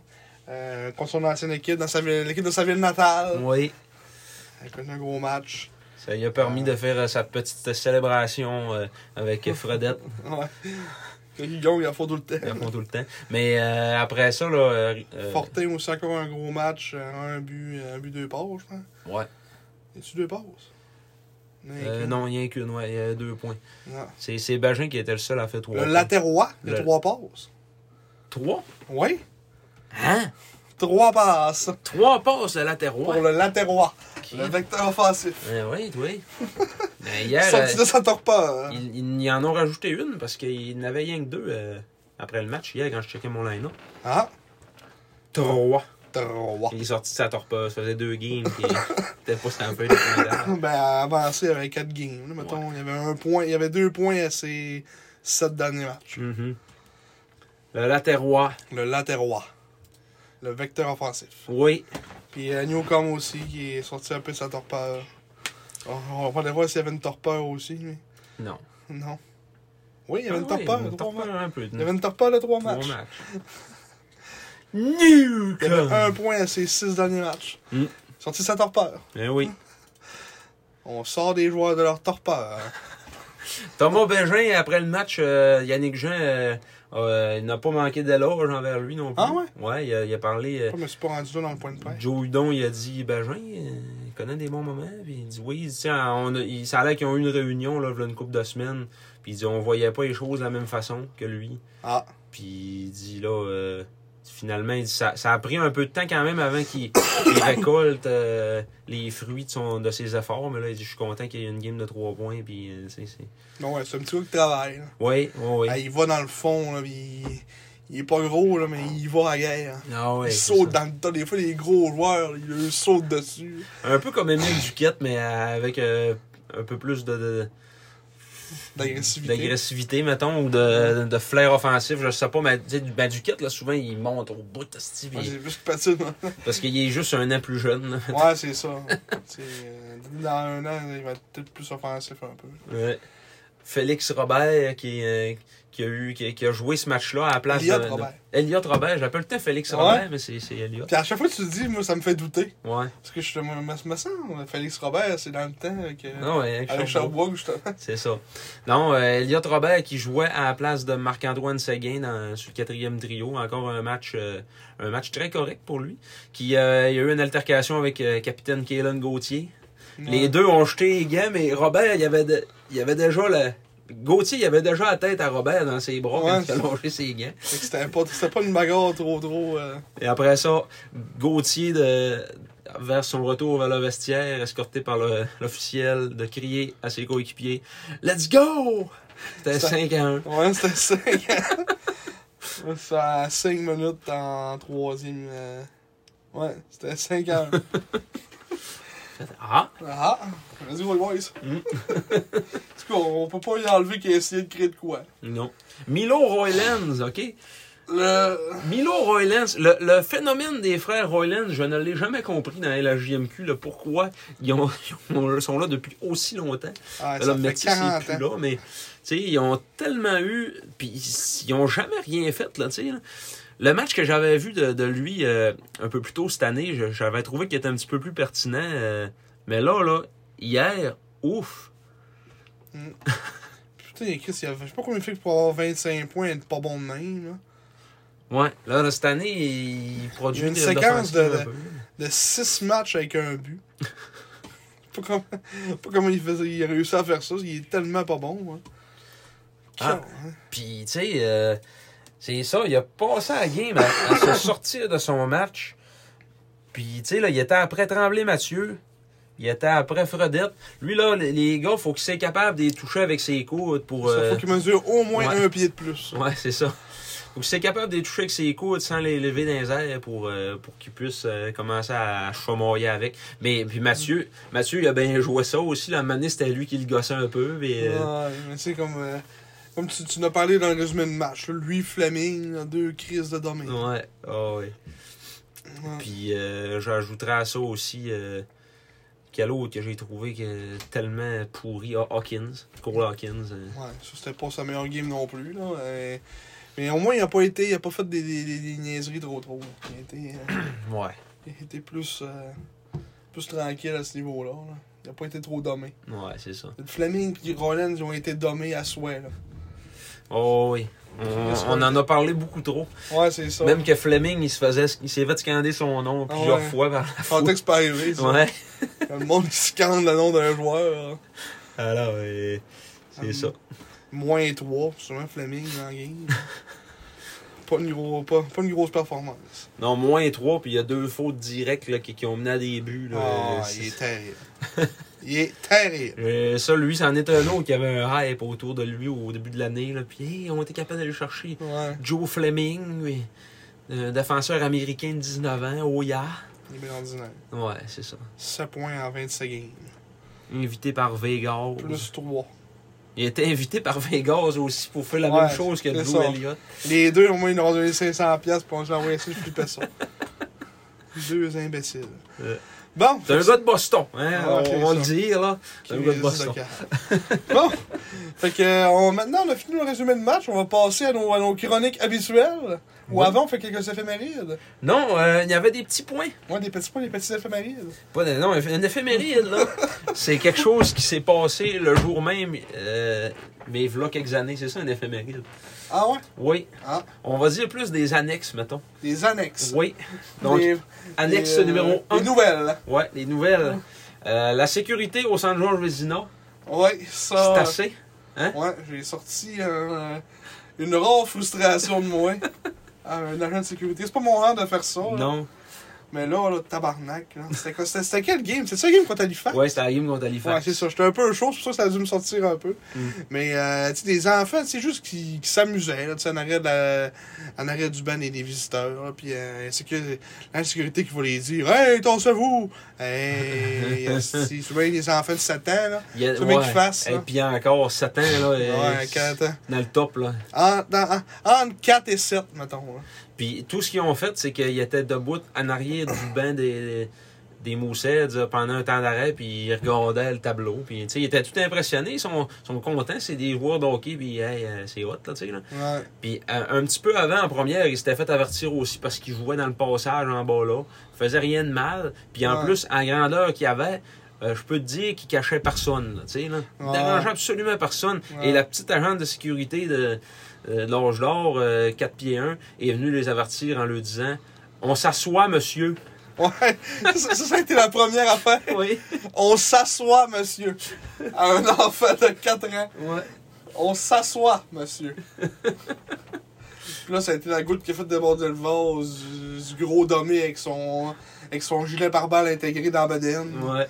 A: euh, contre son ancienne équipe, dans sa ville- l'équipe de sa ville natale.
B: Oui.
A: Elle connaît un gros match.
B: Ça lui a permis de faire euh, sa petite célébration euh, avec Fredette,
A: Ouais. Que Guillaume, il a fait tout le temps.
B: il en prend tout le temps. Mais euh, après ça, là. euh, euh,
A: Fortin aussi encore un gros match, euh, un but, un but, deux passes, je pense.
B: Ouais.
A: Y a-tu deux passes?
B: Euh, non, il n'y a qu'une, ouais, il y a deux points.
A: Non.
B: C'est c'est Bajin qui était le seul à faire trois.
A: Le
B: points.
A: latérois, il y a
B: Le-
A: trois passes.
B: Trois?
A: Oui,
B: Hein?
A: trois passes
B: Trois passes à la terroir.
A: pour le latérois, le vecteur offensif.
B: Eh oui, oui. Ben, hier,
A: Sorti
B: euh,
A: de sa torpeur.
B: ils, ils y en ont rajouté une parce qu'il n'avait rien que deux euh, après le match hier quand je checkais mon line-up.
A: Ah,
B: Trois.
A: trois.
B: Il est sorti de sa torpeur. Ça faisait deux games. Puis peut-être pas c'était un peu de
A: Ben, avancé, il y avait quatre games. là, mettons, il y avait un point, il y avait deux points à ses sept derniers matchs.
B: Le Laterrois.
A: Le latérois, le vecteur offensif.
B: Oui.
A: Puis euh, Newcomb aussi, qui est sorti un peu de sa torpeur. On- On va aller voir s'il y avait une torpeur aussi, mais
B: Non.
A: non. Oui, il y avait une
B: Ah oui,
A: torpeur,
B: une
A: trois
B: torpeur
A: matchs.
B: un peu.
A: Il y avait une torpeur de trois
B: Trois
A: matchs.
B: matchs.
A: Il y avait un
B: Newcombe.
A: point à ses six derniers matchs.
B: Mm.
A: Sorti de sa torpeur.
B: Eh oui.
A: On sort des joueurs de leur torpeur.
B: Thomas Bégin, après le match, euh, Yannick Jean euh, euh, il n'a pas manqué d'éloge envers lui non plus.
A: Ah ouais?
B: Ouais, il a, il a parlé. euh,
A: Je me suis pas rendu là dans le point de presse.
B: Joe Hudon, il a dit Bégin, euh, il connaît des bons moments. Puis il dit oui, il dit, Ah, on a- il- ça a l'air qu'ils ont eu une réunion là, v'là une couple de semaines. Puis il dit on voyait pas les choses de la même façon que lui.
A: Ah,
B: Puis il dit là, euh, finalement, il dit, ça, ça a pris un peu de temps quand même avant qu'il qu'il récolte euh, les fruits de, son, de ses efforts. Mais là, il dit je suis content qu'il y ait une game de trois points. Puis euh, c'est. c'est-
A: bon, ouais, c'est un petit gars qui travaille. là.
B: Ouais, ouais, ouais.
A: Ah, il va dans le fond, là, pis il... il est pas gros, là, mais il va à la guerre. hein.
B: Ah ouais,
A: il
B: c'est
A: saute
B: ça.
A: dans le tas. Des fois, les gros joueurs, là, il leur saute dessus.
B: Un peu comme Émile Duquette, mais avec euh, un peu plus de- de
A: D'agressivité.
B: d'agressivité, mettons, ou de, de flair offensif, je sais pas, mais tu sais, du- ben, du kit, là, souvent, il monte au bout de Steve,
A: Moi, j'ai juste patine. hein.
B: parce qu'il est juste un an plus jeune. là.
A: Ouais, c'est ça. C'est, euh, dans un an, il va être peut-être plus offensif un peu.
B: Ouais. Félix Robert, qui, euh, qui, a eu, qui, qui a joué ce match-là à la place
A: Elliot
B: de... de-
A: Robert.
B: Elliot Robert, j'appelle tout le temps Félix
A: Ouais.
B: Robert, mais c'est c'est Elliot.
A: Puis à chaque fois que tu le dis, moi, ça me fait douter.
B: Ouais.
A: Parce que je te- me, me- me sens, euh, Félix Robert, c'est dans le temps avec, euh,
B: Non, ouais,
A: avec
B: Sherbrooke.
A: Sherbrooke, justement.
B: C'est ça. Non, euh, Elliot Robert qui jouait à la place de Marc-Antoine Seguin dans, sur le quatrième trio. Encore un match, euh, un match très correct pour lui. Qui, euh, il y a eu une altercation avec euh, capitaine Kalen Gauthier. Les deux ont jeté les gants, mais Robert, il avait, de- il avait déjà le. Gauthier, il avait déjà la tête à Robert dans ses bras
A: Ouais,
B: quand il a longé ses gants.
A: Fait que C'était pas, c'était pas une bagarre trop, trop. euh,
B: Et après ça, Gauthier, de, vers son retour vers le vestiaire, escorté par le- l'officiel, de crier à ses coéquipiers Let's go C'était
A: Ça-
B: 5 à 1.
A: Ouais, c'était 5 Ça a 5 minutes en troisième. euh, Ouais, c'était 5 ans.
B: Ah
A: ah, vas-y, Royce.
B: Mm.
A: du coup, on peut pas y enlever qu'il a essayé de créer de quoi.
B: Non. Milo Roylands, OK?
A: Le.
B: Milo Roylands, le, le phénomène des frères Roylands, je ne l'ai jamais compris dans la JMQ, le pourquoi ils, ont- ils ont- sont là depuis aussi longtemps.
A: Ah,
B: Le métier, c'est plus là, mais tu sais, ils ont tellement eu. Puis ils- ils ont jamais rien fait, là, tu sais. là. Le match que j'avais vu de, de lui euh, un peu plus tôt cette année, je- j'avais trouvé qu'il était un petit peu plus pertinent. euh, mais là, là, hier, ouf!
A: Tu sais, Chris, il y a, je sais pas combien de filles pour avoir 25 points et être pas bon de même. là.
B: Ouais. Là, là, cette année, il produit
A: Il y a une
B: des
A: séquence de-
B: offensives un peu.
A: De 6 matchs avec un but. pas, comment, pas comment il, faisait, il a réussi à faire ça. Il est tellement pas bon. hein.
B: Ah. Puis, tu sais, euh, c'est ça, il a passé la game à, à se sortir de son match. Puis, tu sais, là, il était après Tremblay Mathieu. Il était après Fredette. Lui, là, les- les gars, faut qu'il soit capable de les toucher avec ses coudes pour.
A: Ça
B: euh,
A: faut qu'il mesure au moins
B: ouais.
A: un pied de plus.
B: Ouais, c'est ça. Faut qu'il soit capable de les toucher avec ses coudes sans les lever dans les airs pour, euh, pour qu'il puisse euh, commencer à chamoyer avec. Mais puis Mathieu, Mathieu, il a bien joué ça aussi. La manée, c'était lui qui le gossait un peu. Mais, euh,
A: Ouais, mais tu sais, comme, euh, comme tu, tu en as parlé dans le résumé de match. là, lui, Fleming, là, deux crises de domaine.
B: Ouais, ah ouais.
A: Ouais.
B: Puis euh, j'ajouterais à ça aussi euh, quel autre que j'ai trouvé que tellement pourri, Ah, Hawkins, Cole Hawkins. euh.
A: Ouais, ça c'était pas sa meilleure game non plus. Là, mais, mais au moins, il a pas été, il a pas fait des, des, des- des niaiseries trop trop. là. Il a été, euh,
B: Ouais,
A: il a été plus, euh, plus tranquille à ce niveau-là. là. Il a pas été trop dommé.
B: ouais, c'est ça.
A: Le Fleming et Rollins ils ont été dommés à souhait. Là.
B: Oh oui. On, on en a parlé beaucoup trop.
A: Ouais, c'est ça.
B: Même que Fleming, il se faisait, il s'est fait scander son nom
A: Ah
B: plusieurs
A: ouais.
B: fois par la foule.
A: Contexte pas arrivé, ça.
B: Ouais.
A: Il y a Le monde qui scande le nom d'un joueur. là.
B: Alors, euh, c'est
A: Hum.
B: ça.
A: Moins 3, sûrement Fleming dans la game. pas, une gros, pas, pas une grosse performance.
B: Non, moins trois, puis il y a deux fautes directes là, qui, qui ont mené à des buts. Là. euh,
A: Ah,
B: C'est-
A: il est terrible. il est terrible.
B: Euh, ça, lui, c'en est un autre qui avait un hype autour de lui au début de l'année. là, Puis, hey, on était capable d'aller chercher
A: Ouais,
B: Joe Fleming, lui, un défenseur américain de 19 ans, Oya.
A: il est bien ordinaire.
B: Ouais, c'est ça.
A: 7 points en 27 games.
B: Invité par Vegas.
A: Plus 3.
B: Il était invité par Vegas aussi pour faire la
A: Ouais,
B: même chose que
A: c'est
B: Joe
A: ça.
B: Elliott.
A: Les deux, au moins, ils ont donné 500$ piastres, puis on s'est envoyé ça, je flippais ça. Deux imbéciles.
B: Euh.
A: Bon,
B: C'est un gars de Boston, hein,
A: Ah, ok,
B: on va
A: ça.
B: le dire, là. C'est un
A: Qui
B: gars de
A: résiste
B: Boston.
A: au calme. bon, fait que euh, on- maintenant on a fini le résumé de match, on va passer à nos, à nos chroniques habituelles. Ou
B: Ouais.
A: avant, on fait quelques éphémérides.
B: Non, euh, il y avait des petits points.
A: Ouais, des petits points, des petits éphémérides.
B: Pas de- non, une éphéméride, là. c'est quelque chose qui s'est passé le jour même, euh, mais il y a quelques années. C'est ça, une éphéméride.
A: Ah ouais?
B: Oui.
A: Ah,
B: On va dire plus des annexes, mettons.
A: des annexes.
B: Oui. Donc,
A: Des-
B: annexe
A: des, euh,
B: numéro 1.
A: Des nouvelles.
B: Ouais, les nouvelles. Euh, la sécurité au centre Georges Vézina,
A: Ouais,
B: c'est
A: ça.
B: assez.
A: Ouais, j'ai sorti un- une rare frustration de moi. à un agent de sécurité. C'est pas mon rang de faire ça. là.
B: Non.
A: Mais là, là tabarnak. là. C'était quoi- C'était c'était quel game? C'est ça le game contre Halifax?
B: Ouais, c'était la game contre
A: Ouais,
B: Halifax.
A: c'est ça. J'étais un peu chaud, c'est pour ça que ça a dû me sortir un peu.
B: Mm.
A: Mais, euh, tu sais, des enfants, c'est juste qui, qui s'amusaient, là, tu sais, en arrière, de la- en arrière du ban des, des visiteurs, là, puis euh, c'est que la sécurité qui va les dire « Hey, tassez-vous! » Hey, esti, c'est bien des enfants de 7 ans, là.
B: Il y a-
A: Faut bien qu'il fasse,
B: Et
A: là.
B: puis il y a encore 7 ans, là, euh,
A: Ouais, 4 ans.
B: dans le top, là.
A: En- dans- en- entre 4 et 7, mettons, là.
B: Puis tout ce qu'ils ont fait, c'est qu'ils étaient debout en arrière du banc des, des Mooseheads pendant un temps d'arrêt, puis ils regardaient le tableau. Puis, tu sais, ils étaient tout impressionnés, ils sont, sont contents, c'est des joueurs de hockey, puis hey, euh, c'est hot, là, tu sais, là.
A: Ouais.
B: Puis euh, un, un petit peu avant, en première, il s'était fait avertir aussi parce qu'il jouait dans le passage en bas là. Il faisait rien de mal. Puis en
A: Ouais.
B: plus, à la grandeur qu'il avait, euh, je peux te dire qu'il cachait personne. Là, tu sais, là. Il
A: Ouais.
B: dérangeait absolument personne.
A: Ouais.
B: Et la petite agente de sécurité de, euh, de l'Orge d'Or, euh, 4 pieds 1, est venue les avertir en leur disant On s'assoit, monsieur.
A: Ouais, ça, ça, ça a été la première affaire.
B: Oui.
A: On s'assoit, monsieur. À un enfant de 4 ans.
B: ouais.
A: On s'assoit, monsieur. Puis là, ça a été la goutte qui a fait déborder le vase du, du gros domé avec son, avec son gilet pare-balles intégré dans la bedaine.
B: Ouais.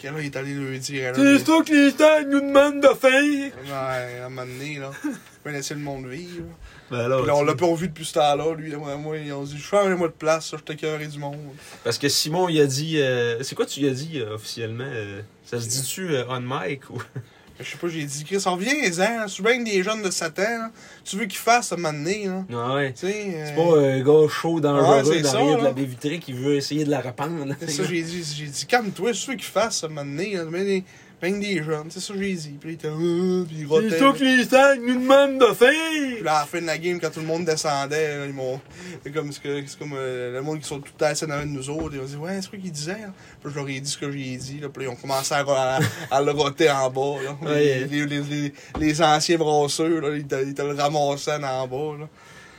A: Que là, il est allé lui dire. là,
B: C'est ça que les gens nous demandent de faire.
A: Ouais, à un moment donné, là. On va laisser le monde vivre.
B: Ben alors,
A: Puis là, on
B: tu-
A: l'a pas revu depuis ce temps-là, lui. Moi, moi, ils ont dit, je fais moi de place, ça, je t'écœurerai du monde.
B: Parce que Simon, il a dit. euh, c'est quoi tu lui as dit euh, officiellement euh, Ça se dit-tu euh, on mic ou.
A: Je sais pas, j'ai dit, Chris, reviens-en, tu bien que des jeunes de Satan, là. Tu veux qu'ils fassent à un moment donné, là.
B: Ouais.
A: Tu sais. euh,
B: C'est pas un gars chaud, dangereux,
A: Ouais, c'est
B: dans
A: ça, hein.
B: l'arrière
A: là.
B: de la baie vitrée qui veut essayer de la répandre.
A: C'est ça, j'ai dit, j'ai dit, calme-toi, c'est sûr qu'il fasse, ça, un moment donné, là. Mais, Même des jeunes, c'est ça que j'ai dit. Puis là, il était. euh, Puis il rotait.
B: les Sags nous demandent de faire!
A: Puis là, à la fin de la game, quand tout le monde descendait, là, ils m'ont. C'est comme, ce que- c'est comme euh, le monde qui sont tout à scène avec nous autres. Ils ont dit, ouais, c'est quoi qu'ils disaient, là? Puis je leur ai dit ce que j'ai dit, là. Puis là, ils ont commencé à, à, à le roter en bas, là.
B: Ouais.
A: Les, les, les, les anciens brasseurs, là, ils te, ils te le ramassaient en bas, là.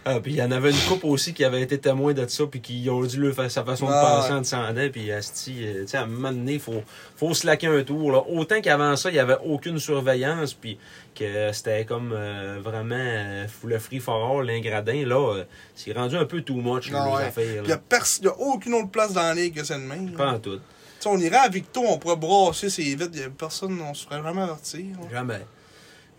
B: Ah, puis il y en avait une couple aussi qui avait été témoin de ça, puis qui ont dû le faire sa façon de
A: Ah,
B: penser
A: ouais.
B: en descendant, puis asti, euh, tu sais, à un moment donné, faut, faut slacker un tour, là. Autant qu'avant ça, il n'y avait aucune surveillance, puis que c'était comme euh, vraiment euh, le free for all, l'ingradin, là, euh, c'est rendu un peu too much, là,
A: Ah,
B: les
A: ouais.
B: affaires,
A: Il
B: là.
A: n'y a, aucune autre place dans la ligue que celle de même.
B: Pas en tout.
A: Tu sais, on irait à Victo, on pourrait brasser ses vides. y a personne, on se ferait vraiment avertir. là.
B: Jamais.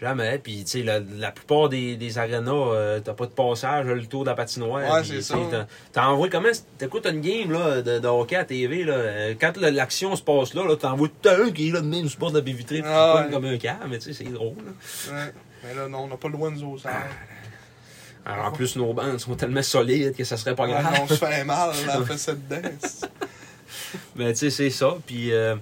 B: Jamais. Puis, tu sais, la, la plupart des, des arénas, euh, t'as pas de passage, là, le tour de la patinoire.
A: Ouais,
B: puis,
A: c'est
B: tu sais,
A: ça.
B: t'en- T'envoies comment? c'est- T'écoutes une game là, de, de hockey à TV, là, euh, quand le- l'action se passe là, là t'envoies tout un qui est là de même sur le bord de la baie vitrée, puis qui
A: Ah,
B: pogne
A: ouais.
B: comme un câble, mais tu sais, c'est drôle. là.
A: Ouais. Mais là, non, on n'a pas le loin nous autres.
B: Ah,
A: hein.
B: Alors, en plus, nos bandes sont tellement solides que ça serait pas
A: Ah,
B: grave.
A: non, on se fait mal, là, après cette danse.
B: Mais tu sais, c'est ça. Puis euh,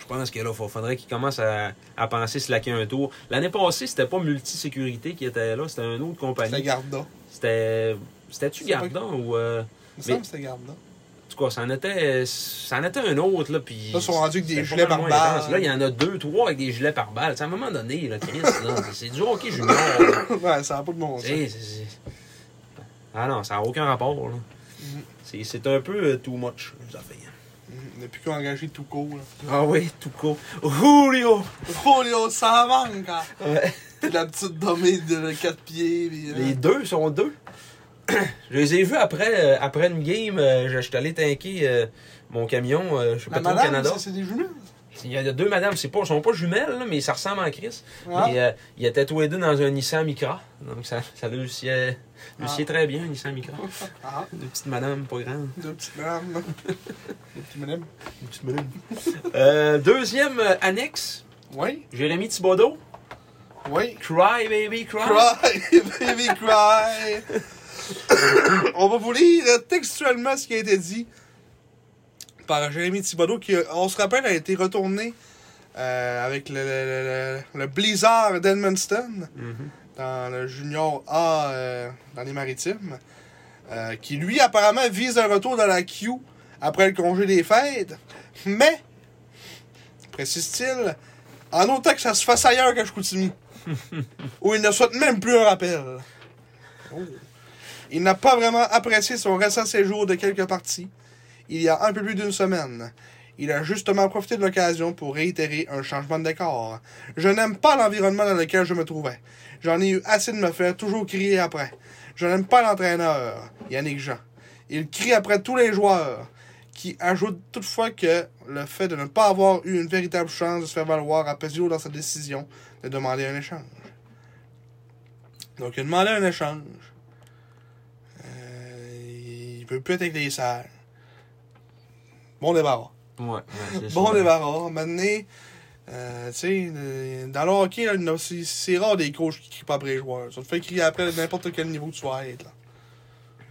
B: je pense que là, il faudrait qu'ils commencent à, à penser slacker un tour. L'année passée, c'était pas Multisécurité qui était là, c'était une autre
A: C'était
B: compagnie.
A: Garda.
B: C'était. C'était-tu
A: C'est pas-
B: Gardon ou. euh,
A: Il me semble que c'était Garda.
B: En tout cas, ça en était, ça en était un autre, là. Puis.
A: Là, ils sont rendus avec des
B: c'était pas
A: gilets
B: mal moins
A: par
B: intense.
A: balle.
B: Là, il y en a deux, trois avec des gilets par balle. Tu sais, à un moment donné, là, Chris, là, c'est du hockey junior. là.
A: ouais, ça n'a pas de bon
B: Tu
A: sens.
B: sais, c'est- c'est- Ah non, ça n'a aucun rapport, là.
A: Mhm.
B: C'est- C'est un peu euh, too much, les affaires.
A: Mhm. Depuis qu'on a engagé tout court. là.
B: Ah oui, tout court. Julio!
A: Julio Savanca!
B: Ouais.
A: hein. Puis la petite domée de 4 pieds. Puis, euh,
B: Les deux sont deux. je les ai vus après, euh, après une game. euh, je je suis allé tanker euh, mon camion, euh, je sais pas
A: La
B: trop, au
A: madame,
B: Canada.
A: ça, c'est des jumelles.
B: Il y a deux madames, c'est pas, sont pas jumelles, là, mais ça ressemble en Chris.
A: Ah.
B: Mais, euh, ils étaient tous les deux dans un Nissan Micra. Donc ça, ça réussissait, réussissait très bien, un Nissan Micra.
A: Ah,
B: Une petite madame, pas grande.
A: deux petites madames. Deux petites madames.
B: Une petite madame. Euh, deuxième euh, annexe,
A: Oui,
B: Jérémy Thibodeau.
A: oui.
B: Cry, baby, cry.
A: Cry, baby, cry. On va vous lire textuellement ce qui a été dit par Jérémy Thibodeau, qui, on se rappelle, a été retourné euh, avec le, le- le- le- le Blizzard d'Edmundston
B: Mhm.
A: dans le Junior A euh, dans les Maritimes, euh, qui lui apparemment vise un retour dans la Q après le congé des fêtes, mais, précise-t-il, en autant que ça se fasse ailleurs qu'à Chicoutimi, où il ne souhaite même plus un rappel. Il n'a pas vraiment apprécié son récent séjour de quelques parties, il y a un peu plus d'une semaine. Il a justement profité de l'occasion pour réitérer un changement de décor. Je n'aime pas l'environnement dans lequel je me trouvais. J'en ai eu assez de me faire toujours crier après. Je n'aime pas l'entraîneur, Yannick Jean. Il crie après tous les joueurs, qui ajoute toutefois que le fait de ne pas avoir eu une véritable chance de se faire valoir à Pesio dans sa décision de demander un échange. Donc il a demandé un échange. Euh, il peut plus être avec les Serres. Bon débarras.
B: Ouais, ouais, c'est
A: Bon
B: ça.
A: débarras. Maintenant, euh, tu sais, euh, dans le hockey, là, il y en a- c'est- c'est rare des coachs qui crient pas après les joueurs. Ça te fait crier après de n'importe quel niveau que tu vas être. Là.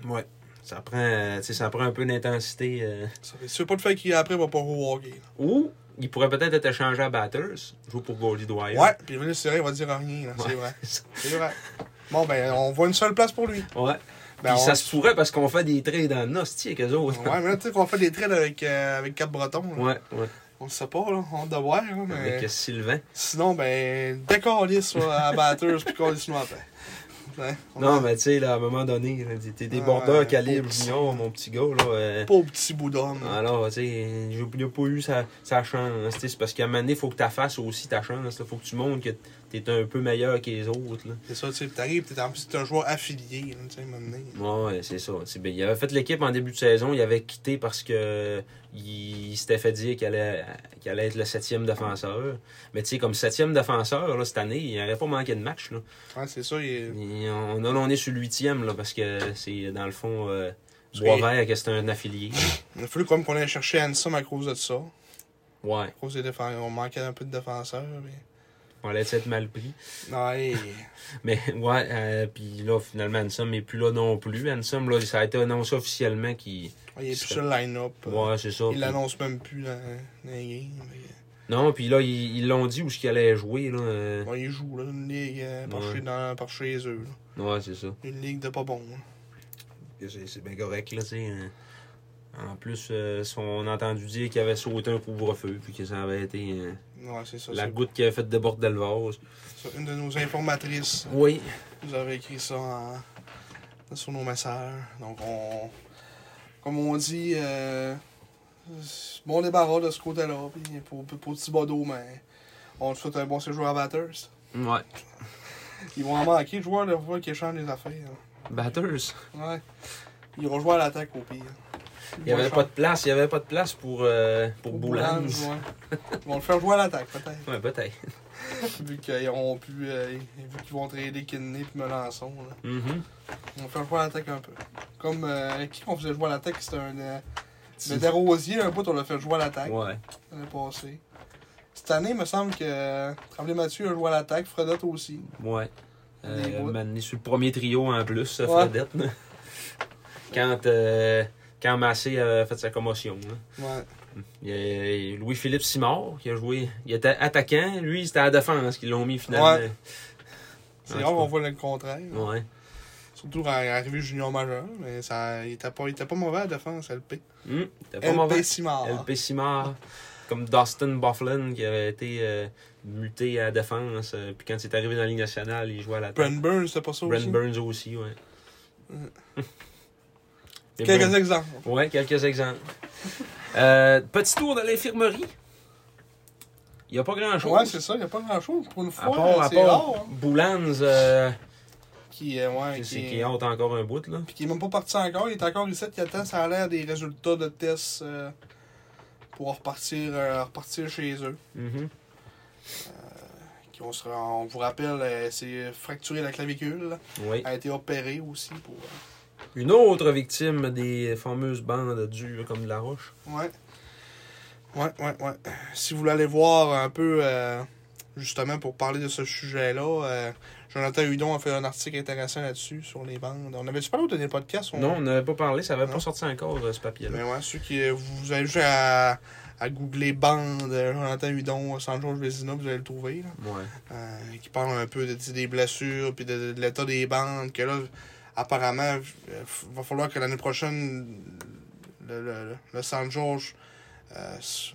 B: Ouais. Ça prend, euh, tu sais, ça prend un peu d'intensité. euh.
A: Ça fait- Si tu veux pas te faire crier après, va pas au hockey. là.
B: Ou il pourrait peut-être être échangé à Batters, jouer pour Goldie Dwyer.
A: Ouais, puis Vinny Serré, il va dire rien. là, C'est vrai. C'est vrai. Bon, ben, on voit une seule place pour lui.
B: Ouais.
A: Ben,
B: Puis
A: on-
B: ça se pourrait parce qu'on fait des trades en hostie avec eux autres.
A: Ouais, mais là, tu sais qu'on fait des trails avec, euh, avec Cap Breton. là.
B: Ouais, ouais.
A: On le sait pas, là. On doit voir, là, mais.
B: Avec Sylvain.
A: Sinon, ben, décoller sur à batteuse puis coller sur nous après. Ouais, on
B: Non,
A: est
B: mais tu sais, là, à un moment donné, là, t'es des
A: Ah,
B: bordeurs
A: ouais,
B: calibre
A: pauvre petit.
B: junior, mon petit gars, là. euh,
A: Pas au petit bout d'homme. là.
B: Alors, tu sais, j'ai- il a pas eu sa, sa chance. tu sais, C'est parce qu'à un moment donné, faut que tu fasses aussi ta chance. Là. Faut que tu montres que t'es un peu meilleur que les autres. Là.
A: C'est ça, tu sais, pis t'arrives, pis t'es en plus t'es un joueur affilié, là, tu sais, à un moment donné.
B: Ouais, ouais, c'est ça. C'est bien. Il avait fait l'équipe en début de saison, il avait quitté parce que il, il s'était fait dire qu'il allait, qu'il allait être le septième défenseur. Mais tu sais, comme septième défenseur, là, cette année, il n'aurait pas manqué de match. Là.
A: Ouais, c'est ça, il est.
B: Il- on, là, on est sur le huitième, là, parce que c'est dans le fond euh,
A: Parce
B: Boisvert que c'est un affilié.
A: Il a fallu quand même qu'on aille chercher Hansom à cause de ça. À
B: Ouais,
A: cause des défenseurs. On manquait un peu de défenseurs, mais.
B: on allait être mal pris.
A: Ouais.
B: Mais ouais, euh, puis là, finalement, Ansem n'est plus là non plus. Ansem, là, ça a été annoncé officiellement qu'il.
A: Ouais, il est plus sur le line-up. euh,
B: Ouais, c'est ça.
A: il
B: puis-
A: l'annonce même plus dans, dans les games. mais-
B: Non, puis là, ils ils l'ont dit où ce qu'il allait jouer. Là. euh.
A: Bon, ils jouent, là, une ligue euh, par,
B: Ouais.
A: chez, dans- par chez eux. là.
B: Ouais, c'est ça.
A: Une ligue de pas bon. là.
B: C'est c'est bien correct, là, tu sais. hein. En plus, euh, si on a entendu dire qu'il avait sauté un couvre-feu, puis que ça avait été euh,
A: Ouais, c'est ça.
B: la
A: c'est-
B: goutte qui avait fait déborder le vase.
A: c'est Une de nos informatrices
B: Oui.
A: nous avait écrit ça en- sur nos messages. Donc, on, comme on dit, euh, bon débarras de ce côté-là, puis pour, pour, pour Thibodeau, mais on te souhaite un bon séjour à Batters.
B: Ouais.
A: Ils vont en manquer, le joueur, le fois qui échange les affaires. hein.
B: Batters.
A: Ouais. Ils vont jouer à l'attaque au pire.
B: Il n'y avait pas de place, il n'y avait pas de place pour, euh, pour Boulans.
A: ouais. Ils vont le faire jouer à l'attaque, peut-être.
B: Ouais, peut-être.
A: vu qu'ils auront pu, euh, vu qu'ils vont trader Kidney puis Melançon. Là.
B: Mhm.
A: On va faire jouer à l'attaque un peu. Comme euh, qui qu'on faisait jouer à l'attaque, c'était un. Euh, le Desrosiers, un bout, on l'a fait jouer à l'attaque
B: Ouais.
A: l'année passée. Cette année, il me semble que euh, Tremblay Mathieu a joué à l'attaque, Fredotte aussi.
B: Ouais.
A: Des
B: Euh,
A: bouts.
B: m'amener sur le premier trio en plus, euh,
A: Ouais.
B: Fredette. là. quand, euh, quand Massé a fait sa commotion. là.
A: Ouais.
B: Il y a Louis-Philippe Simard qui a joué. Il était attaquant. Lui, c'était à la défense qu'ils l'ont mis finalement.
A: C'est
B: Ouais,
A: rare
B: c'est
A: qu'on
B: pas-
A: voit le contraire.
B: Ouais.
A: Surtout quand il est arrivé junior majeur, mais ça, il, était pas, il était pas mauvais à la défense, LP.
B: Hum, C'était pas
A: LP
B: mauvais.
A: Simard.
B: LP Simard. Comme Dustin Bufflin qui avait été euh, muté à la défense. euh, puis quand il est arrivé dans la Ligue nationale, il jouait à la
A: Brent Burns, c'était pas ça aussi.
B: Burns aussi, ouais. Et
A: Quelques
B: Brent-
A: exemples.
B: Ouais, quelques exemples. Euh, petit tour de l'infirmerie. Il n'y a pas grand-chose.
A: Ouais, c'est ça, il n'y a pas grand chose. Pour une
B: à
A: fois,
B: part,
A: euh,
B: à
A: c'est rare.
B: part
A: hein.
B: Boulans, euh,
A: Qui, euh, ouais,
B: qui,
A: qui,
B: qui hante encore un bout, là.
A: Puis qui est même pas parti encore. Il est encore ici. Il attend, ça a l'air des résultats de tests euh, pour repartir, euh, repartir chez eux.
B: Mhm.
A: Qui on, sera, on vous rappelle, euh, c'est fracturé la clavicule. là.
B: Oui.
A: Elle a été opérée aussi. Pour, euh,
B: Une autre victime des fameuses bandes dures comme de la roche.
A: ouais. Ouais, ouais, ouais. Si vous voulez aller voir un peu, euh, justement, pour parler de ce sujet-là, euh, Jonathan Hudon a fait un article intéressant là-dessus sur les bandes. On avait-tu parlé au dernier podcast? on-
B: Non, on n'avait pas parlé, ça n'avait
A: Non.
B: pas sorti encore euh, ce papier-là.
A: Mais ouais, ceux qui. euh, Vous avez juste à, à googler bande, euh, Jonathan Hudon, euh, Sanjo Vezina, vous allez le trouver. Là.
B: Ouais.
A: Euh, qui parle un peu de, des blessures, puis de, de l'état des bandes, que là, apparemment, euh, f- va falloir que l'année prochaine, le, le, le Saint-Georges euh, s-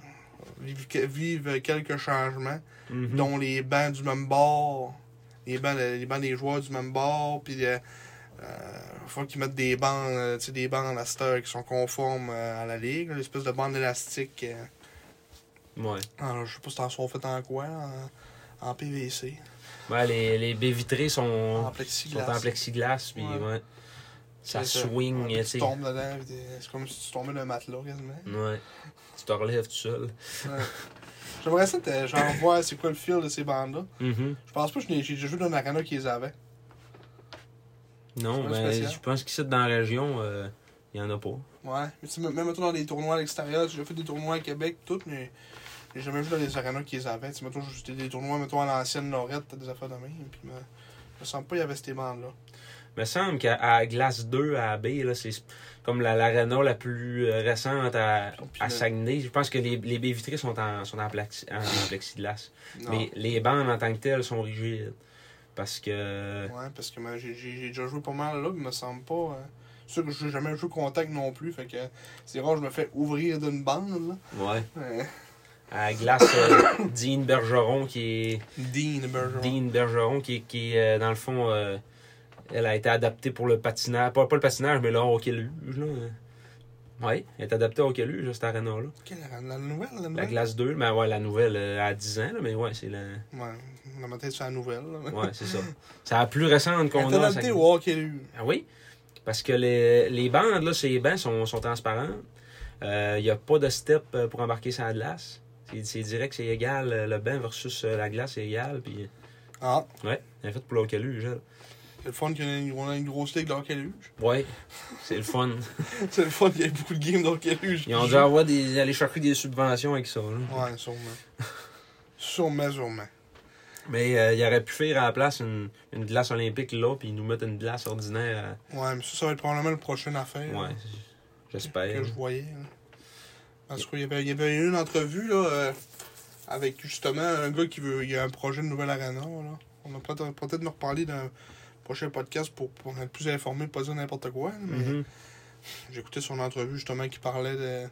A: vive, que- vive quelques changements,
B: Mhm.
A: dont les bancs du même bord, les bancs, de- les bancs des joueurs du même bord, puis euh, euh, faut qu'ils mettent des bandes, euh, tu sais, des bandes à cette heure qui sont conformes euh, à la ligue, là, l'espèce de bande élastique. euh,
B: Ouais.
A: en- je sais pas si t'en sont faites en quoi, là, en, en PVC,
B: Ouais, les, les baies vitrées sont,
A: en
B: sont
A: plexiglas.
B: en plexiglas, puis
A: Ouais.
B: ouais. Ça
A: C'est ça.
B: swing,
A: Ouais, puis
B: tu sais. Mm.
A: tu tombes dedans, puis t'es- c'est comme si tu tombais d'un matelas quasiment.
B: Ouais. Tu te relèves tout seul.
A: J'aimerais ça, que genre, voir c'est quoi le feel de ces bandes-là.
B: Mhm.
A: Je pense pas que je n'ai- j'ai déjà joué dans un arena qui les avait.
B: Non,
A: C'est
B: ben,
A: spécial.
B: je pense qu'ici, dans la région, euh, il n'y en a pas.
A: Ouais, mais tu sais, même mettons dans des tournois à l'extérieur, j'ai déjà fait des tournois à Québec, tout, mais j'ai jamais joué dans les arénas qu'ils avaient. Tu sais, mettons, j'étais des tournois, mettons, à l'ancienne Lorette, t'as des affaires de même, puis me, me semble pas qu'il y avait ces bandes-là.
B: me semble qu'à à Glace 2 à B, là, c'est comme la- l'arena la, plus euh, récente à,
A: puis
B: à
A: le-
B: Saguenay. Je pense que les, les baies vitrées sont en, sont en, plexi- en- en plexiglas.
A: Non.
B: Mais les bandes en tant que telles sont rigides. Parce que.
A: Ouais, parce que moi, j'ai j'ai- j'ai déjà joué pas mal là, mais me semble pas. euh, C'est sûr que j'ai jamais joué contact non plus, fait que c'est rare, je me fais ouvrir d'une bande, là.
B: Ouais.
A: Ouais.
B: À Glace, euh, Dean Bergeron, qui est.
A: Dean Bergeron.
B: Dean Bergeron, qui, qui est, euh, dans le fond. euh, elle a été adaptée pour le patinage. Pas, pas le patinage, mais le hockey luge, là. euh. Ouais, elle est adaptée au hockey luge, cette arena-là.
A: Quelle era- la nouvelle, la
B: La
A: nouvelle?
B: glace 2, mais ouais, la nouvelle euh, à 10 ans, là, mais ouais, c'est la.
A: Ouais, on a ma tête sur la nouvelle. Là.
B: Ouais, c'est ça. C'est la plus récente qu'on
A: Elle
B: a.
A: était
B: ça-
A: adaptée au hockey lui.
B: Ah oui? Parce que les, les bandes, là, ces bancs sont, sont transparentes. Il n'y a pas de step euh, pour embarquer sur la glace. C'est c'est direct, c'est égal. euh, Le banc versus euh, la glace, c'est égal. Puis,
A: Ah,
B: ouais, en fait, pour l'hockey luge. hein. là.
A: c'est le fun qu'on a, une- on a une grosse ligue d'hockey luge.
B: Ouais, c'est le fun.
A: C'est le fun qu'il y ait beaucoup de games d'hockey luge.
B: Ils ont dû avoir des, aller chercher des subventions avec ça. là.
A: Ouais, sûrement. sûrement, sûrement.
B: Mais euh, ils auraient pu faire à la place une, une glace olympique là, puis ils nous mettent une glace ordinaire.
A: Ouais, mais ça, ça va être probablement le prochain
B: euh,
A: affaire.
B: Ouais,
A: Que
B: j'espère.
A: je voyais. là. Parce qu'il y avait, il y avait eu une entrevue, là. euh, Avec justement un gars qui veut. Il y a un projet de nouvelle arena. Là. On va peut-être peut-être nous reparler dans un prochain podcast pour, pour être plus informé, pas dire n'importe quoi. Mais
B: Mhm.
A: j'écoutais son entrevue justement qui parlait de.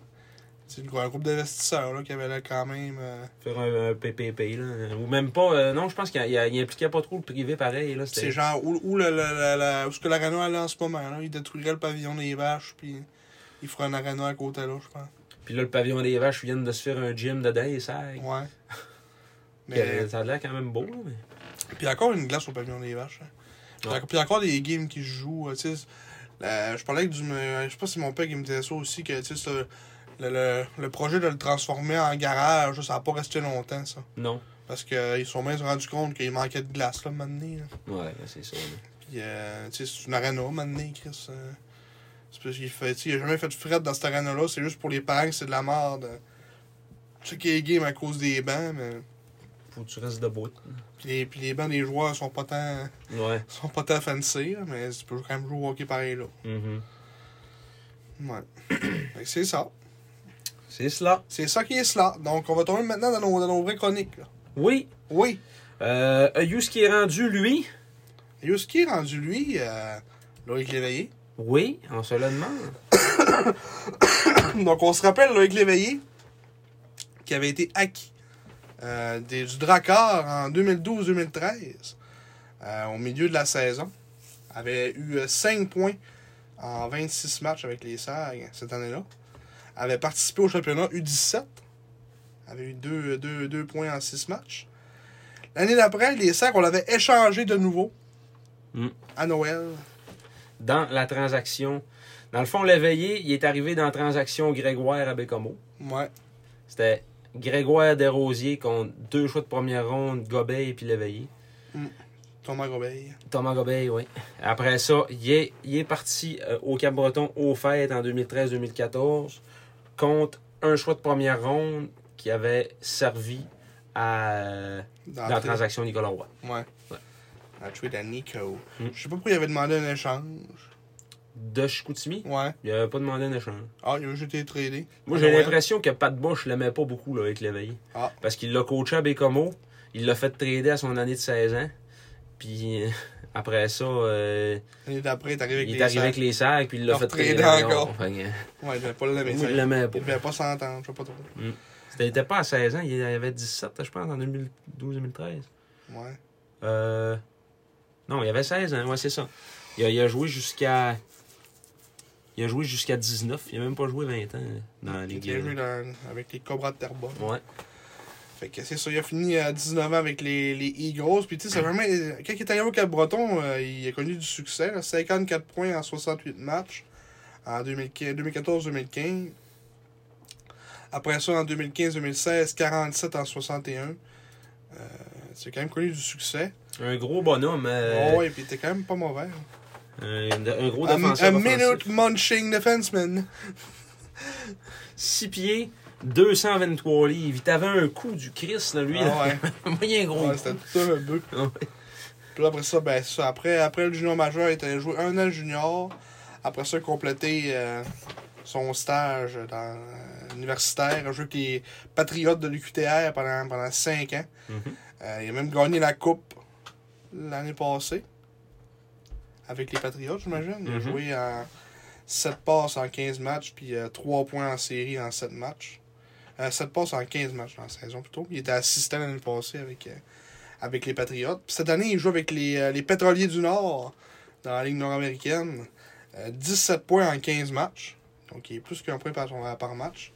A: C'est un groupe d'investisseurs là, qui avait là quand même. euh,
B: Faire un, un PPP, là. Ou même pas. euh, non, je pense qu'il y a- il impliquait pas trop le privé pareil. Là,
A: C'est
B: c'était
A: genre où, où, le, le- le- le- où ce que l'arena allait en ce moment. Là. Il détruirait le pavillon des vaches, puis il ferait un arena à côté là, je pense.
B: Puis là, le pavillon des vaches vient de se faire un gym dedans et ça.
A: Ouais.
B: Puis, euh,
A: Mais,
B: Ça a l'air quand même beau, là, mais.
A: puis encore une glace au pavillon des vaches. hein. Puis,
B: Ouais.
A: encore- puis encore des games qui se jouent. euh, tu sais, la- je parlais avec du. me- Je sais pas si c'est mon père qui me disait ça aussi, que tu sais, ce- le, le- le projet de le transformer en garage, ça n'a pas resté longtemps, ça.
B: Non.
A: Parce qu'ils sont même rendus compte qu'il manquait de glace, là, maintenant. là.
B: Ouais, ben, c'est ça. là.
A: Puis, euh, tu sais, c'est une arena, maintenant, Chris. euh, c'est parce qu'il fait, tu sais, il a jamais fait de fret dans cette arena-là. C'est juste pour les parents que c'est de la merde. Tu sais qu'il y a des games à cause des bancs, mais.
B: Faut que tu restes debout.
A: Puis les, puis les bancs des joueurs sont pas tant,
B: Ouais.
A: sont pas tant fancy, là, mais tu peux quand même jouer au hockey pareil, là.
B: Mhm.
A: Ouais. Fait que c'est ça.
B: C'est cela.
A: C'est ça qui est cela. Donc, on va tomber maintenant dans nos, dans nos vraies chroniques, là.
B: Oui.
A: Oui.
B: Euh, Ayus qui est rendu, lui.
A: Yusuke est rendu, lui, euh, Loïc Léveillé.
B: Oui, on se le demande.
A: Donc, on se rappelle Loïc Léveillé, qui avait été acquis euh, des- du Drakkar en 2012-2013, euh, au milieu de la saison. Avait eu 5 points en 26 matchs avec les Sags cette année-là. Avait participé au championnat U17. Avait eu 2 deux, deux points en 6 matchs. L'année d'après, les Sags, on l'avait échangé de nouveau
B: Mm.
A: à Noël.
B: Dans la transaction. Dans le fond, l'éveillé, il est arrivé dans la transaction Grégoire à Bécomo.
A: Ouais.
B: C'était Grégoire Desrosiers contre deux choix de première ronde, Gobeil et puis l'éveillé.
A: Thomas Gobeil.
B: Thomas Gobeil, oui. Après ça, il est, il est parti euh, au Cap-Breton aux fêtes en 2013-2014 contre un choix de première ronde qui avait servi à, euh,
A: Dans
B: dans
A: la
B: la
A: télé.
B: transaction Nicolas Roy.
A: Ouais.
B: Ouais.
A: On a tué la Nico.
B: Mm.
A: Je sais pas pourquoi il avait demandé un échange.
B: De Chicoutimi,
A: Ouais.
B: il n'avait pas demandé un échange.
A: Ah, il a juste été tradé.
B: Moi,
A: Ah,
B: j'ai
A: ouais.
B: l'impression que Pat Bush l'aimait pas beaucoup là, avec l'éveillé.
A: Ah.
B: Parce qu'il l'a coaché à Bécomo, il l'a fait trader à son année de 16 ans. Puis euh, après ça, euh,
A: L'année d'après, il est arrivé avec
B: il est
A: les
B: arrivé avec
A: sacs.
B: les sacs, puis il l'a
A: Il l'a
B: fait
A: retrader
B: trader encore.
A: encore.
B: Fait que, euh,
A: Ouais, il devait pas l'aimer.
B: moi,
A: ça.
B: je l'aimais pas.
A: Il devait pas s'entendre, je sais pas trop.
B: C'était- Il était pas à 16 ans, il avait 17, je pense, en 2012-2013.
A: Ouais.
B: Euh... Non, il avait 16 ans, ouais, c'est ça. Il a, il a joué jusqu'à. Il a joué jusqu'à 19, il a même pas joué 20 ans dans la
A: Il
B: Ligue.
A: était joué dans- avec les Cobras de Terrebonne.
B: Ouais.
A: Fait que c'est ça, il a fini à 19 ans avec les, les Eagles. Puis tu sais, c'est vraiment. Quand il est arrivé au Cap-Breton, euh, il a connu du succès. là. 54 points en 68 matchs en 2015 2014-2015. Après ça, en 2015-2016, 47 en 61. Euh, c'est quand même connu du succès.
B: Un gros bonhomme. euh,
A: Ah ouais, puis il était quand même pas mauvais.
B: un, Euh, un gros
A: A, a
B: défenseur.
A: minute munching defenseman.
B: 6 pieds, 223 livres. Il t'avait un coup du Christ, là, lui.
A: Ah ouais.
B: Moyen gros.
A: Ouais, c'était tout un bœuf.
B: Ouais.
A: Puis là, après ça, ben c'est ça. Après, après le junior majeur, il est allé jouer un an junior. Après ça, compléter euh, son stage dans euh, universitaire. Il a joué avec les Patriotes de l'UQTR pendant, pendant cinq ans.
B: Mhm.
A: Euh, il a même gagné la Coupe l'année passée. Avec les Patriotes, j'imagine. Il a
B: Mhm.
A: joué en 7 passes en 15 matchs, puis 3 points en série en 7 matchs. 7 passes en 15 matchs dans la saison plutôt. Il était assistant l'année passée avec, euh, avec les Patriotes. Puis cette année, il joue avec les, euh, les Pétroliers du Nord dans la Ligue nord-américaine. Euh, 17 points en 15 matchs. Donc il est plus qu'un point par, par match.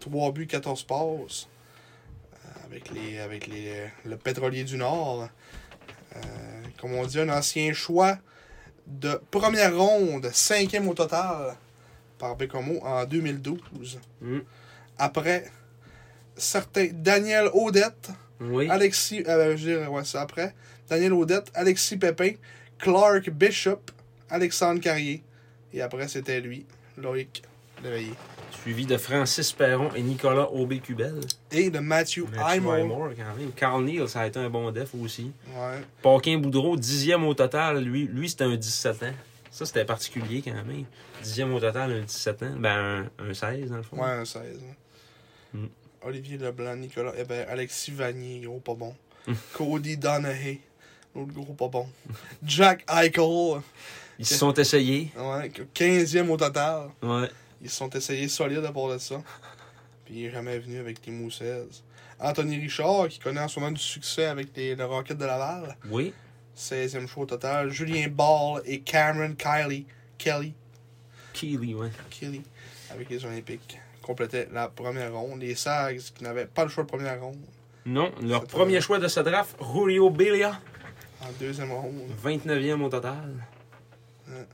A: 3 buts, 14 passes. Euh, avec les, avec les, euh, le Pétrolier du Nord. Euh, comme on dit, un ancien choix de première ronde, cinquième au total, par Bécomo en 2012.
B: Mm.
A: Après, certains Daniel Odette,
B: Oui.
A: Alexis, euh, je veux dire, ouais, c'est après, Daniel Odette, Alexis Pépin, Clark Bishop, Alexandre Carrier, et après c'était lui, Loïc Léveillé.
B: Suivi de Francis Perron et Nicolas Aubé-Cubel.
A: Et de Matthew
B: Matthew
A: Hymo.
B: Highmore, quand même. Carl Neal, ça a été un bon def aussi.
A: Ouais.
B: Paquin Boudreau, dixième au total, lui, lui c'était un 17 ans. Ça, c'était particulier quand même. Dixième au total, un 17 ans. Ben, un, un 16, dans le fond.
A: Ouais, un 16. hein.
B: Mm.
A: Olivier Leblanc, Nicolas Hébert, Alexis Vanier, gros pas bon. Cody Donahue, l'autre gros pas bon. Jack Eichel,
B: Ils se sont essayés.
A: ouais, 15e au total.
B: Ouais.
A: Ils se sont essayés solides à part de ça. Puis il est jamais venu avec les Mousses. Anthony Richard, qui connaît en ce moment du succès avec les, le Rocket de Laval.
B: Oui.
A: 16e choix au total. Julien Ball et Cameron Kylie, Kelly,
B: Keely, ouais.
A: Kelly avec les Olympiques complétaient la première ronde. Les Sags qui n'avaient pas le choix de première ronde
B: Non, leur
A: C'est
B: premier
A: vrai.
B: choix de ce draft, Julio Belia,
A: en deuxième ronde.
B: 29e au total.
A: Ouais.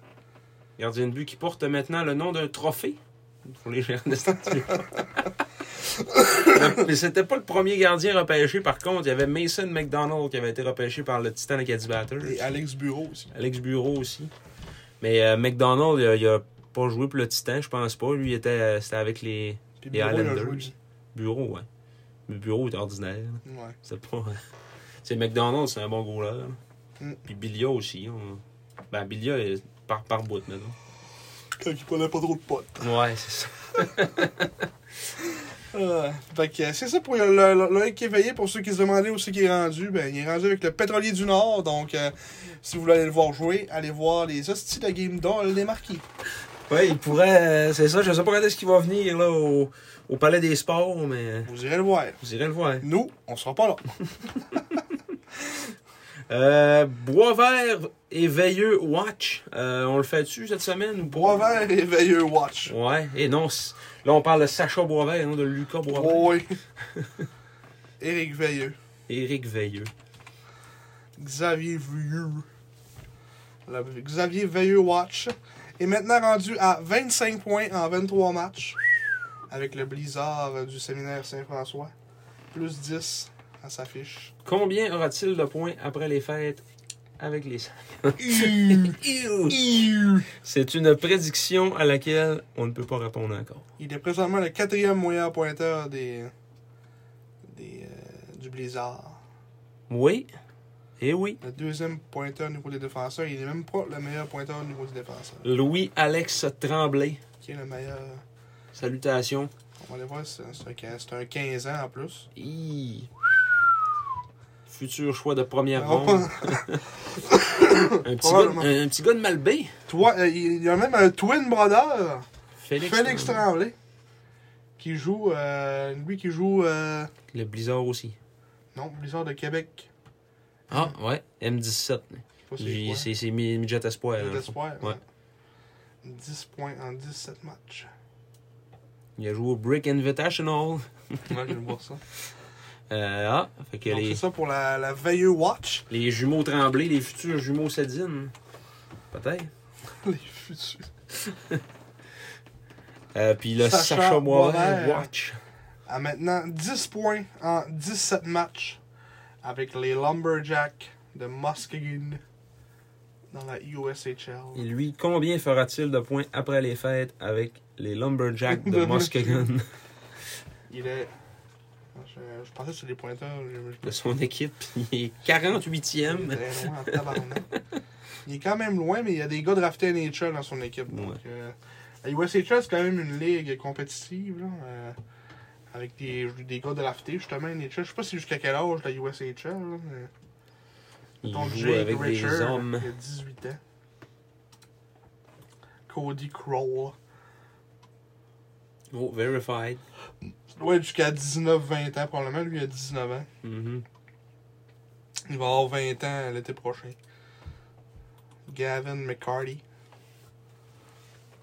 B: Gardien de but qui porte maintenant le nom d'un trophée pour les gérants de statue. Non, Mais c'était pas le premier gardien repêché, par contre. Il y avait Mason McDonald qui avait été repêché par le Titan Acadie Batters.
A: Et Alex Bureau aussi.
B: Alex Bureau aussi. Mais euh, McDonald, il a, il a pas joué pour le Titan, je pense pas. Lui, il était, euh, c'était avec les
A: Puis
B: Les
A: Bureau, il a
B: Islanders.
A: joué, lui.
B: bureaux, ouais. Le bureau est ordinaire.
A: Ouais.
B: C'est pas. C'est McDonald's, c'est un bon goaler.
A: Mm.
B: Puis Bilia aussi. on- Ben, Bilia est par, par bout maintenant.
A: Quand il prenait pas trop de potes.
B: Ouais, c'est ça.
A: Euh, fait que euh, c'est ça pour le- le- l'œil qui est veillé. Pour ceux qui se demandaient où c'est qu'il est rendu, ben, il est rendu avec le Pétrolier du Nord. Donc, euh, si vous voulez aller le voir jouer, allez voir les hosties de Game d'or, les marquis.
B: Ouais, il pourrait. euh, C'est ça, je sais pas quand est-ce qu'il va venir là, au, au Palais des Sports, mais.
A: Vous irez le voir.
B: Vous irez le voir.
A: Nous, on sera pas là.
B: Euh, Boisvert et Veilleux Watch. Euh, on le fait-tu cette semaine ou pas?
A: Boisvert et Veilleux Watch.
B: Ouais, et non, c- là on parle de Sacha Boisvert, non de Lucas Boisvert.
A: Oh oui. Éric Veilleux.
B: Éric Veilleux.
A: Xavier Veilleux. La- Xavier Veilleux Watch est maintenant rendu à 25 points en 23 matchs avec le blizzard euh, du séminaire Saint-François. Plus 10 à sa fiche.
B: Combien aura-t-il de points après les fêtes avec les Saints? C'est une prédiction à laquelle on ne peut pas répondre encore.
A: Il est présentement le quatrième meilleur pointeur des, des, euh, du blizzard.
B: Oui. Et oui.
A: Le deuxième pointeur au niveau des défenseurs. Il est même pas le meilleur pointeur au niveau des défenseurs.
B: Louis-Alex Tremblay.
A: Qui est le meilleur
B: Salutations.
A: On va aller voir, c'est c'est un, quin- c'est un 15 ans en plus.
B: Hi. Futur choix de première
A: Oh.
B: ronde. Un petit, gars,
A: Probablement.
B: de- un petit gars de Malbé.
A: Toi, euh, il y a même un twin brother,
B: Félix,
A: Félix
B: Tremblay.
A: Tremblay, qui joue, euh, lui qui joue, euh,
B: Le Blizzard aussi.
A: non, Blizzard de Québec.
B: Ah, ouais. M17.
A: Je sais pas c'est
B: J'ai-
A: quoi.
B: C'est c'est mi- Midget Espoir. dans
A: Québec
B: le fond.
A: d'Espoir,
B: hein. Ouais.
A: ouais. 10 points en 17 matchs.
B: Il a joué au Brick Invitational.
A: Ouais, je vais voir ça.
B: Euh, ah, fait que
A: Donc,
B: les,
A: c'est ça pour la, la Veilleux Watch.
B: les jumeaux Tremblay, les futurs jumeaux Sedine. Peut-être.
A: Les futurs.
B: Euh, Puis le
A: Sacha
B: Sacha, Boisvert
A: Boisvert.
B: Watch.
A: À maintenant 10 points en 17 matchs avec les Lumberjacks de Muskegon dans la USHL.
B: Et lui, combien fera-t-il de points après les fêtes avec les Lumberjacks de Muskegon
A: Il est. Je, je pensais que c'était des pointeurs. Je, je...
B: de son équipe? Il est
A: Il
B: 48e.
A: est très loin en tabarnak. Il est quand même loin, mais il y a des gars draftés NHL dans son équipe. Donc,
B: Ouais.
A: euh, la USHL, c'est quand même une ligue compétitive. Là, euh, avec des, des gars draftés, justement, NHL. Je sais pas si jusqu'à quel âge la USHL. Là, mais-
B: Il
A: Donc,
B: joue avec des hommes.
A: Il a 18 ans. Cody Crowell.
B: Oh, verified.
A: Ça doit être jusqu'à 19-20 ans, probablement. Lui, il a 19 ans.
B: Mhm.
A: Il va avoir 20 ans l'été prochain. Gavin McCarty.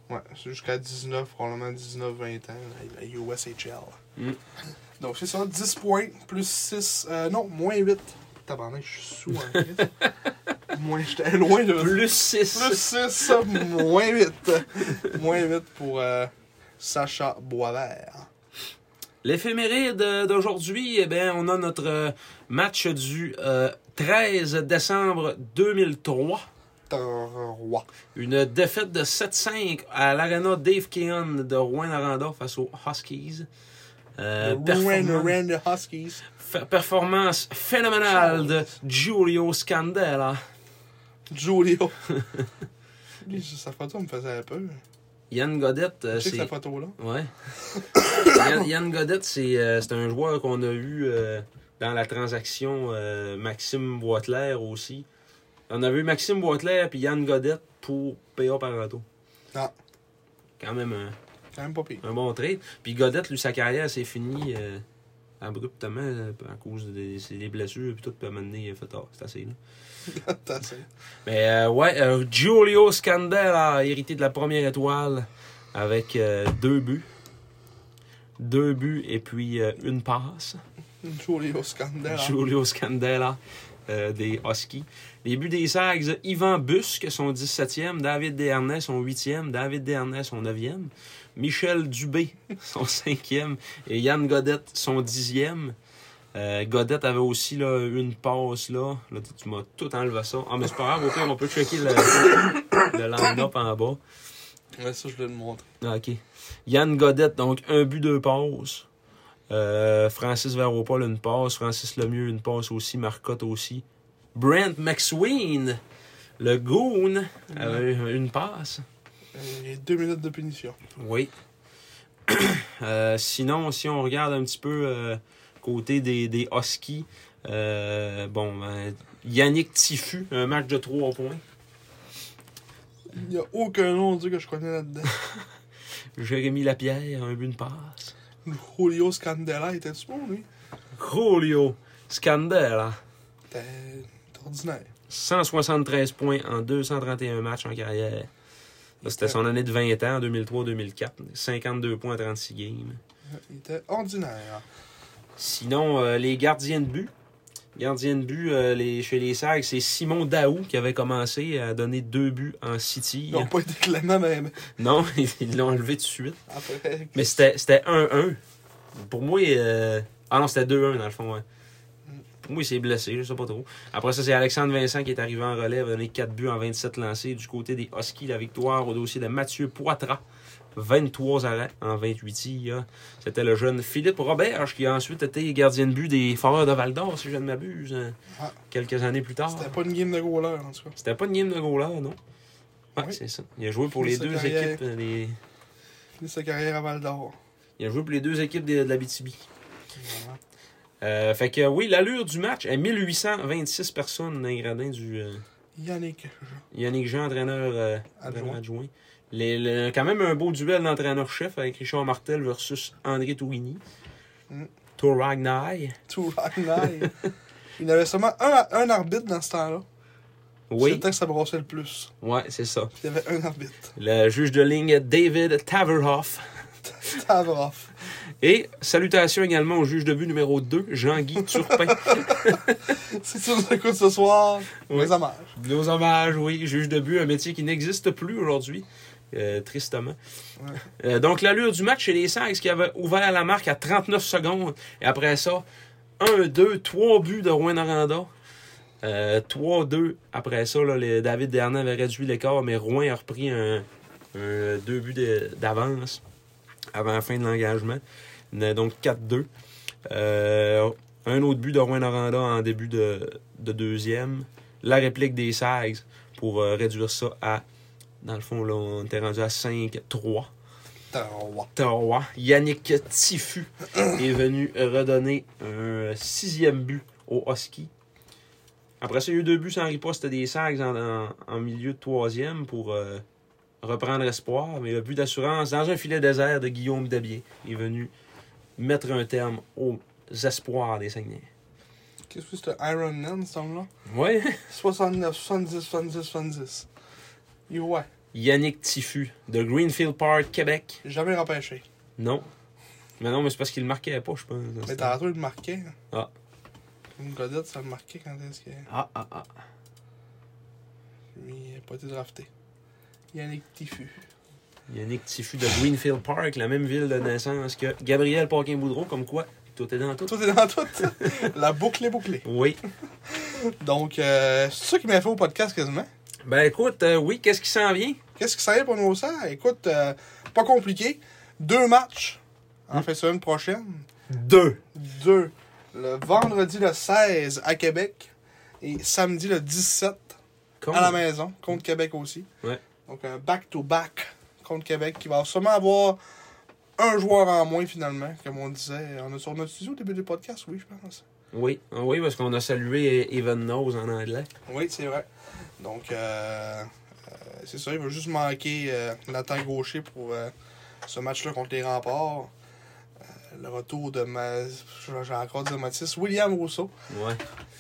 A: Ouais, c'est jusqu'à 19, probablement 19-20 ans, la- la USHL.
B: Mm.
A: Donc c'est ça, 10 points, plus 6, euh, non, moins 8. Tabarnak, je suis sous en fait. moins, j'étais loin de...
B: Plus 6.
A: Plus 6, moins 8. moins 8 pour euh, Sacha Boisvert.
B: L'éphéméride euh, d'aujourd'hui, eh bien, on a notre euh, match du euh, 13 décembre 2003.
A: Trois.
B: Une défaite de 7-5 à l'Arena Dave Keon de Rouen-Aranda face aux Huskies. Euh, performance-
A: Rand Huskies.
B: fa- performance phénoménale de Giulio Scandella.
A: Julio. Lui, sa photo me faisait peur.
B: Yann Godette, euh,
A: Je sais que
B: c'est...
A: sa photo là.
B: Ouais. Yann, Yann Godet, c'est euh, c'est un joueur qu'on a eu euh, dans la transaction euh, Maxime Boitler aussi. On avait eu Maxime Boitler puis Yann Godet pour PA Paranto.
A: Ah.
B: Quand même un,
A: Quand même pas pire.
B: un bon trade. Puis Godet, lui, sa carrière s'est finie euh, abruptement euh, à cause des, c'est des blessures puis tout peut m'amener fait tard. C'est assez là.
A: T'as ça.
B: Mais euh, ouais, euh, Giulio Scandel a hérité de la première étoile avec euh, deux buts. Deux buts et puis euh, une passe.
A: Julio Scandella.
B: Giulio Scandella euh, des Huskies. Les buts des Sags, Yvan Busque, son 17e. David Dernay, son 8e. David Dernay, son 9e. Michel Dubé, son 5e. Et Yann Godet, son 10e. Euh, Godet avait aussi là, une passe là. Là, tu- tu m'as tout enlevé ça. Ah, mais c'est pas grave, au pire, on peut checker le, le line-up en bas.
A: Ouais, ça, je voulais le montrer.
B: Ah, OK. Yann Godet, donc un but, deux passes. Euh, Francis Veropol, une passe. Francis Lemieux, une passe aussi. Marcotte aussi. Brent McSween, le goon, avait une passe.
A: Euh, Il y a deux minutes de punition.
B: Oui. Euh, sinon, si on regarde un petit peu euh, côté des, des Huskies, euh, bon, ben, Yannick Tifu, un match de trois points.
A: Il n'y a aucun nom Dieu, que je connais là-dedans.
B: Jérémy Lapierre, un but, une passe.
A: Julio Scandella était-tu bon, lui?
B: Julio Scandella.
A: T'es t'es ordinaire.
B: 173 points en 231 matchs en carrière. Ça, C'était son année de 20 ans, en 2003-2004. 52 points en 36 games.
A: Il était ordinaire.
B: Sinon, euh, les gardiens de but. Gardiens de but euh, les, chez les Sags, c'est Simon Daou qui avait commencé à donner deux buts en City.
A: Ils n'ont pas été clément, même.
B: Non, ils l'ont enlevé tout de suite.
A: Après.
B: Mais c'était c'était 1-1. Pour moi, euh, ah non, c'était 2-1 dans le fond. ouais. Pour moi, il s'est blessé, je sais pas trop. Après ça, c'est Alexandre Vincent qui est arrivé en relève, a donné 4 buts en 27 lancés. Du côté des Huskies, la victoire au dossier de Mathieu Poitras. 23 arrêts en 28 tirs. C'était le jeune Philippe Roberge qui a ensuite été gardien de but des Foreurs de Val d'Or, si je ne m'abuse, hein,
A: Ah.
B: quelques années plus tard.
A: C'était pas une game de goaler, en tout cas.
B: C'était pas une game de goaler, non? Ouais,
A: Oui.
B: c'est ça. Il a joué pour
A: Puis
B: les
A: sa
B: deux
A: carrière.
B: équipes. euh, les-
A: Fini sa carrière à Val d'Or.
B: Il a joué pour les deux équipes de, de la BTB.
A: Vraiment.
B: Euh, fait que euh, oui, l'allure du match est 1826 personnes dans les gradins du euh,
A: Yannick.
B: Yannick Jean, entraîneur euh,
A: Adjoint.
B: entraîneur adjoint. Les- le- quand même un beau duel d'entraîneur-chef avec Richard Martel versus André Tourigny.
A: Mm.
B: Touragnai.
A: Tout ordinaire. Il y avait seulement un, un arbitre dans ce temps-là. C'est
B: Oui,
A: le temps que ça brassait le plus.
B: ouais, c'est ça.
A: Il y avait un arbitre.
B: Le juge de ligne David Taverhoff.
A: Tavroff.
B: Et salutations également au juge de but numéro 2, Jean-Guy Turpin.
A: Si tu nous écoutes ce soir,
B: Oui.
A: les hommages.
B: Nos hommages, oui. Juge de but, un métier qui n'existe plus aujourd'hui, euh, tristement.
A: Ouais.
B: Euh, donc, l'allure du match chez les Sags qui avait ouvert la marque à 39 secondes. Et après ça, 1-2, 3 buts de Rouen Aranda. 3-2. Après ça, là, les- David Dernay avait réduit l'écart, mais Rouen a repris un, un deux buts de- d'avance avant la fin de l'engagement. Ne- Donc 4-2. Euh, un autre but de Rouen Noranda en début de, de deuxième. La réplique des Sags pour euh, réduire ça à. Dans le fond, là, on était rendu à 5-3.
A: Tavroff.
B: Ottawa, Yannick Tifu est venu redonner un euh, sixième but au Husky. Après ça, il y a eu deux buts sans riposte des Sags en, en- en milieu de troisième pour euh, reprendre espoir. Mais le but d'assurance dans un filet désert de Guillaume Dabier est venu mettre un terme aux espoirs des Saguenay.
A: Qu'est-ce que c'est, un Iron Man, ce homme-là?
B: Ouais.
A: 69, 70, 70, 70. Et ouais,
B: Yannick Tifu de Greenfield Park, Québec.
A: j'ai jamais repêché.
B: Non. Mais non, mais c'est parce qu'il ne marquait pas, je pense. dans ce
A: Mais
B: temps.
A: tantôt, il le marquait.
B: Ah.
A: hein. Une godette, ça le marquait quand est-ce que.
B: Ah, ah, ah.
A: Lui, il n'a pas été drafté. Yannick Tifu.
B: Yannick Tifu de Greenfield Park, la même ville de naissance que Gabriel Paquin-Boudreau, comme quoi tout est dans tout.
A: Tout est dans tout. La boucle est bouclée.
B: Oui.
A: Donc, euh, c'est ça qui m'a fait au podcast quasiment.
B: Ben écoute, euh, oui, qu'est-ce qui s'en vient?
A: Qu'est-ce qui s'arrive pour nos sangs? Écoute, euh, pas compliqué. Deux matchs en fin de semaine prochaine.
B: Deux.
A: Deux. Le vendredi le 16 à Québec et samedi le 17 à la maison, contre Québec aussi.
B: Ouais.
A: Donc un back-to-back contre Québec qui va sûrement avoir un joueur en moins, finalement, comme on disait. On a sur notre studio au début du podcast, oui, je pense.
B: Oui, ah oui, parce qu'on a salué Evan Nose en anglais.
A: Oui, c'est vrai. Donc, euh, euh, c'est ça, il va juste manquer euh, Nathan Gaucher pour euh, ce match-là contre les remparts. Euh, le retour de ma... j'ai encore dit Matisse, William Rousseau,
B: Ouais.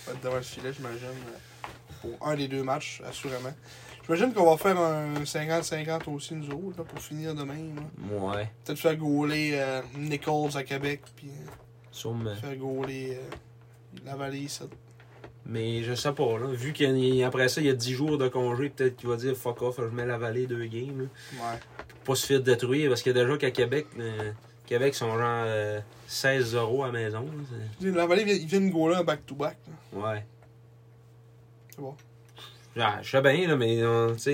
A: va être devant le filet, j'imagine, euh, pour un des deux matchs, assurément. J'imagine qu'on va faire un 50-50 aussi, nous autres, là, pour finir de même. là.
B: Ouais.
A: Peut-être faire gauler euh, Nichols à Québec, puis
B: Sûrement.
A: euh, faire gauler euh, la valise.
B: Mais je sais pas, là. Vu qu'après ça, il y a 10 jours de congé, peut-être qu'il va dire fuck off, je mets la vallée deux games. là.
A: Ouais.
B: Pour Pas se faire détruire, parce que déjà qu'à Québec, euh, Québec sont genre euh, 16 euros à la maison. là, c'est-
A: La vallée, ils viennent gauler un back-to-back. là.
B: Ouais.
A: C'est bon.
B: Ah, je sais bien, là, mais on- tu sais.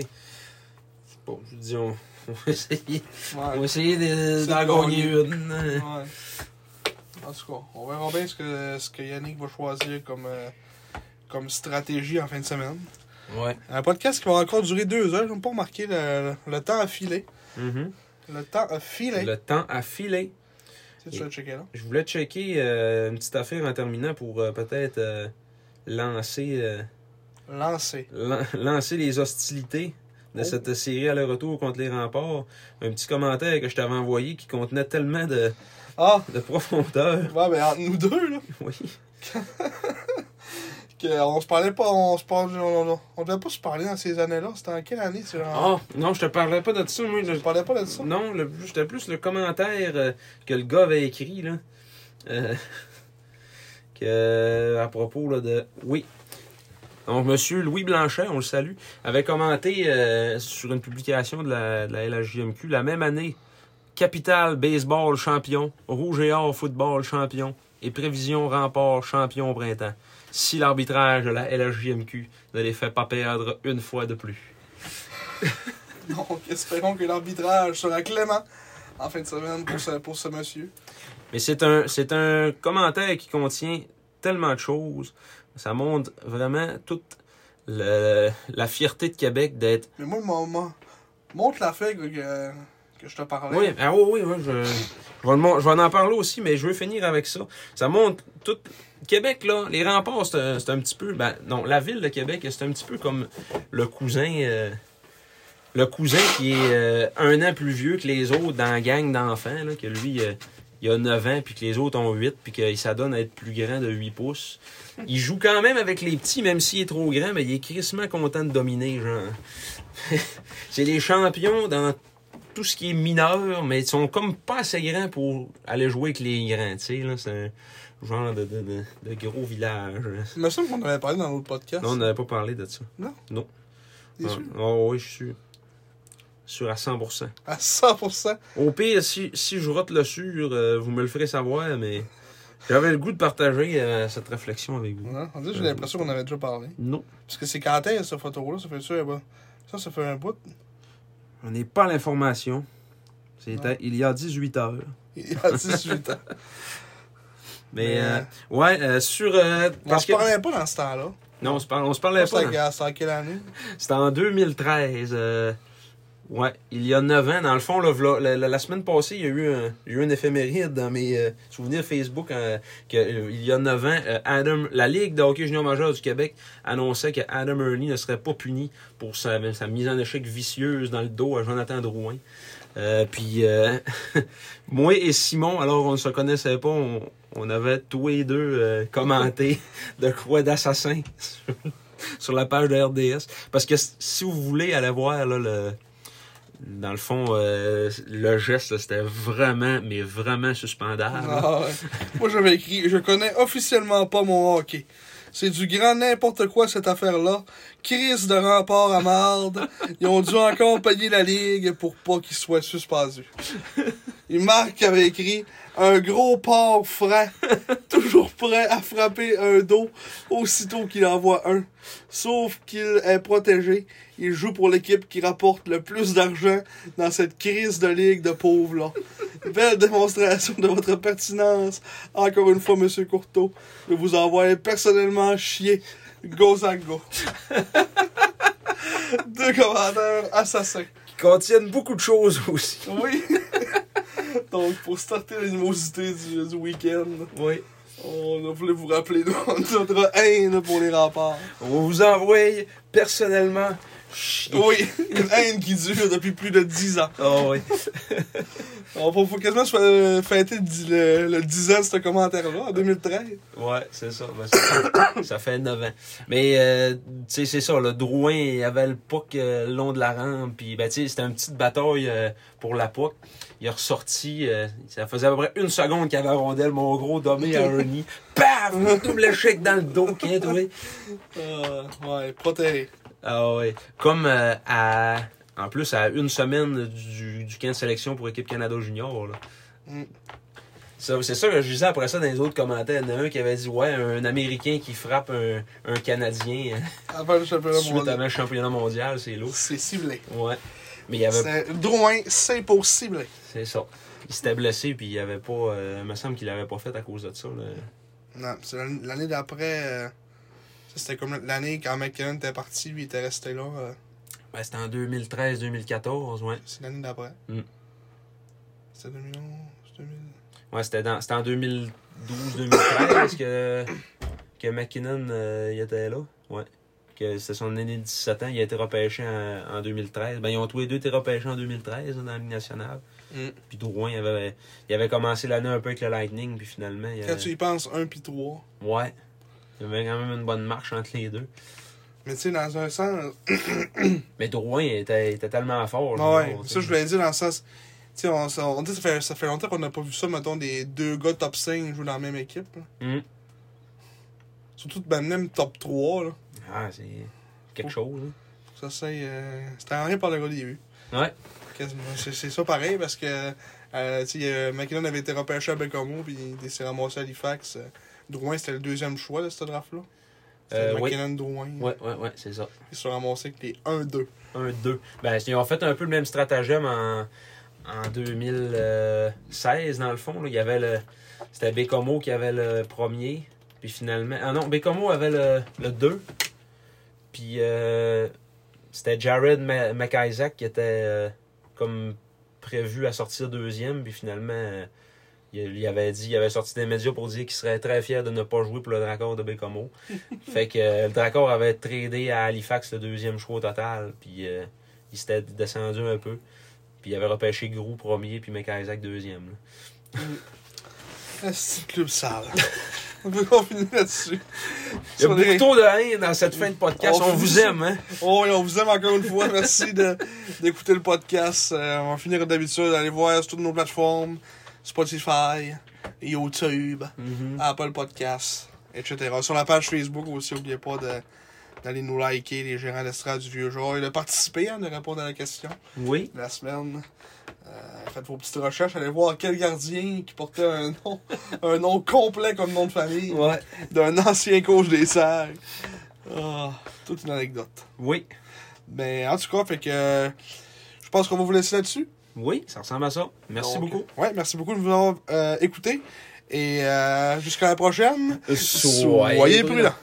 B: c'est pas- je dis, on, on va essayer, on va
A: Ouais.
B: essayer de-
A: C'est
B: d'en
A: gagné.
B: gagner une. là.
A: ouais. En tout cas, on verra bien ce que, ce que Yannick va choisir comme, euh, comme stratégie en fin de semaine.
B: Ouais.
A: Un podcast qui va encore durer deux heures. Je n'ai pas remarqué le, le temps à filer.
B: Mhm.
A: Le temps à filer.
B: Le temps a filé.
A: Tu sais, tu vas checker là.
B: Je voulais checker euh, une petite affaire en terminant pour euh, peut-être euh, lancer, euh,
A: Lancer.
B: lan- lancer les hostilités de
A: Oh.
B: cette série à le retour contre les remparts. Un petit commentaire que je t'avais envoyé qui contenait tellement de,
A: Ah!
B: de profondeur.
A: Ouais, ben entre nous deux, là.
B: Oui.
A: que on se parlait pas, on se parlait, on, on, on devait pas se parler dans ces années-là. C'était en quelle année, c'est genre?
B: Ah, non, je te parlais pas de ça. Moi,
A: Je
B: je-
A: parlais pas de ça.
B: Non, le- c'était plus le commentaire euh, que le gars avait écrit, là. Euh, que, à propos là, de. Oui. Donc, monsieur Louis Blanchet, on le salue, avait commenté euh, sur une publication de la, de la LHJMQ la même année Capital Baseball champion, Rouge et Or football champion et Prévision Remport champion au printemps. Si l'arbitrage de la LHJMQ ne les fait pas perdre une fois de plus.
A: Donc, espérons que l'arbitrage sera clément en fin de semaine pour ce, pour ce monsieur.
B: Mais c'est un, c'est un commentaire qui contient tellement de choses. Ça montre vraiment toute le- la fierté de Québec d'être.
A: Mais moi, mon, mon, montre la feuille que, que, que je te parlais.
B: Oui, ah oui, oui, oui, je, je vais, le mon- je vais en parler aussi, mais je veux finir avec ça. Ça montre tout. Québec, là, les remparts, c'est un, c'est un petit peu. Ben, non, la ville de Québec, c'est un petit peu comme le cousin. euh, le cousin qui est euh, un an plus vieux que les autres dans la gang d'enfants, là, que lui, euh, il a 9 ans, puis que les autres ont 8, puis qu'il s'adonne à être plus grand de 8 pouces. Il joue quand même avec les petits, même s'il est trop grand, mais il est crissement content de dominer, genre. C'est des champions dans tout ce qui est mineur, mais ils sont comme pas assez grands pour aller jouer avec les grands, tu sais, là. C'est un genre de, de, de, de gros village. là.
A: Il me semble qu'on avait parlé dans l'autre podcast.
B: Non, on n'avait pas parlé de ça.
A: T'es
B: Ah,
A: sûr?
B: oh, oui, je suis sûr. Sûr à 100%.
A: À 100%.
B: Au pire, si, si je rate le sur, euh, vous me le ferez savoir, mais j'avais le goût de partager euh, cette réflexion avec vous.
A: Non, on dirait que j'ai l'impression qu'on avait déjà parlé.
B: Non,
A: Parce que c'est quand est ce photo-là, ça fait sûr, eh ben, ça, ça fait un bout.
B: on n'est pas à l'information. C'était il y a 18 heures.
A: Il a 18 ans.
B: Mais,
A: Mais,
B: euh, ouais, euh, sur. euh,
A: On
B: parce
A: se
B: que...
A: parlait pas dans ce temps-là.
B: Non, on se, parle- on se parlait
A: Je sais
B: pas.
A: pas
B: hein.
A: c'était- C'était en quelle année?
B: C'était en 2013. euh, Ouais, il y a 9 ans. Dans le fond, là, v'là- la, la- la semaine passée, il y a eu un, il y a eu une éphéméride dans mes euh, souvenirs Facebook. euh, que, euh, il y a 9 ans, euh, Adam, la Ligue de hockey junior majeur du Québec annonçait que Adam Ernie ne serait pas puni pour sa, sa mise en échec vicieuse dans le dos à Jonathan Drouin. Euh, puis, euh, moi et Simon, alors on ne se connaissait pas, on, on avait tous les deux euh, commenté de quoi d'assassin sur, sur la page de RDS. Parce que s- si vous voulez aller voir là, le. Dans le fond, euh, le geste, là, c'était vraiment, mais vraiment suspendable.
A: Ah ouais. Moi, j'avais écrit Je connais officiellement pas mon hockey. C'est du grand n'importe quoi, cette affaire-là. Crise de rempart à marde. Ils ont dû encore payer la ligue pour pas qu'ils soient suspendus. Et Marc avait écrit Un gros porc franc, toujours prêt à frapper un dos aussitôt qu'il envoie un. Sauf qu'il est protégé. Il joue pour l'équipe qui rapporte le plus d'argent dans cette crise de ligue de pauvres-là. Belle démonstration de votre pertinence. Encore une fois, Monsieur Courteau, de vous envoyer personnellement chier. Go Zango. Deux commentaires assassins.
B: Qui contiennent beaucoup de choses aussi.
A: Oui. Donc, pour starter l'animosité du, du week-end,
B: Oui.
A: on a voulu vous rappeler notre notre haine pour les remparts.
B: On vous envoie personnellement. chier.
A: Oui, une haine qui dure depuis plus de 10 ans.
B: Ah oui.
A: On faut, faut quasiment se fa- fêter le, dix- le, le 10 ans de ce commentaire-là, en 2013.
B: Ouais, c'est ça. Ben, ça- ça fait 9 ans. Mais, euh, tu sais, c'est ça. Le Drouin, il avait le puck euh, le long de la rampe. Puis, ben, tu sais, c'était une petite bataille euh, pour la puck. Il est ressorti. euh, ça faisait à peu près une seconde qu'il avait la rondelle, mon gros, dommé à Ernie. Paf! Double échec dans le dos, qu'est-ce que oui.
A: Euh, ouais, protégé.
B: Ah ouais. Comme euh, à. En plus, à une semaine du, du camp de sélection pour équipe Canada Junior. Là.
A: Mm.
B: Ça, c'est ça que je disais après ça dans les autres commentaires. Il y en a un qui avait dit Ouais, un Américain qui frappe un, un Canadien hein,
A: Avant le championnat
B: suite avant
A: mondial.
B: le championnat mondial, c'est lourd.
A: C'est ciblé.
B: Ouais. Mais il avait.
A: C'est Drouin, c'est pour cibler.
B: C'est ça. Il s'était blessé, puis il avait pas. euh, il me semble qu'il l'avait pas fait à cause de ça. là.
A: Non, c'est l'année l'année d'après. euh, ça, C'était comme l'année quand McKinnon était parti, lui, il était resté là. euh,
B: Ben, c'était en 2013-2014, ouais.
A: c'est l'année d'après.
B: Mm.
A: C'était 2011, 2000.
B: Ouais, c'était, dans, c'était en 2012-2013 que, que McKinnon euh, il était là. Ouais. Que c'était son aîné de 17 ans. Il a été repêché en, en 2013. Ben, ils ont tous les deux été repêchés en 2013 hein, dans la Ligue nationale.
A: Mm.
B: Puis Drouin, il avait, il avait commencé l'année un peu avec le Lightning. Puis finalement, il
A: Quand
B: avait-
A: tu y penses, 1 puis 3.
B: Ouais. Il avait quand même une bonne marche entre les deux.
A: Mais tu sais, dans un sens.
B: Mais Drouin il était, il était tellement fort. là,
A: Ah ouais,
B: on-
A: ça, je voulais dire dans le sens. Tu sais, on, on dit ça fait, ça fait longtemps qu'on n'a pas vu ça, mettons, des deux gars top 5 jouer dans la même équipe. là.
B: Mm.
A: Surtout, ben, même top 3. Là.
B: Ah, c'est quelque chose. hein.
A: Ça, c'est. Euh, c'était en rien par le gars au début.
B: Ouais.
A: Quasiment. C'est c'est ça pareil parce que. Euh, tu sais, euh, McKinnon avait été repêché à Bécamo, puis il s'est ramassé à Halifax. Euh, Drouin, c'était le deuxième choix de ce draft-là. C'était
B: Euh, oui.
A: McKinnon, Drouin.
B: Ouais, ouais, ouais, c'est ça.
A: Ils se sont ramassés avec les 1-2.
B: 1-2. Ben, ils ont fait un peu le même stratagème en, en 2016, dans le fond. là. Il y avait le. C'était Bécomo qui avait le premier. Puis finalement. Ah non, Bécomo avait le, le 2. Puis euh, c'était Jared Ma- McIsaac qui était euh, comme prévu à sortir deuxième. Puis finalement. euh, il il avait dit, il avait sorti des médias pour dire qu'il serait très fier de ne pas jouer pour le Dracor de Bécomo. Fait que euh, le Dracor avait tradé à Halifax le deuxième choix au total, puis euh, il s'était descendu un peu. Puis il avait repêché Gros premier, puis McIsaac deuxième. là.
A: C'est club sale. On veut qu'on finisse là-dessus.
B: Il y a
A: Sur les-
B: beaucoup trop de haine dans cette fin de podcast.
A: On
B: On vous
A: vous-
B: aime, hein?
A: Oh, et on vous aime encore une fois. Merci de- d'écouter le podcast. Euh, on va finir comme d'habitude. Allez voir sur toutes nos plateformes Spotify, YouTube, Apple Ah, Podcast, etc. Sur la page Facebook aussi, n'oubliez pas de- d'aller nous liker, les gérants d'estrade du vieux jour, et de participer, hein, de répondre à la question
B: Oui.
A: de la semaine. Euh, faites vos petites recherches, allez voir quel gardien qui portait un nom, un nom complet comme nom de famille
B: Ouais.
A: d'un ancien coach des Serres. Ah, toute une anecdote.
B: Oui.
A: Mais en tout cas, fait que euh, je pense qu'on va vous laisser là-dessus.
B: Oui, ça ressemble à ça. Merci
A: Donc,
B: beaucoup.
A: Ouais, merci beaucoup de vous avoir euh, écouté. Et euh, jusqu'à la prochaine.
B: Soyez
A: prudents.
B: prudents.